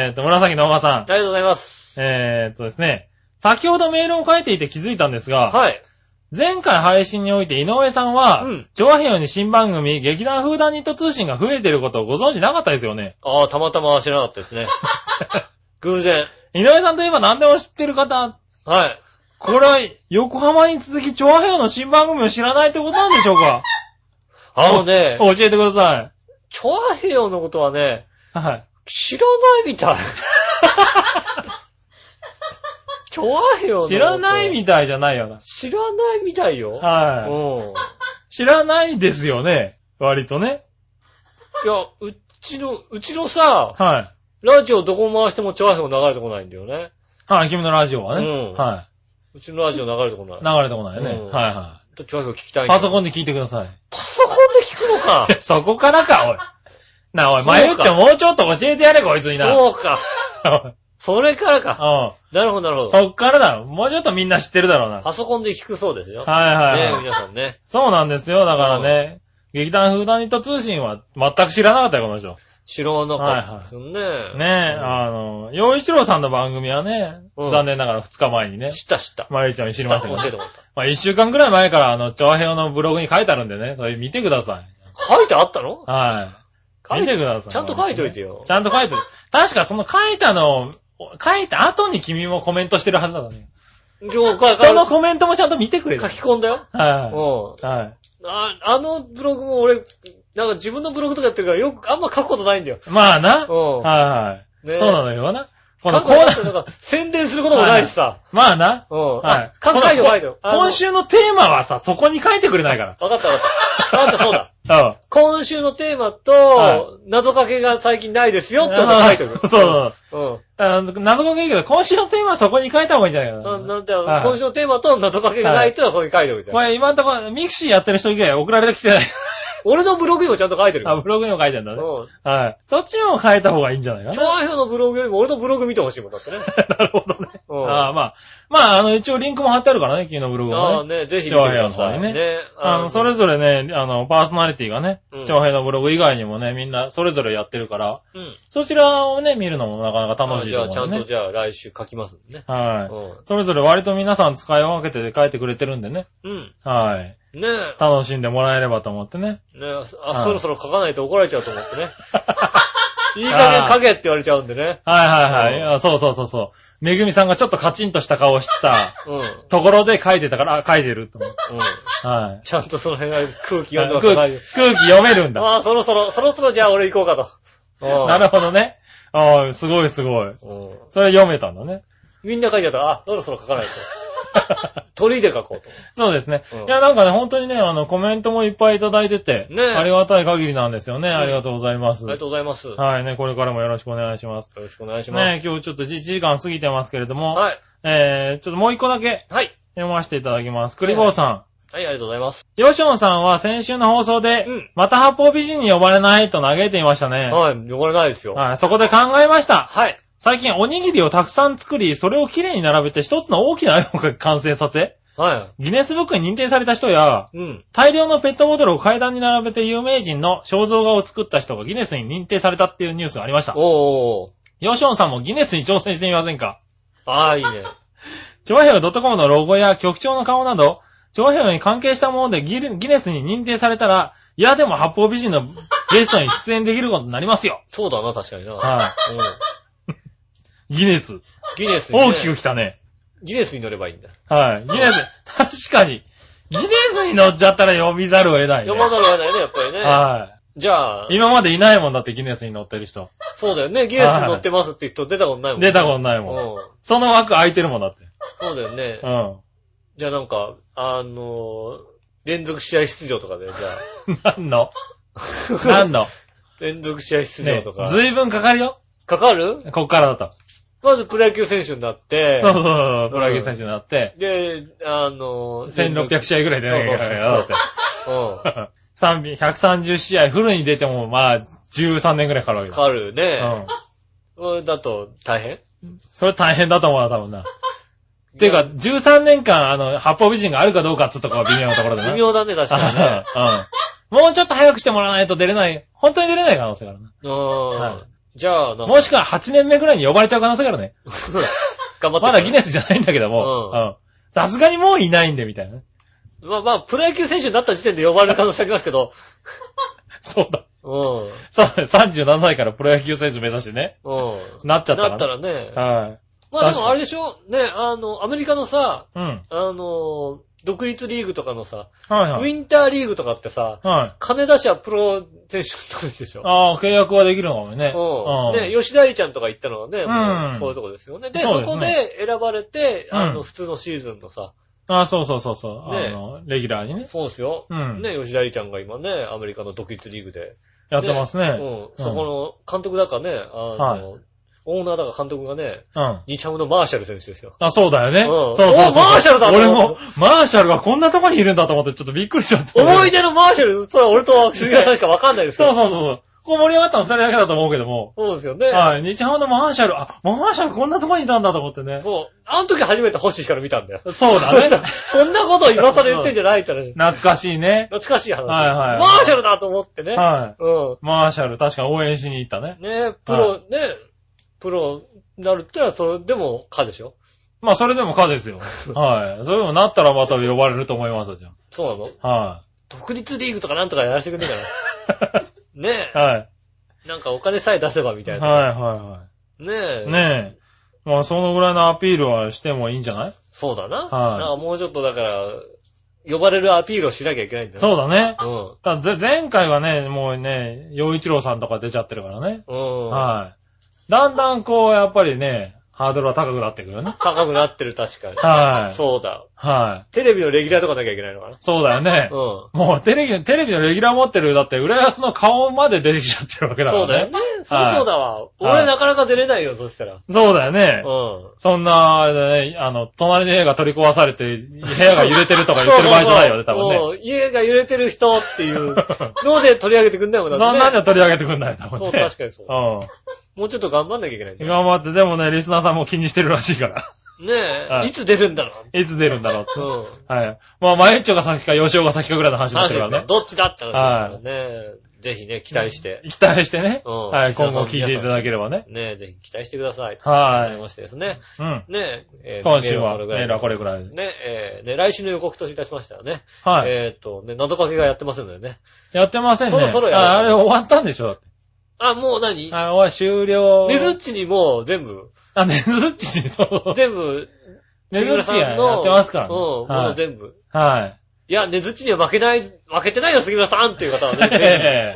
Speaker 3: え、えっと、紫のおばさん。
Speaker 2: ありがとうございます。
Speaker 3: えーっとですね。先ほどメールを書いていて気づいたんですが、
Speaker 2: はい。
Speaker 3: 前回配信において井上さんは、
Speaker 2: うん
Speaker 3: 上辺用に新番組、劇団風団ニット通信が増えてることをご存知なかったですよね。
Speaker 2: ああ、たまたま知らなかった ですね。偶然。
Speaker 3: 井上さんといえば何でも知ってる方、
Speaker 2: はい。
Speaker 3: これは横浜に続き上辺用の新番組を知らないってことなんでしょうか
Speaker 2: あのね、
Speaker 3: 教えてくださ
Speaker 2: チョアヘヨのことはね、
Speaker 3: い。はい。
Speaker 2: 知らないみた い。チョアヘヨのこと
Speaker 3: 知らないみたいじゃないよな。
Speaker 2: 知らないみたいよ。
Speaker 3: はい。
Speaker 2: うん。
Speaker 3: 知らないですよね。割とね。
Speaker 2: いや、うちの、うちのさ、
Speaker 3: は
Speaker 2: ラジオどこ回してもチョアヘヨ流れてこないんだよね。
Speaker 3: い。はい、君のラジオはね。
Speaker 2: うん
Speaker 3: は
Speaker 2: うちのラジオ流れてこない
Speaker 3: い。。流れてこないよね。
Speaker 2: うん
Speaker 3: はいは
Speaker 2: チョアヘヨ聞きたい
Speaker 3: い。
Speaker 2: んだ
Speaker 3: パソコンで聞いてく ださい。
Speaker 2: パソコンで聞くのか。
Speaker 3: そこからか、おい。 なあ、おい、
Speaker 2: そうか
Speaker 3: 迷っちゃうもうちょっと教えてやれ、こいつにな。う。
Speaker 2: そうか。それからか。
Speaker 3: う
Speaker 2: なるほど、なるほ
Speaker 3: ん。
Speaker 2: ど。
Speaker 3: そっからだろ。もうちょっとみんな知ってるだろうな。
Speaker 2: パソコンで聞くそうですよ。
Speaker 3: はいはい
Speaker 2: ね
Speaker 3: はい。
Speaker 2: 皆さんね。
Speaker 3: そうなんですよ。だからね、劇団フーダニット通信は全く知らなかったよ、この人。
Speaker 2: 知らなかったですよね。
Speaker 3: ねえ、あの、洋一郎さんの番組はね、
Speaker 2: うん
Speaker 3: 残念ながら2日前にね、
Speaker 2: 知った知った。
Speaker 3: まゆりちゃんに知りましたけど
Speaker 2: 教えてもらっ
Speaker 3: まあ、一週間くらい前から、あの、長編のブログに書いてあるんでね、それ見てください。
Speaker 2: た。書いてあったの
Speaker 3: はい。見てください。
Speaker 2: ちゃんと書いといてよ
Speaker 3: ち。ゃんと書いて確かその書いたのを、書いた後に君もコメントしてるはずだね。
Speaker 2: 人
Speaker 3: 人のコメントもちゃんと見てくれる
Speaker 2: 書。き込んだよ。
Speaker 3: は
Speaker 2: う
Speaker 3: い。は
Speaker 2: ん。ああのブログも俺、なんか自分のブログとかやってるからよく、あんま書くことないんだよ。
Speaker 3: い。まあな。
Speaker 2: う
Speaker 3: はい
Speaker 2: ねえ
Speaker 3: はい。そうなのよな。こ
Speaker 2: ん。
Speaker 3: の
Speaker 2: 書く
Speaker 3: コ
Speaker 2: こ
Speaker 3: ー
Speaker 2: となく
Speaker 3: ナ
Speaker 2: て
Speaker 3: ー、
Speaker 2: なんか宣伝することもないしさ。
Speaker 3: まあな。
Speaker 2: うん。
Speaker 3: は
Speaker 2: あ
Speaker 3: い。、
Speaker 2: 書
Speaker 3: こ
Speaker 2: く
Speaker 3: の
Speaker 2: 書いて書いてよ。あの
Speaker 3: 今週のテーマはさ、そこに書いてくれないか
Speaker 2: わかったわか った。わかった、そうだ。
Speaker 3: ら。うん。
Speaker 2: 今週のテーマ
Speaker 3: は
Speaker 2: と、謎かけが最近ないですよってことを書いて
Speaker 3: あ
Speaker 2: る。
Speaker 3: そうそう。
Speaker 2: うん。
Speaker 3: あの謎がいいけど、今週のテーマはそこに書いた方がいいんじゃないか
Speaker 2: な
Speaker 3: な。
Speaker 2: なんて、
Speaker 3: はい
Speaker 2: 今週のテーマと謎かけがないってのはそういう書いておいて。
Speaker 3: これ今んところ、ミクシーやってる人以外送られてきてない。
Speaker 2: 俺のブログにもちゃんと書いてるよ。
Speaker 3: あ、ブログにも書いてんだね。
Speaker 2: うん。
Speaker 3: はい。そっちも変えた方がいいんじゃないか
Speaker 2: 調
Speaker 3: な。
Speaker 2: 和表のブログよりも俺のブログ見てほしいもんだってね。
Speaker 3: なるほどね。
Speaker 2: うん。
Speaker 3: ああ、まあ。まあ、あの、一応リンクも貼ってあるからね、君のブログ
Speaker 2: ああ
Speaker 3: はね。
Speaker 2: ね、ぜひ見てください
Speaker 3: 調和表の方にね
Speaker 2: ね。ね
Speaker 3: あの、それぞれね、あの、パーソナリティがね
Speaker 2: う、ん
Speaker 3: 長平のブログ以外にもね、みんなそれぞれやってるから、
Speaker 2: うん。
Speaker 3: そちらをね、見るのもなかなか楽
Speaker 2: あ
Speaker 3: しい
Speaker 2: じゃあ、ち
Speaker 3: と
Speaker 2: ゃ
Speaker 3: 思うんん
Speaker 2: と
Speaker 3: でね。
Speaker 2: じゃあ来週書きますんでね。
Speaker 3: は
Speaker 2: う
Speaker 3: い。それぞれ割と皆さん使い分けて書いてくれてるんでね。
Speaker 2: ん。
Speaker 3: はい。
Speaker 2: うん。ねえ。
Speaker 3: 楽しんでもらえればと思ってね。
Speaker 2: ねえ、
Speaker 3: は
Speaker 2: あ、
Speaker 3: い
Speaker 2: そろそろ書かないと怒られちゃうと思って ね。いい加減書けって言われちゃうんでね。
Speaker 3: はいはいは
Speaker 2: う
Speaker 3: い
Speaker 2: ん
Speaker 3: いや。そうそうそうそう。めぐみさんがちょっとカチンとした顔をした
Speaker 2: うん。うん。
Speaker 3: ところで書いてたから、あ書いてると思う。はい。
Speaker 2: ちゃんとその辺が空気読んで
Speaker 3: 空
Speaker 2: は
Speaker 3: 気
Speaker 2: 書かない。
Speaker 3: 空気読めるんだ。
Speaker 2: ああ、そろそろ、そろそろじゃあ俺行こうかと。
Speaker 3: なるほどね。ああ、すごいすごい。
Speaker 2: ほど。うん
Speaker 3: それ読めたんだね。
Speaker 2: みんな書いてあったら、あ、そろそろ書かないと。鳥で書こうと。
Speaker 3: そうですね
Speaker 2: うん。
Speaker 3: いや、なんかね、本当にね、あの、コメントもいっぱいいただいてて、
Speaker 2: ねえ
Speaker 3: ありがたい限りなんですよね。
Speaker 2: ん
Speaker 3: ありがとうございま
Speaker 2: あ
Speaker 3: す
Speaker 2: り。がとうございます。よ
Speaker 3: はいね、これからもよろしくお願いします。
Speaker 2: ろしくお願いします。
Speaker 3: ね、今日ちょっと1時間過ぎてますけれども、
Speaker 2: はい。
Speaker 3: えー、ちょっともう一個だけ
Speaker 2: はい。
Speaker 3: 読ませていただきます。クリボーさ
Speaker 2: はい、ありがとうございます。
Speaker 3: ん。ヨションさんは先週の放送で、
Speaker 2: うん
Speaker 3: また八方美人に呼ばれないと嘆いていましたね。
Speaker 2: はい、汚れないですよ。
Speaker 3: はい、そこで考えました。
Speaker 2: はい。
Speaker 3: 最近おにぎりをたくさん作り、それをきれいに並べて一つの大きな絵を完成させ、
Speaker 2: は
Speaker 3: ギネスブックに認定された人や、
Speaker 2: い。うん。
Speaker 3: 大量のペットボトルを階段に並べて有名人の肖像画を作った人がギネスに認定されたっていうニュースがありました。
Speaker 2: おー。
Speaker 3: ヨションさんもギネスに挑戦してみませんか
Speaker 2: ああ、いいね。
Speaker 3: チョアヘオ .com のロゴや局長の顔など、チョアヘオに関係したものでギリギネスに認定されたら、いやでも八方美人のゲストに出演できることになりますよ。
Speaker 2: そうだな、確かにな。
Speaker 3: は
Speaker 2: うん
Speaker 3: い。ギネス。
Speaker 2: ギネスに、ね。
Speaker 3: 大きく来たね。
Speaker 2: ギネスに乗ればいいんだ。
Speaker 3: はい。ギネス。確かに。ギネスに乗っちゃったら呼びざるを得ない、ね。
Speaker 2: 読まざるを得ないね、やっぱりね。
Speaker 3: は
Speaker 2: じゃあ
Speaker 3: い。、今までいないもんだってギネスに乗ってる人。
Speaker 2: そうだよね。ギネスに乗ってますって人出たことないもんね。
Speaker 3: 出たことないもん。
Speaker 2: うん。
Speaker 3: その枠空いてるもんだって。
Speaker 2: そうだよね
Speaker 3: う。ん。
Speaker 2: じゃあなんか、あのー、連続試合出場とかで、じ ゃ
Speaker 3: 何の
Speaker 2: あ。
Speaker 3: 何の
Speaker 2: 連続試合出場
Speaker 3: ね
Speaker 2: とか。
Speaker 3: ずいぶんかかるよ。
Speaker 2: かかる
Speaker 3: こっからだと。
Speaker 2: まずプロ野球選手になって、
Speaker 3: そうそうそう。プロ野球選手になって、
Speaker 2: で、あのー、
Speaker 3: 1600試合ぐらい出なきゃいけないからだって。
Speaker 2: 合。う
Speaker 3: 300 130試合フルに出ても、まあ、13年ぐらいかかるわけ
Speaker 2: ん。か
Speaker 3: だ。
Speaker 2: かる
Speaker 3: う
Speaker 2: ね。
Speaker 3: ん。
Speaker 2: うん。だと大変
Speaker 3: それ大変だと思うな、多分な。ていうか、、13年間、あの、八方美人があるかどうかっつうとこは微妙なところだな。
Speaker 2: 微妙だね、確かにね。
Speaker 3: うん。もうちょっと早くしてもらわないと出れない、本当に出れない可能性があるな。
Speaker 2: う
Speaker 3: は
Speaker 2: ん。じゃあ、なんか
Speaker 3: もしくは8年目ぐらいに呼ばれちゃう可能性があるね。
Speaker 2: 頑張って。
Speaker 3: まだギ
Speaker 2: ネ
Speaker 3: ネスじゃないんだけども、
Speaker 2: うん
Speaker 3: うん。さすがにもういないんで、みたいなね。
Speaker 2: まあまあ、プロ野球選手になった時点で呼ばれる可能性ありますけど、
Speaker 3: そうだ。
Speaker 2: うん。
Speaker 3: そうだね、37歳からプロ野球選手目指してね、
Speaker 2: うん。
Speaker 3: なっちゃったら。
Speaker 2: なったらね。
Speaker 3: はい。
Speaker 2: まあで
Speaker 3: 確か
Speaker 2: も
Speaker 3: に
Speaker 2: あれでしょね、あの、アメリカのさ、
Speaker 3: うん。
Speaker 2: あの、独立リーグとかのさ、
Speaker 3: はい
Speaker 2: ウ
Speaker 3: はい。
Speaker 2: ィンターリーグとかってさ、
Speaker 3: はい。
Speaker 2: 金出しはプロ選手になるでしょ
Speaker 3: ああ、契約はできるのかもね。
Speaker 2: うん。ね、
Speaker 3: うん。
Speaker 2: 吉田井ちゃんとか行ったのはね、もう
Speaker 3: うん
Speaker 2: そういうとこですよね。で、
Speaker 3: そう
Speaker 2: そ
Speaker 3: ですね
Speaker 2: こで選ばれて、あ
Speaker 3: う
Speaker 2: の、
Speaker 3: ん
Speaker 2: 普通のシーズンのさ、
Speaker 3: ああ、そうそうそうそう。
Speaker 2: ね
Speaker 3: あの、レギュラーにね、
Speaker 2: そうですよ。
Speaker 3: うん
Speaker 2: ね、吉田井ちゃんが今ね、アメリカの独立リーグで。
Speaker 3: やってます
Speaker 2: う
Speaker 3: ね。
Speaker 2: ん。そこの監督だかね、あ
Speaker 3: は
Speaker 2: の、オーナーだか監督がね、
Speaker 3: うん。
Speaker 2: ニチャムのマーシャル選手ですよ。
Speaker 3: あ、そうだよね。
Speaker 2: うん
Speaker 3: そうそうそう。
Speaker 2: おマーシャルだと
Speaker 3: 俺
Speaker 2: 思っ
Speaker 3: も、マーシャルがこんなとこにいるんだと思ってちょっとびっくりしちゃった。
Speaker 2: 思い出のマーシャル、それは俺と杉浦さんしかわかんないです
Speaker 3: そ
Speaker 2: よ。
Speaker 3: うそうそうそう。ここ盛り上がったの二人だけだと思うけども。
Speaker 2: そうですよね。
Speaker 3: はい。日ハムのマーシャル、あ、マーシャルこんなとこにいたんだと思ってね。
Speaker 2: そう。あの時初めて星から見たんだよ。
Speaker 3: そう だね。
Speaker 2: そんなことを今更言ってんじゃないからね。
Speaker 3: 懐かしいね。
Speaker 2: 懐かしい話。
Speaker 3: はいはい
Speaker 2: マーシャルだと思ってね。
Speaker 3: は
Speaker 2: う
Speaker 3: い。マーシャル、確か応援しに行ったね。
Speaker 2: ん。ねプロ、ねプロになるってのは、それでも、かでしょ
Speaker 3: まあ、それでもかで すよ。はい。それでもなったらまた呼ばれると思いますじゃん。
Speaker 2: そうなの
Speaker 3: は
Speaker 2: 独立リーグとかなんとかやらせてくんねえか な。ね
Speaker 3: い。はい。
Speaker 2: え。なんかお金さえ出せばみた
Speaker 3: は
Speaker 2: い
Speaker 3: い
Speaker 2: な。
Speaker 3: は
Speaker 2: ね
Speaker 3: いは
Speaker 2: え。
Speaker 3: い。ねえ。まあ、そのぐらいのアピールはしてもいいんじゃない
Speaker 2: そうだな。
Speaker 3: はい
Speaker 2: なんかもうちょっとだから、呼ばれるアピールをしなきゃいけないんだ
Speaker 3: そうだね。
Speaker 2: う。
Speaker 3: ただぜ前回はね、もうね、洋一郎さんとか出ちゃってるからね。
Speaker 2: うん。うん。
Speaker 3: はい。だんだんこう、やっぱりね、ハードルは高くなってくるよね。
Speaker 2: 高くなってる、確かに。
Speaker 3: はい。
Speaker 2: そうだ。
Speaker 3: はい。
Speaker 2: テレビのレギュラーとかなきゃいけないのかな。
Speaker 3: そうだよね。
Speaker 2: う
Speaker 3: もうテレビ、テレビのレギュラー持ってる、だって、浦安の顔まで出てきちゃってるわけ
Speaker 2: ん。
Speaker 3: だから
Speaker 2: そう
Speaker 3: ね。
Speaker 2: だよね。そうそうだわ。俺なかなか出れないよ、そしたら。
Speaker 3: そうだよね。
Speaker 2: うん。
Speaker 3: そんな、あれだね、あの、隣の部屋が取り壊されて、部屋が揺れてるとか言ってる場合じゃないよね、多分ね。
Speaker 2: ね。家が揺れてる人って いうので取り上げてくんないもん
Speaker 3: そ
Speaker 2: だ
Speaker 3: んなんじ
Speaker 2: ね。
Speaker 3: ゃ取り上げてくんない、多分
Speaker 2: そう、
Speaker 3: ね。
Speaker 2: 確かにそう。
Speaker 3: う
Speaker 2: もうちょっと頑張んなきゃいけないんだ
Speaker 3: ん。
Speaker 2: よ
Speaker 3: 頑張って、でもね、リスナーさんも気にしてるらしいから。
Speaker 2: ね
Speaker 3: は
Speaker 2: え、
Speaker 3: い
Speaker 2: いつ出るんだろ
Speaker 3: いつ出るんだろ
Speaker 2: う。
Speaker 3: うっ
Speaker 2: うん。
Speaker 3: て。はい。まあ、マエッチョが先か、ヨシオが先かぐらいの話になっ
Speaker 2: 話
Speaker 3: て
Speaker 2: で
Speaker 3: るか
Speaker 2: す
Speaker 3: ら
Speaker 2: よ。
Speaker 3: ね。
Speaker 2: どっちだって話だからね。ぜひね、期待して。
Speaker 3: 期待してね。
Speaker 2: うん
Speaker 3: はい、今後聞いていただければね。
Speaker 2: ねえ、ぜひ期待してください。とい
Speaker 3: は
Speaker 2: うことでございましてですね。
Speaker 3: い。うん。
Speaker 2: ねえ、えー
Speaker 3: 今週は、
Speaker 2: メールこれぐらい
Speaker 3: メールはこれぐらいで。
Speaker 2: ね、えーね、来週の予告といたしましたらね。
Speaker 3: はい。
Speaker 2: えっ、と、ね、謎かけがやってますんだよね。
Speaker 3: やってませんね。
Speaker 2: そろそろやる
Speaker 3: ああれ終わったんでしょだって
Speaker 2: あ、もう何
Speaker 3: あ、終わ終了。
Speaker 2: ネズッチにもう全部、
Speaker 3: あ、ネズッチに、そう。
Speaker 2: 全部、
Speaker 3: ネズッチ
Speaker 2: 杉村さ
Speaker 3: や
Speaker 2: んの
Speaker 3: やってますから
Speaker 2: うん、
Speaker 3: ね。
Speaker 2: も
Speaker 3: は
Speaker 2: う
Speaker 3: い
Speaker 2: 全部。
Speaker 3: はい
Speaker 2: や、ネズッチには負けない、負けてないよ、杉村さんっていう方はね。
Speaker 3: い。
Speaker 2: 全
Speaker 3: え
Speaker 2: 部
Speaker 3: え。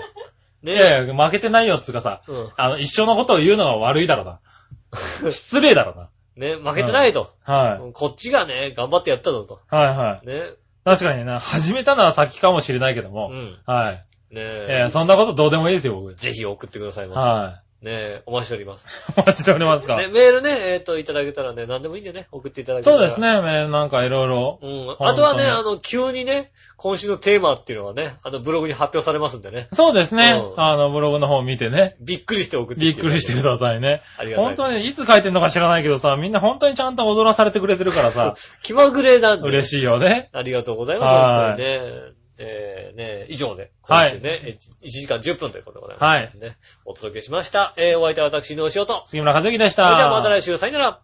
Speaker 2: ね
Speaker 3: いやいや、負けてないよっつうかさ、
Speaker 2: うん
Speaker 3: あの、一生のことを言うのが悪いだろうな。失礼だろうな。
Speaker 2: ね、負けてないと。
Speaker 3: はい。
Speaker 2: こっちがね、頑張ってやったぞと。
Speaker 3: はいはい。
Speaker 2: ね。
Speaker 3: 確かにな、始めたのは先かもしれないけど
Speaker 2: う
Speaker 3: も。
Speaker 2: ん。
Speaker 3: はい。
Speaker 2: ね
Speaker 3: えーそんなことどうでもいいですよ、僕。
Speaker 2: ぜひ送ってくださいま
Speaker 3: は
Speaker 2: せ。ねお待ちしております。
Speaker 3: い。お 待ちしておりますか
Speaker 2: ね、。メールね、えっ、と、いただけたらね、何でもいいんでね、送っていただけたら。
Speaker 3: そうです。ね、ねなんかいろいろ。
Speaker 2: うん。あとはね、あ
Speaker 3: 本
Speaker 2: の、急にね、今週のテーマっていうのはね、あの、ブログに発表されますんでね。
Speaker 3: そうですね
Speaker 2: う。ん
Speaker 3: あの、ブログの方見てね。
Speaker 2: びっくりして送って
Speaker 3: び
Speaker 2: き
Speaker 3: っくりしてく
Speaker 2: ただ
Speaker 3: ださいね。
Speaker 2: ければ。あ
Speaker 3: 本
Speaker 2: りが
Speaker 3: 当
Speaker 2: たい。
Speaker 3: にいつ書いてんのか知らないけどさ、みんな本当にちゃんと踊らされてくれてるからさ、
Speaker 2: 気まぐれなんで。
Speaker 3: 嬉
Speaker 2: しい。
Speaker 3: しいよね。
Speaker 2: ありがとうございま
Speaker 3: は
Speaker 2: す。本
Speaker 3: い
Speaker 2: 当にね。えー、ね以上で、
Speaker 3: はい
Speaker 2: 今週ね、1時間10分ということでございます。
Speaker 3: はい
Speaker 2: ね。お届けしました。えー、お相手は私、のお仕事。
Speaker 3: 杉村和之でし
Speaker 2: そ
Speaker 3: た。
Speaker 2: れではまた来週、さよなら。